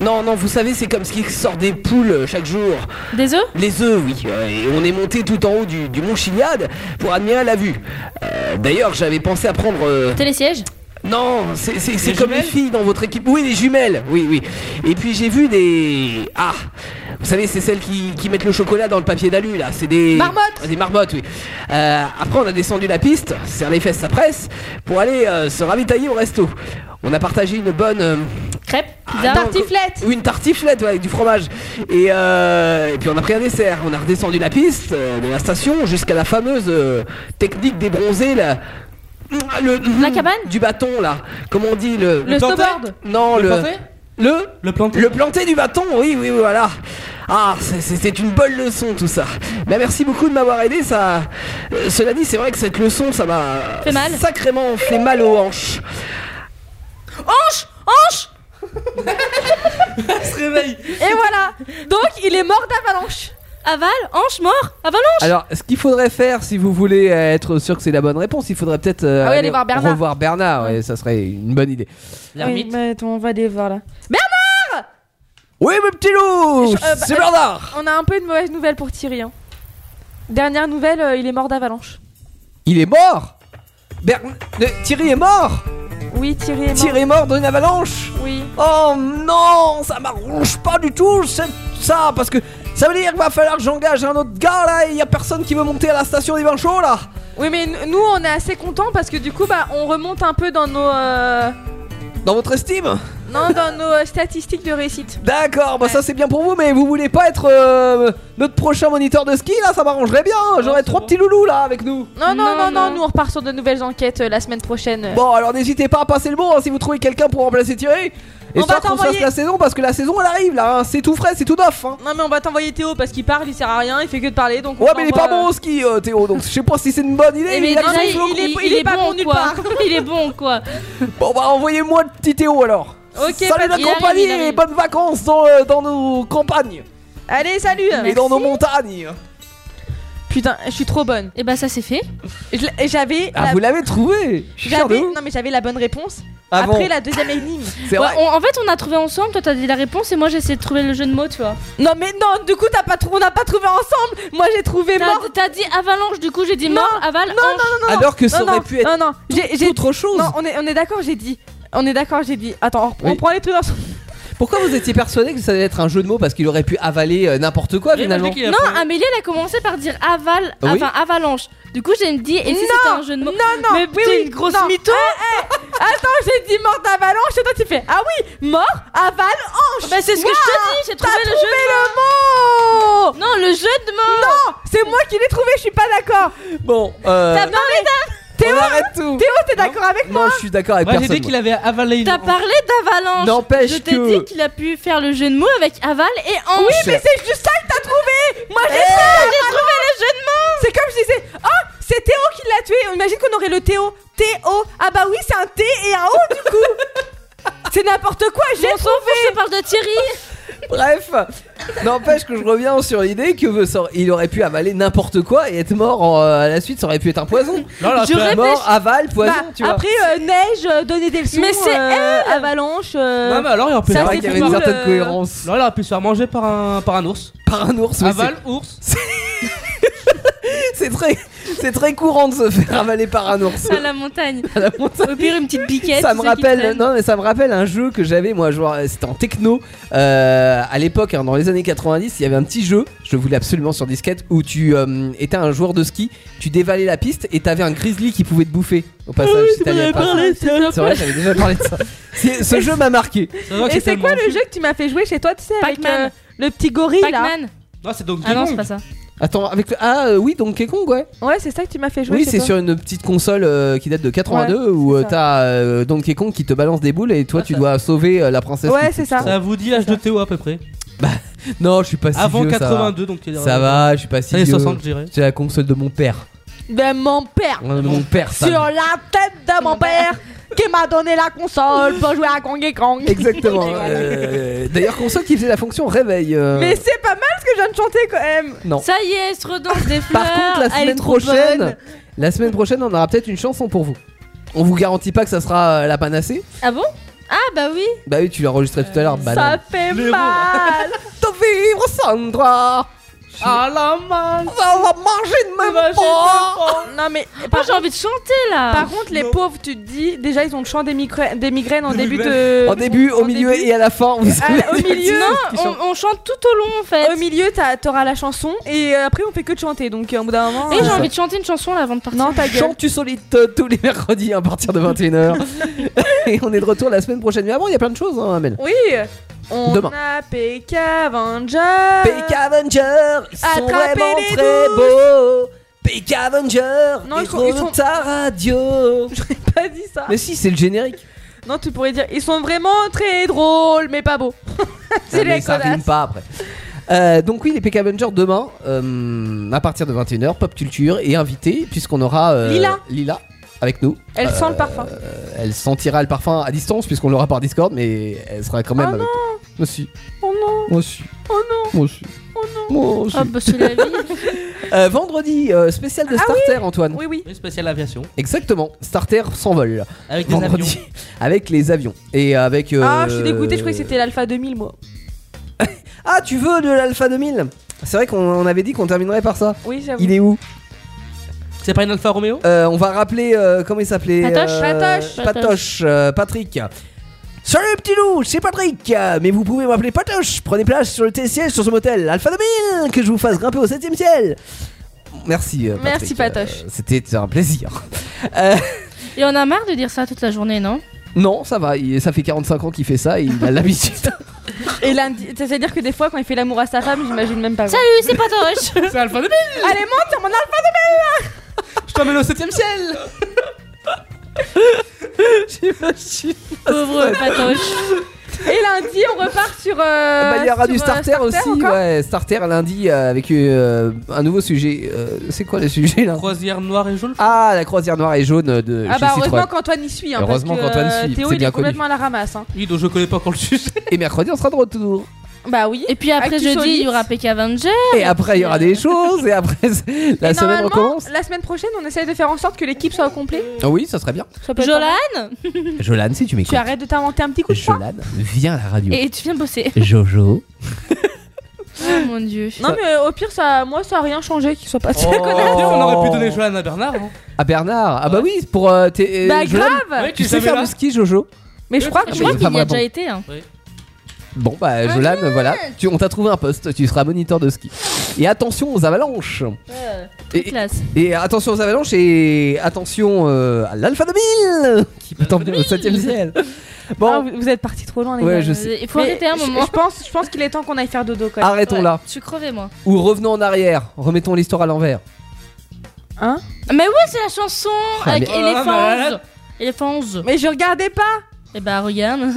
Non, non, vous savez, c'est comme ce qui sort des poules euh, chaque jour. Des œufs Les œufs, oui. euh, Et on est monté tout en haut du, du mont Chiliade pour admirer la vue. Euh, D'ailleurs, j'avais pensé à prendre. euh, Télésiège Non, c'est- c'est c'est Les comme les jumelles filles dans votre équipe. Oui, les jumelles. Oui, oui. Et puis j'ai vu des. Ah Vous savez, c'est celles qui, qui mettent le chocolat dans le papier d'alu, là. C'est des. Marmottes Des marmottes, oui. Euh, après, on a descendu la piste, serre les fesses, ça presse, pour aller euh, se ravitailler au resto. On a partagé une bonne. euh, Crêpes ah, Pizza non, co- Ou une tartiflette ouais, avec du fromage. Et, euh, et puis on a pris un dessert. On a redescendu la piste euh, de la station jusqu'à la fameuse euh, technique des bronzés là. Le- La cabane Du bâton là. Comment on dit le. Le plantain snowboard. non, Oh, le. le Le planté Le planté le planté du bâton, oui, oui, oui, voilà. Ah, c'est- c'était une bonne leçon tout ça. Bah, merci beaucoup de m'avoir aidé, ça. euh, cela dit, c'est vrai que cette leçon, ça m'a Fait mal. sacrément fait mal aux hanches. Hanche Hanche se réveille Et voilà Donc il est mort d'avalanche Aval Hanche Mort Avalanche Alors, ce qu'il faudrait faire, si vous voulez euh, être sûr que c'est la bonne réponse, il faudrait peut-être euh, Ah oui, aller voir Bernard. revoir Bernard. ouais, ça serait une bonne idée. Oui, mais attends, on va aller voir là. Oui, mon petit Je- loup euh, bah, C'est euh, Bernard On a un peu une mauvaise nouvelle pour Thierry. hein. Dernière nouvelle, euh, il est mort d'avalanche. Il est mort Bern- euh, Thierry est mort Oui, Thierry est mort. Thierry est mort dans une avalanche Oui. Oh non, ça m'arrange pas du tout c'est- ça, parce que ça veut dire qu'il va falloir que j'engage un autre gars là et y a personne qui veut monter à la station des bains chauds là Oui, mais n- nous, on est assez contents parce que du coup, bah, on remonte un peu dans nos. euh, Dans votre estime Non, dans nos euh, statistiques de réussite. D'accord, bah ça c'est bien pour vous, mais vous voulez pas être euh, notre prochain moniteur de ski là Ça m'arrangerait bien, hein, j'aurais trois petits loulous là avec nous Non, non, non, non, nous on repart sur de nouvelles enquêtes euh, la semaine prochaine. euh. Bon, alors n'hésitez pas à passer le mot hein, si vous trouvez quelqu'un pour remplacer Thierry. Et On va ça qu'on fasse t'envoyer- la saison parce que la saison elle arrive là, hein. c'est tout frais, c'est tout neuf. hein. Non, mais on va t'envoyer Théo parce qu'il parle, il sert à rien, il fait que de parler donc. on Ouais, mais il est t'envoie, pas bon euh, au ski, euh, Théo, donc je sais pas si c'est une bonne idée. Eh, mais il a déjà, son il- flow. il est- il est pas bon nulle quoi. part. <laughs> Il est bon quoi. Bon, bah envoyez-moi le petit Théo alors. euh, Ok, Salut parce la qu'il arrive, compagnie il arrive. et bonnes vacances dans, euh, dans nos campagnes Allez, salut et dans nos montagnes. Putain, je suis trop bonne. Et bah ça c'est fait. Et je l'ai- et J'avais. Ah, la... vous l'avez trouvé Je suis fier de Bah, j'avais- Bah, vous. Non, mais j'avais la bonne réponse Ah bon après la deuxième énigme. C'est Ouais, vrai. Bah, on- en fait, on a trouvé ensemble. Toi, t'as dit la réponse et moi, j'ai essayé de trouver le jeu de mots, tu vois. Non, mais non, du coup, t'as pas trou- on n'a pas trouvé ensemble. Moi, j'ai trouvé T'as mort. t'as dit avalanche, du coup, j'ai dit Non, mort, aval, non, oh non, non, Alors que ça non, aurait non, pu être Non, non, j'ai j'ai- autre chose. Non, on est, on est d'accord, j'ai dit. On est d'accord, j'ai dit. Attends, on, reprend- Oui. on prend les trucs ensemble. Pourquoi vous étiez persuadé que ça allait être un jeu de mots parce qu'il aurait pu avaler euh, n'importe quoi finalement Non, Amélie, elle a commencé par dire aval, Oui. enfin avalanche. Du coup, j'ai me dit, et si Non, c'était un jeu de mots Non, non, Mais oui, t'es oui, une grosse non. Eh, mytho. Attends, j'ai dit mort d'avalanche et toi tu fais Ah oui, mort, aval, hanche Bah, c'est ce que je te dis, j'ai T'as trouvé le trouvé jeu de le mot Non, le jeu de mots Non, c'est moi qui l'ai trouvé, je suis pas d'accord Bon, euh, T'as parlé, on arrête tout. Théo, t'es d'accord avec moi Non, je suis d'accord avec Moi j'ai personne. dit qu'il avait avalé une. t'as parlé d'avalanche N'empêche Je t'ai que- dit qu'il a pu faire le jeu de mots avec aval et hanche Oui, mais c'est juste ça que t'as trouvé Moi j'ai ça, Eh, j'ai trouvé le jeu de mots C'est comme je disais Oh, c'est Théo qui l'a tué On Imagine qu'on aurait le Théo Théo Ah bah oui, c'est un T et un O du coup <laughs> C'est n'importe quoi, j'ai On s'en trouvé fout, je te parle de Thierry <laughs> Bref, n'empêche que je reviens sur l'idée que euh, ça- il aurait pu avaler n'importe quoi et être mort en, euh, à la suite, ça aurait pu être un poison. Bah, Non, là, Je après- rêve- Mort, avale, poison, Bah, tu vois. Après, euh, neige, euh, donner des leçons Mais c'est euh, Avalanche euh, Non, mais alors il aurait pu Ça, se c'est vrai c'est faire- qu'il y avait une pour certaine le- cohérence. Non, il aurait pu se faire manger par un, par un ours. Par un ours, oui, Aval, ours. <laughs> c'est- c'est très, c'est très courant de se faire avaler par un <laughs> ours. À la montagne À la montagne. Au pire, une petite piquette ça tu me sais, qui rappelle traîne. non mais ça me rappelle un jeu que j'avais moi genre euh, c'était en techno euh, à l'époque hein, dans les années 90 il y avait un petit jeu je voulais absolument sur disquette où tu euh, étais un joueur de ski tu dévalais la piste et t'avais un grizzly qui pouvait te bouffer au passage Ah si t'avais pas c'est vrai j'avais déjà parlé <laughs> de ça C'est- ce jeu m'a marqué vrai que Et c'est quoi tellement le jeu que tu m'as fait jouer chez toi, tu sais, avec Pac-Man. euh, le petit gorille là Pac-Man fou. Non, c'est donc Ah non, c'est pas ça. attends avec le- ah euh, oui donc Kong ouais Ouais, c'est ça que tu m'as fait jouer. oui chez c'est toi. sur une petite console euh, qui date de 82 où euh, ça. t'as euh, Donkey Kong qui te balance des boules et toi Ah, tu ça- dois sauver euh, la princesse Ouais, qui- c'est ça. Ça vous dit l'âge de Théo à peu près. non je suis pas si Avant vieux, ça va. 82, donc il est- ça va je suis pas si Années vieux 60, je dirais. C'est la console de mon père. De Ben, mon père Ouais, de mon père, ça. Sur la tête de mon père qui m'a donné la console pour jouer à Kong et Kong. Exactement. euh, D'ailleurs, console qui faisait la fonction réveil. euh, Mais c'est pas mal ce que je viens de chanter quand même. Non. Ça y est, elle se redonne des fleurs Par contre, la elle est semaine trop prochaine, bonne. la semaine prochaine, on aura peut-être une chanson pour vous. On vous garantit pas que ça sera euh, la panacée. Ah bon Ah bah oui Bah oui, tu l'as enregistré tout à l'heure. Bah Ça fait Les mal. <laughs> De vivre sans droit, Ah la mal ça va manger de même pas. Oh, non mais Moi par, j'ai envie de chanter là par contre les Ah, Non. pauvres, tu te dis déjà ils ont le chant des, micra- des migraines en début de Au début, au en milieu début. et à la fin, vous Ah, savez, au les <laughs> milieu, artistes qui on, chantent. on chante tout au long en fait Au milieu, t'as- t'auras la chanson et euh, après on fait que de chanter. Donc euh, au bout d'un moment. Et euh, j'ai envie de chanter une chanson là avant de partir Non, ta gueule. Chante-tu solide euh, tous les mercredis hein, à partir de <laughs> 21h. et on est de retour la semaine prochaine. Mais avant, il y a plein de choses, hein, Amel. Oui. On Demain. a PK Avenger. P.K. Avenger, ils sont Euh, Attrapez vraiment les très beaux. P.K. Avenger, Non, ils ils sont- ils sont sont- ta radio. <laughs> pas dit ça. Mais si, c'est le générique. Non, tu pourrais dire ils sont vraiment très drôles, mais pas beaux. <laughs> Ah, <laughs> C'est mais les ça rime connasses. pas après. Euh, donc oui, les P.K. Avenger demain, euh, à partir de 21h, pop culture et invité, puisqu'on aura euh, Lila. avec nous. Elle sent le parfum. Euh, elle sentira le parfum à distance, puisqu'on l'aura par Discord, mais elle sera quand même Oh avec nous. Moi aussi, Oh non, moi aussi, oh non, moi aussi. oh non. Moi aussi. Ah bah c'est la vie Euh, vendredi, euh, spécial de Starter, Antoine. Ah Oui, oui. Oui, spécial aviation. Exactement, Starter s'envole. Avec des <laughs> avions. vendredi avec les avions et avec euh, Ah, je suis dégoûtée, je croyais que c'était l'Alpha 2000, moi. ah, tu veux de l'Alpha 2000 C'est vrai qu'on on avait dit qu'on terminerait par ça. Oui, j'avoue. Il est où C'est pas une Alfa Romeo On va rappeler euh, comment il s'appelait Patoche. euh, Patoche. Patoche, euh, Patrick. Salut petit loup, c'est Patrick, euh, mais vous pouvez m'appeler Patoche. Prenez place sur le TCS sur ce motel Alpha 2000, que je vous fasse grimper au 7ème ciel. Merci. euh, Patrick. Merci, Patoche. Euh, C'était un plaisir. Euh, Et on a marre de dire ça toute la journée, non Ah non, ça va, il- ça fait 45 ans qu'il fait ça, et il a l'habitude. Et lundi, c'est-à-dire que des fois, quand il fait l'amour à sa femme, j'imagine même pas. Salut, c'est Patoche C'est Alpha 2000 Allez, monte sur mon alpha de belle <laughs> Je t'emmène au 7ème ciel J'imagine. Pauvre Patoche. Et lundi, on repart sur. euh, Bah, il y aura sur, du euh, starter, aussi, encore ouais, starter lundi euh, avec euh, un nouveau sujet. euh, c'est quoi le sujet là Croisière noire et jaune Ah, la croisière noire et jaune de. Ah chez bah heureusement Citroën. qu'Antoine y suit. Hein, Heureusement parce que, qu'Antoine euh, suit, Théo, c'est il bien est connu. complètement à la ramasse. Hein. Oui, donc je connais pas encore le sujet. Et mercredi, on sera de retour. Bah oui. Et puis après Actu jeudi, il solide. y aura PK Avenger. Et après, il y aura des choses. Et <laughs> après, la Ah, Et semaine normalement, recommence. La semaine prochaine, on essaye de faire en sorte que l'équipe soit au complet. Ah oui, ça serait bien. Ça peut être pas mal. Jolan Jolan, si tu Tu m'écoutes. arrêtes de t'inventer un petit coup de poing. Jolan, viens à la radio. Et tu <laughs> viens bosser. Jojo. Oh mon dieu. Non mais euh, au pire, ça, moi, ça a rien changé qu'il soit pas. Oh. <laughs> On aurait pu donner Johan à Bernard. hein. À Bernard. Ah bah oui, pour. euh, tes- euh, Bah Jolan, grave. Ouais, Tu tu sais savais faire là du ski, Jojo Mais je crois que Je mais crois il va qu'il y a me répondre. déjà été. hein. Bon Ah, bah Jolan, voilà, tu, on t'a trouvé un poste, tu seras moniteur de ski. Et attention aux avalanches Et- Classe. Et attention aux avalanches et attention euh, à l'Alpha 2000 qui peut t'emmener au 7ème ciel. Ah, Bon, vous, vous êtes partis trop loin les Ouais, gars. je Ah, sais. Euh, Il faut Mais arrêter un je- moment. Je pense, je pense qu'il est temps qu'on aille faire dodo quand même. arrêtons Ouais, là. Je suis crevée, moi. Ou revenons en arrière, remettons l'histoire à l'envers. Hein Mais ouais, c'est la chanson Ah, avec mais- Ah, Elephants. bah, Elephants. Mais je regardais pas. Et bah regarde. <laughs>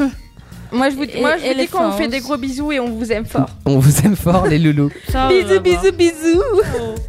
Moi je vous, Et- moi, je et vous les dis qu'on vous forces. fait des gros bisous et on vous aime fort. Oh On vous aime fort les loulous. Ça, euh, bah. on va Bisous bisous voir. bisous.